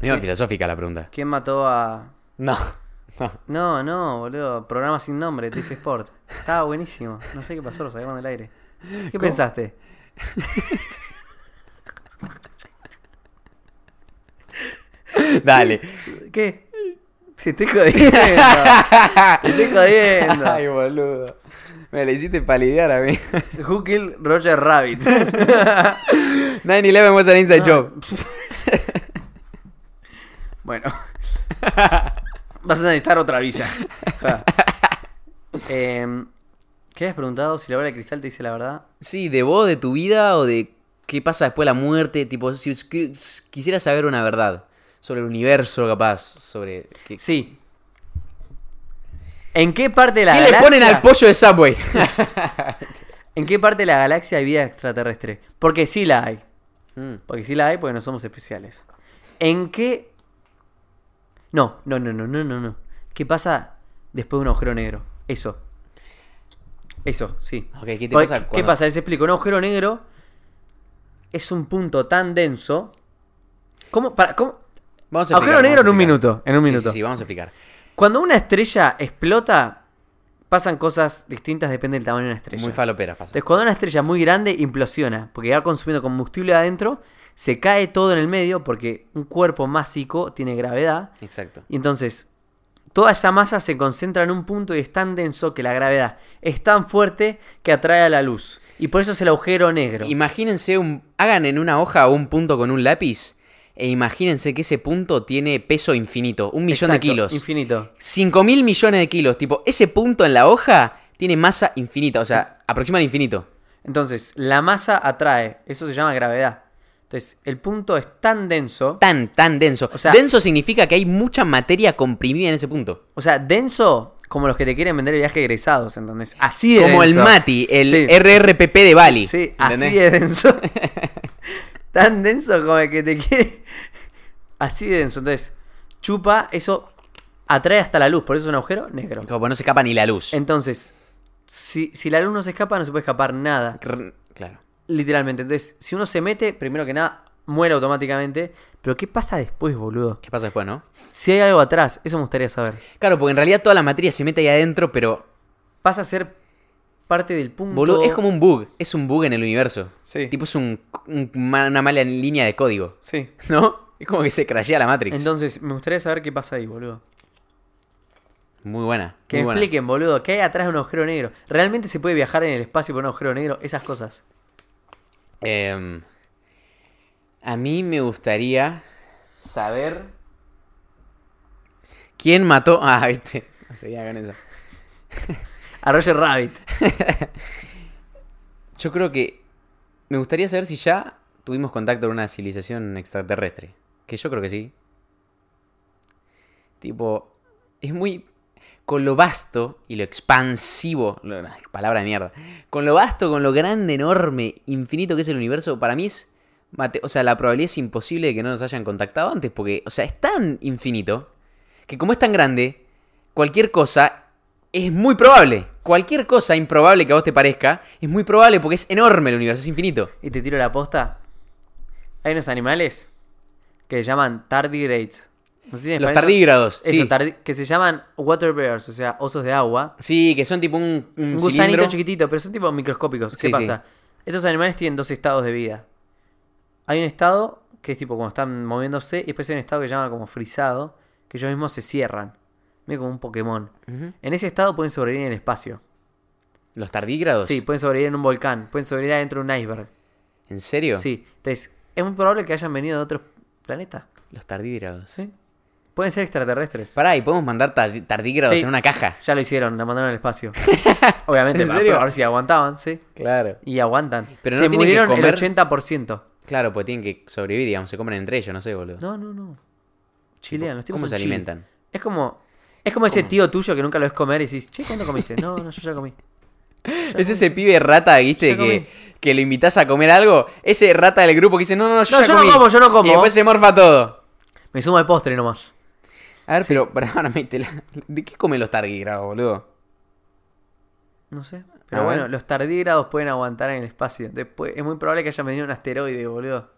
Medio filosófica la pregunta.
¿Quién mató a.?
No, no.
No, no, boludo. Programa sin nombre, TC Sport. Estaba buenísimo. No sé qué pasó, lo sacaron del aire. ¿Qué pensaste?
Dale.
¿Qué? Te estoy jodiendo. Te estoy
Ay,
jodiendo.
boludo. Me la hiciste palidear a mí.
Who killed Roger Rabbit?
9-11 was an inside job.
bueno. Vas a necesitar otra visa. Ja. Em, ¿Qué habías preguntado? Si la bola de cristal te dice la verdad.
Sí, de vos, de tu vida o de qué pasa después de la muerte. Tipo, si s- qui- s- quisiera saber una verdad sobre el universo, capaz. Sobre. ¿Qué,
Sí. ¿En qué parte de la
¿Qué le
galaxia?
ponen al pollo de Subway?
¿En qué parte de la galaxia hay vida extraterrestre? Porque sí la hay.
Mm.
Porque sí la hay, porque no somos especiales. ¿En qué? No, no, no, no, no, no, no. ¿Qué pasa después de un agujero negro? Eso. Eso, sí.
Ok, ¿qué te
Porque-
pasa
¿Qué
cuando-
pasa? Les explico. Un agujero negro es un punto tan denso. ¿Cómo? Para, ¿cómo?
Vamos
Agujero negro en
vamos a
un
explicar.
minuto, en un
Sí,
minuto.
Sí, sí, vamos a explicar.
Cuando una estrella explota, pasan cosas distintas, depende del tamaño de una estrella.
Muy falopera pasa.
Entonces, cuando una estrella muy grande implosiona, porque va consumiendo combustible adentro, se cae todo en el medio, porque un cuerpo másico tiene gravedad.
Exacto.
Y entonces, toda esa masa se concentra en un punto y es tan denso que la gravedad es tan fuerte que atrae a la luz. Y por eso es el agujero negro.
Imagínense, un, hagan en una hoja un punto con un lápiz e imagínense que ese punto tiene peso infinito, un millón
Exacto,
de kilos.
Infinito.
5 mil millones de kilos. Tipo, ese punto en la hoja tiene masa infinita, o sea, aproxima al infinito.
Entonces, la masa atrae. Eso se llama gravedad. Entonces, el punto es tan denso.
Tan, tan denso.
O sea-
denso significa que hay mucha materia comprimida en ese punto.
O sea, denso como los que te quieren vender el viaje egresados, ¿entendés? Así de
Como el
denso.
Mati, el
Sí.
RRPP de Bali.
Sí,
¿entendés?
así de denso. Tan denso como el que te quiere. Así de denso. Entonces, chupa, eso atrae hasta la luz, por eso es un agujero negro.
Como no se escapa ni la luz.
Entonces, si, si la luz no se escapa, no se puede escapar nada.
Cr- Claro.
Literalmente. Entonces, si uno se mete, primero que nada, muere automáticamente. Pero, ¿qué pasa después, boludo?
¿Qué pasa después, no?
Si hay algo atrás, eso me gustaría saber.
Claro, porque en realidad toda la materia se mete ahí adentro, pero.
Pasa a ser parte del punto.
Boludo, es como un bug. Es un bug en el universo.
Sí.
Tipo, es un, un- una mala línea de código.
Sí.
¿No? Es como que se crashea la Matrix.
Entonces, me gustaría saber qué pasa ahí, boludo.
muy buena.
Que
muy
me
buena.
expliquen, boludo, ¿qué hay atrás de un agujero negro? ¿Realmente se puede viajar en el espacio por un agujero negro? Esas cosas.
Em, a mí me gustaría saber quién mató. Ah, viste. Seguía con eso.
A Roger Rabbit.
Yo creo que me gustaría saber si ya tuvimos contacto con una civilización extraterrestre. Que yo creo que sí. Tipo, es muy. Con lo vasto y lo expansivo. lo- la Palabra de mierda. Con lo vasto, con lo grande, enorme, infinito que es el universo, para mí es. mate- o sea, la probabilidad es imposible de que no nos hayan contactado antes, porque, o sea, es tan infinito que como es tan grande, cualquier cosa es muy probable. Cualquier cosa improbable que a vos te parezca, es muy probable porque es enorme el universo, es infinito.
Y te tiro la posta. Hay unos animales que se llaman tardigrades. No sé si en
Los
español son-
tardígrados,
Eso,
sí.
tardi- que se llaman water bears, o sea, osos de agua.
Sí, que son tipo un, un
Un
cilindro.
gusanito chiquitito, pero son tipo microscópicos. ¿Qué
Sí, sí.
pasa? Estos animales tienen dos estados de vida. Hay un estado que es tipo cuando están moviéndose, y después hay un estado que se llama como frisado, que ellos mismos se cierran. Medio como un Pokémon. En ese estado pueden sobrevivir en el espacio.
¿Los tardígrados?
Sí, pues. pueden sobrevivir en un volcán, pueden sobrevivir adentro de un iceberg.
¿En serio?
Sí, entonces es muy probable que hayan venido de otro planeta.
Los tardígrados.
Sí. Pueden ser extraterrestres.
Pará, y podemos mandar tar- tardígrados
Sí.
en una caja.
Ya lo hicieron, la mandaron al espacio. Obviamente,
¿En
para
serio?
probar si aguantaban, sí.
Claro.
Y aguantan.
Pero no
se
tienen que
murieron
comer.
el 80%.
Claro, pues tienen que sobrevivir, digamos, se comen entre ellos, no sé, boludo.
No, no, no. Chilean, los tipos
¿Cómo
son
se
chill.
alimentan?
Es como es como ese tío tuyo que nunca lo ves comer y dices, che, ¿cuándo comiste? No, no, yo ya comí.
Es ese pibe rata, viste,
Ya comí.
que, que lo invitas a comer algo. Ese rata del grupo que dice, no, no, no, yo,
No,
ya
yo no
comí".
como, yo no como.
Y después se morfa todo.
Me sumo al postre nomás.
A ver, pero, pará, ahora métela. ¿De qué comen los tardígrados, boludo?
No sé. Pero
A
bueno,
ver.
los tardígrados pueden aguantar en el espacio. Después, es muy probable que haya venido un asteroide, boludo.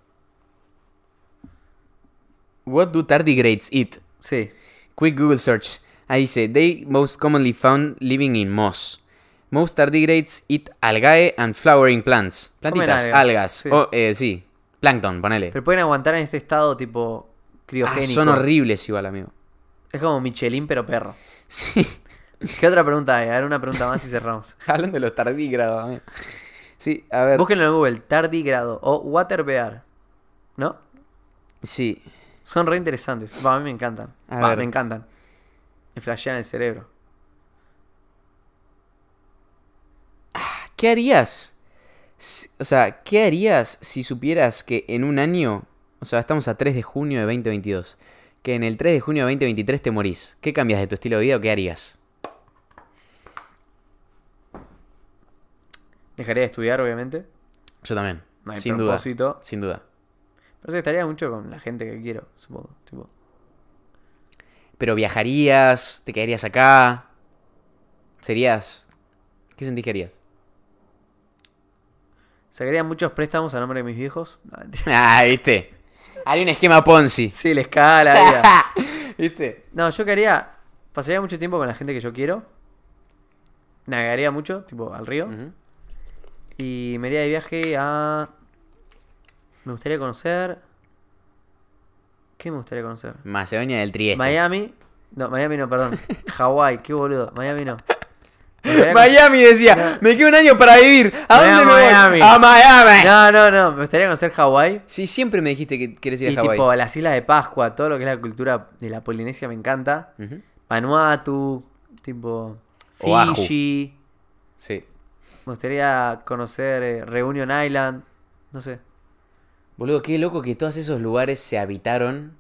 What do tardigrades eat?
Sí.
Quick Google search. Ahí dice, they most commonly found living in moss. Most tardigrades eat algae and flowering plants.
Comen
Plantitas,
algas,
algas.
sí.
O, eh, sí, plancton, ponele.
Pero pueden aguantar en este estado tipo
Ah,
criogénico.
son horribles igual, amigo.
Es como Michelin, pero perro.
Sí.
¿Qué otra pregunta hay? A ver, una pregunta más y cerramos.
Hablando de los tardígrados, amigo. Sí, a ver.
Búsquenlo en Google, tardigrado o water bear. ¿No?
Sí.
Son re interesantes. Va, a mí me encantan.
A
Va,
ver.
me encantan. Me flashean el cerebro.
¿Qué harías? Si- O sea, ¿qué harías si supieras que en un año, o sea, estamos a 3 de junio de 2022, que en el 3 de junio de 2023 te morís? ¿Qué cambias de tu estilo de vida o qué harías?
Dejaría de estudiar, obviamente.
Yo también.
No hay
sin
propósito.
duda. Sin duda.
Pero sí, estaría mucho con la gente que quiero, supongo. Tipo,
Pero viajarías, te quedarías acá. Serías. ¿Qué sentís que harías?
sacaría muchos préstamos a nombre de mis viejos. No, mentira.
Ah, viste. Haría un esquema Ponzi.
sí, la escala. haría.
¿Viste?
No, yo quería. Pasaría mucho tiempo con la gente que yo quiero. Navegaría mucho, tipo, al río.
Ujú.
Y me iría de viaje a. Me gustaría conocer. ¿Qué me gustaría conocer?
Macedonia del Trieste.
Miami. No, Miami no, perdón. Hawái, qué boludo. Miami no. Me gustaría con-
Miami decía, me queda un año para vivir. ¿A
Me
dónde me
voy a Miami.
voy? A Miami.
No, no, no. Me gustaría conocer Hawái.
Sí, siempre me dijiste que quieres ir
Y
a Hawái.
tipo las islas de Pascua, todo lo que es la cultura de la Polinesia me encanta.
Ujú.
Vanuatu, tipo
Oahu.
Fiji.
Sí.
Me gustaría conocer eh, Reunion Island. No sé.
Boludo, qué loco que todos esos lugares se habitaron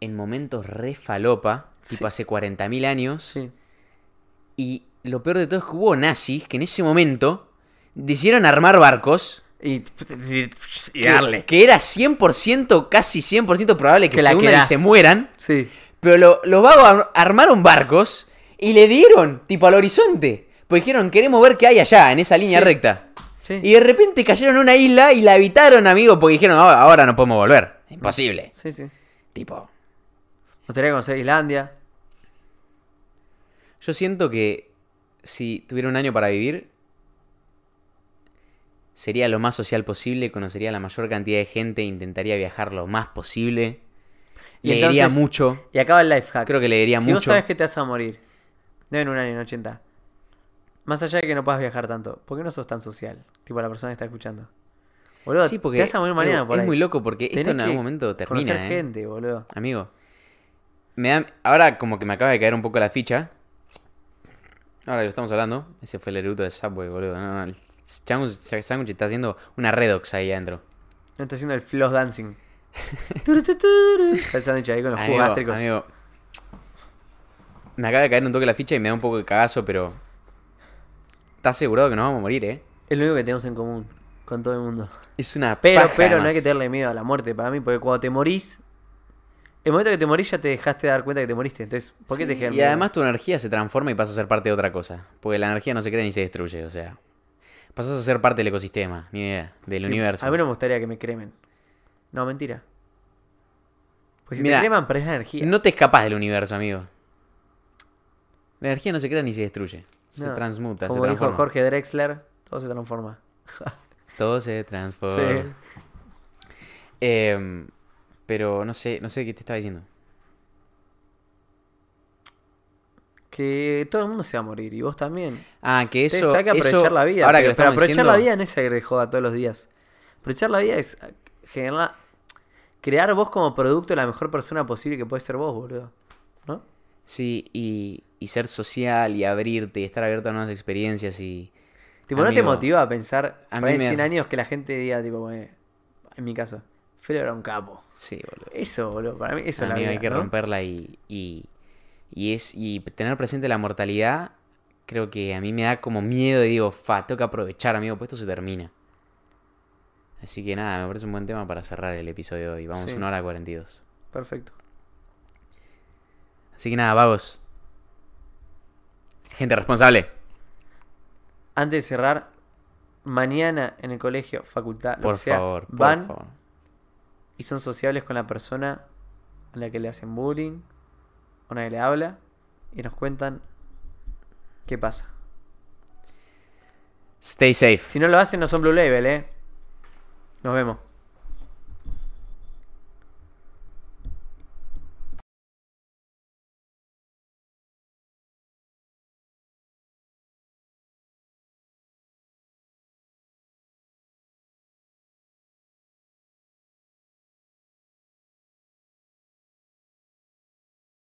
en momentos re falopa,
Sí.
tipo hace 40.000 años.
Sí.
Y lo peor de todo es que hubo nazis que en ese momento decidieron armar barcos.
Y, y
que- Que, era 100%, casi 100% probable que,
Que la
se hundan y
quedás.
se mueran.
Sí.
Pero lo- los vagos ar- armaron barcos y le dieron, tipo al horizonte. Porque dijeron, queremos ver qué hay allá, en esa línea
Sí.
recta.
Sí.
Y de repente cayeron en una isla y la habitaron, amigo, porque dijeron, ahora, ahora no podemos volver. Imposible.
sí, sí. Me
Tipo,
gustaría conocer Islandia.
yo siento que si tuviera un año para vivir, sería lo más social posible, conocería a la mayor cantidad de gente, intentaría viajar lo más posible.
Y
leería
entonces-
mucho.
Y acaba el life hack.
Creo que leería
si vos
mucho.
sabes que te vas a morir, no en un año, en 80. Más allá de que no puedas viajar tanto, ¿por qué no sos tan social? Tipo la persona que está escuchando. Boludo,
Sí, porque
te vas a morir mañana
amigo,
por
es
ahí.
muy loco porque
Tenés
esto en algún
que
momento
Conocer
termina, ¿eh?
gente, boludo.
Amigo, me da- ahora como que me acaba de caer un poco la ficha. Ahora que lo estamos hablando, ese fue el eruto de Subway, boludo. No, no, el sándwich- sándwich está haciendo una redox ahí adentro.
No está haciendo el floss dancing. Turu, tu, turu. Está el sándwich ahí con los jugos
Amigo,
gástricos.
amigo, me acaba de caer un toque la ficha y me da un poco de cagazo, pero. Estás asegurado que nos vamos a morir, ¿eh?
Es lo único que tenemos en común con todo el mundo.
Es una
Pero,
paja,
pero no hay
además.
que tenerle miedo a la muerte para mí, porque cuando te morís, el momento que te morís ya te dejaste dar cuenta que te moriste. Entonces, ¿por qué te
Sí,
dejaron
Y además tu energía se transforma y pasas a ser parte de otra cosa. Porque la energía no se crea ni se destruye, o sea. Pasas a ser parte del ecosistema, ni idea, del universo.
A mí no me gustaría que me cremen. No, mentira. Pues si
Mira,
te creman, perdés la energía.
No te escapas del universo, amigo. La energía no se crea ni se destruye. Se
No.
transmuta,
Como
se
dijo
transforma.
Jorge Drexler, todo se transforma.
Todo se transforma. Em, pero no sé, no sé qué te estaba diciendo.
Que todo el mundo se va a morir y vos también.
Ah, que
Ustedes,
eso.
hay que aprovechar
eso-
la vida.
Ahora
pero,
que lo
pero
estamos
aprovechar
diciendo,
la vida no es ir de joda todos los días. Aprovechar la vida es generar, crear vos como producto la mejor persona posible que puede ser vos, boludo. ¿No?
Sí, y, y ser social y abrirte y estar abierto a nuevas experiencias y.
Tipo, ¿no te
Amigo,
motiva a pensar
a
a
mí me-
100 años que la gente diga, tipo, bueno, en mi caso, Felo era un capo?
Sí, boludo.
Eso, boludo, para mí eso es la
Amigo,
vida,
hay que
¿no?
romperla y, y, y es, y tener presente la mortalidad, creo que a mí me da como miedo y digo, fa, tengo que aprovechar, amigo, pues esto se termina. Así que nada, me parece un buen tema para cerrar el episodio de hoy. Vamos,
Sí.
una hora 42.
Perfecto.
Así que nada, vagos. Gente responsable,
Antes de cerrar, mañana en el colegio, facultad, lo
por
que sea,
favor, por
van
favor.
y son sociables con la persona a la que le hacen bullying, o nadie le habla, y nos cuentan qué pasa.
Stay safe.
Si no lo hacen, no son Blue Label, ¿eh? Nos vemos.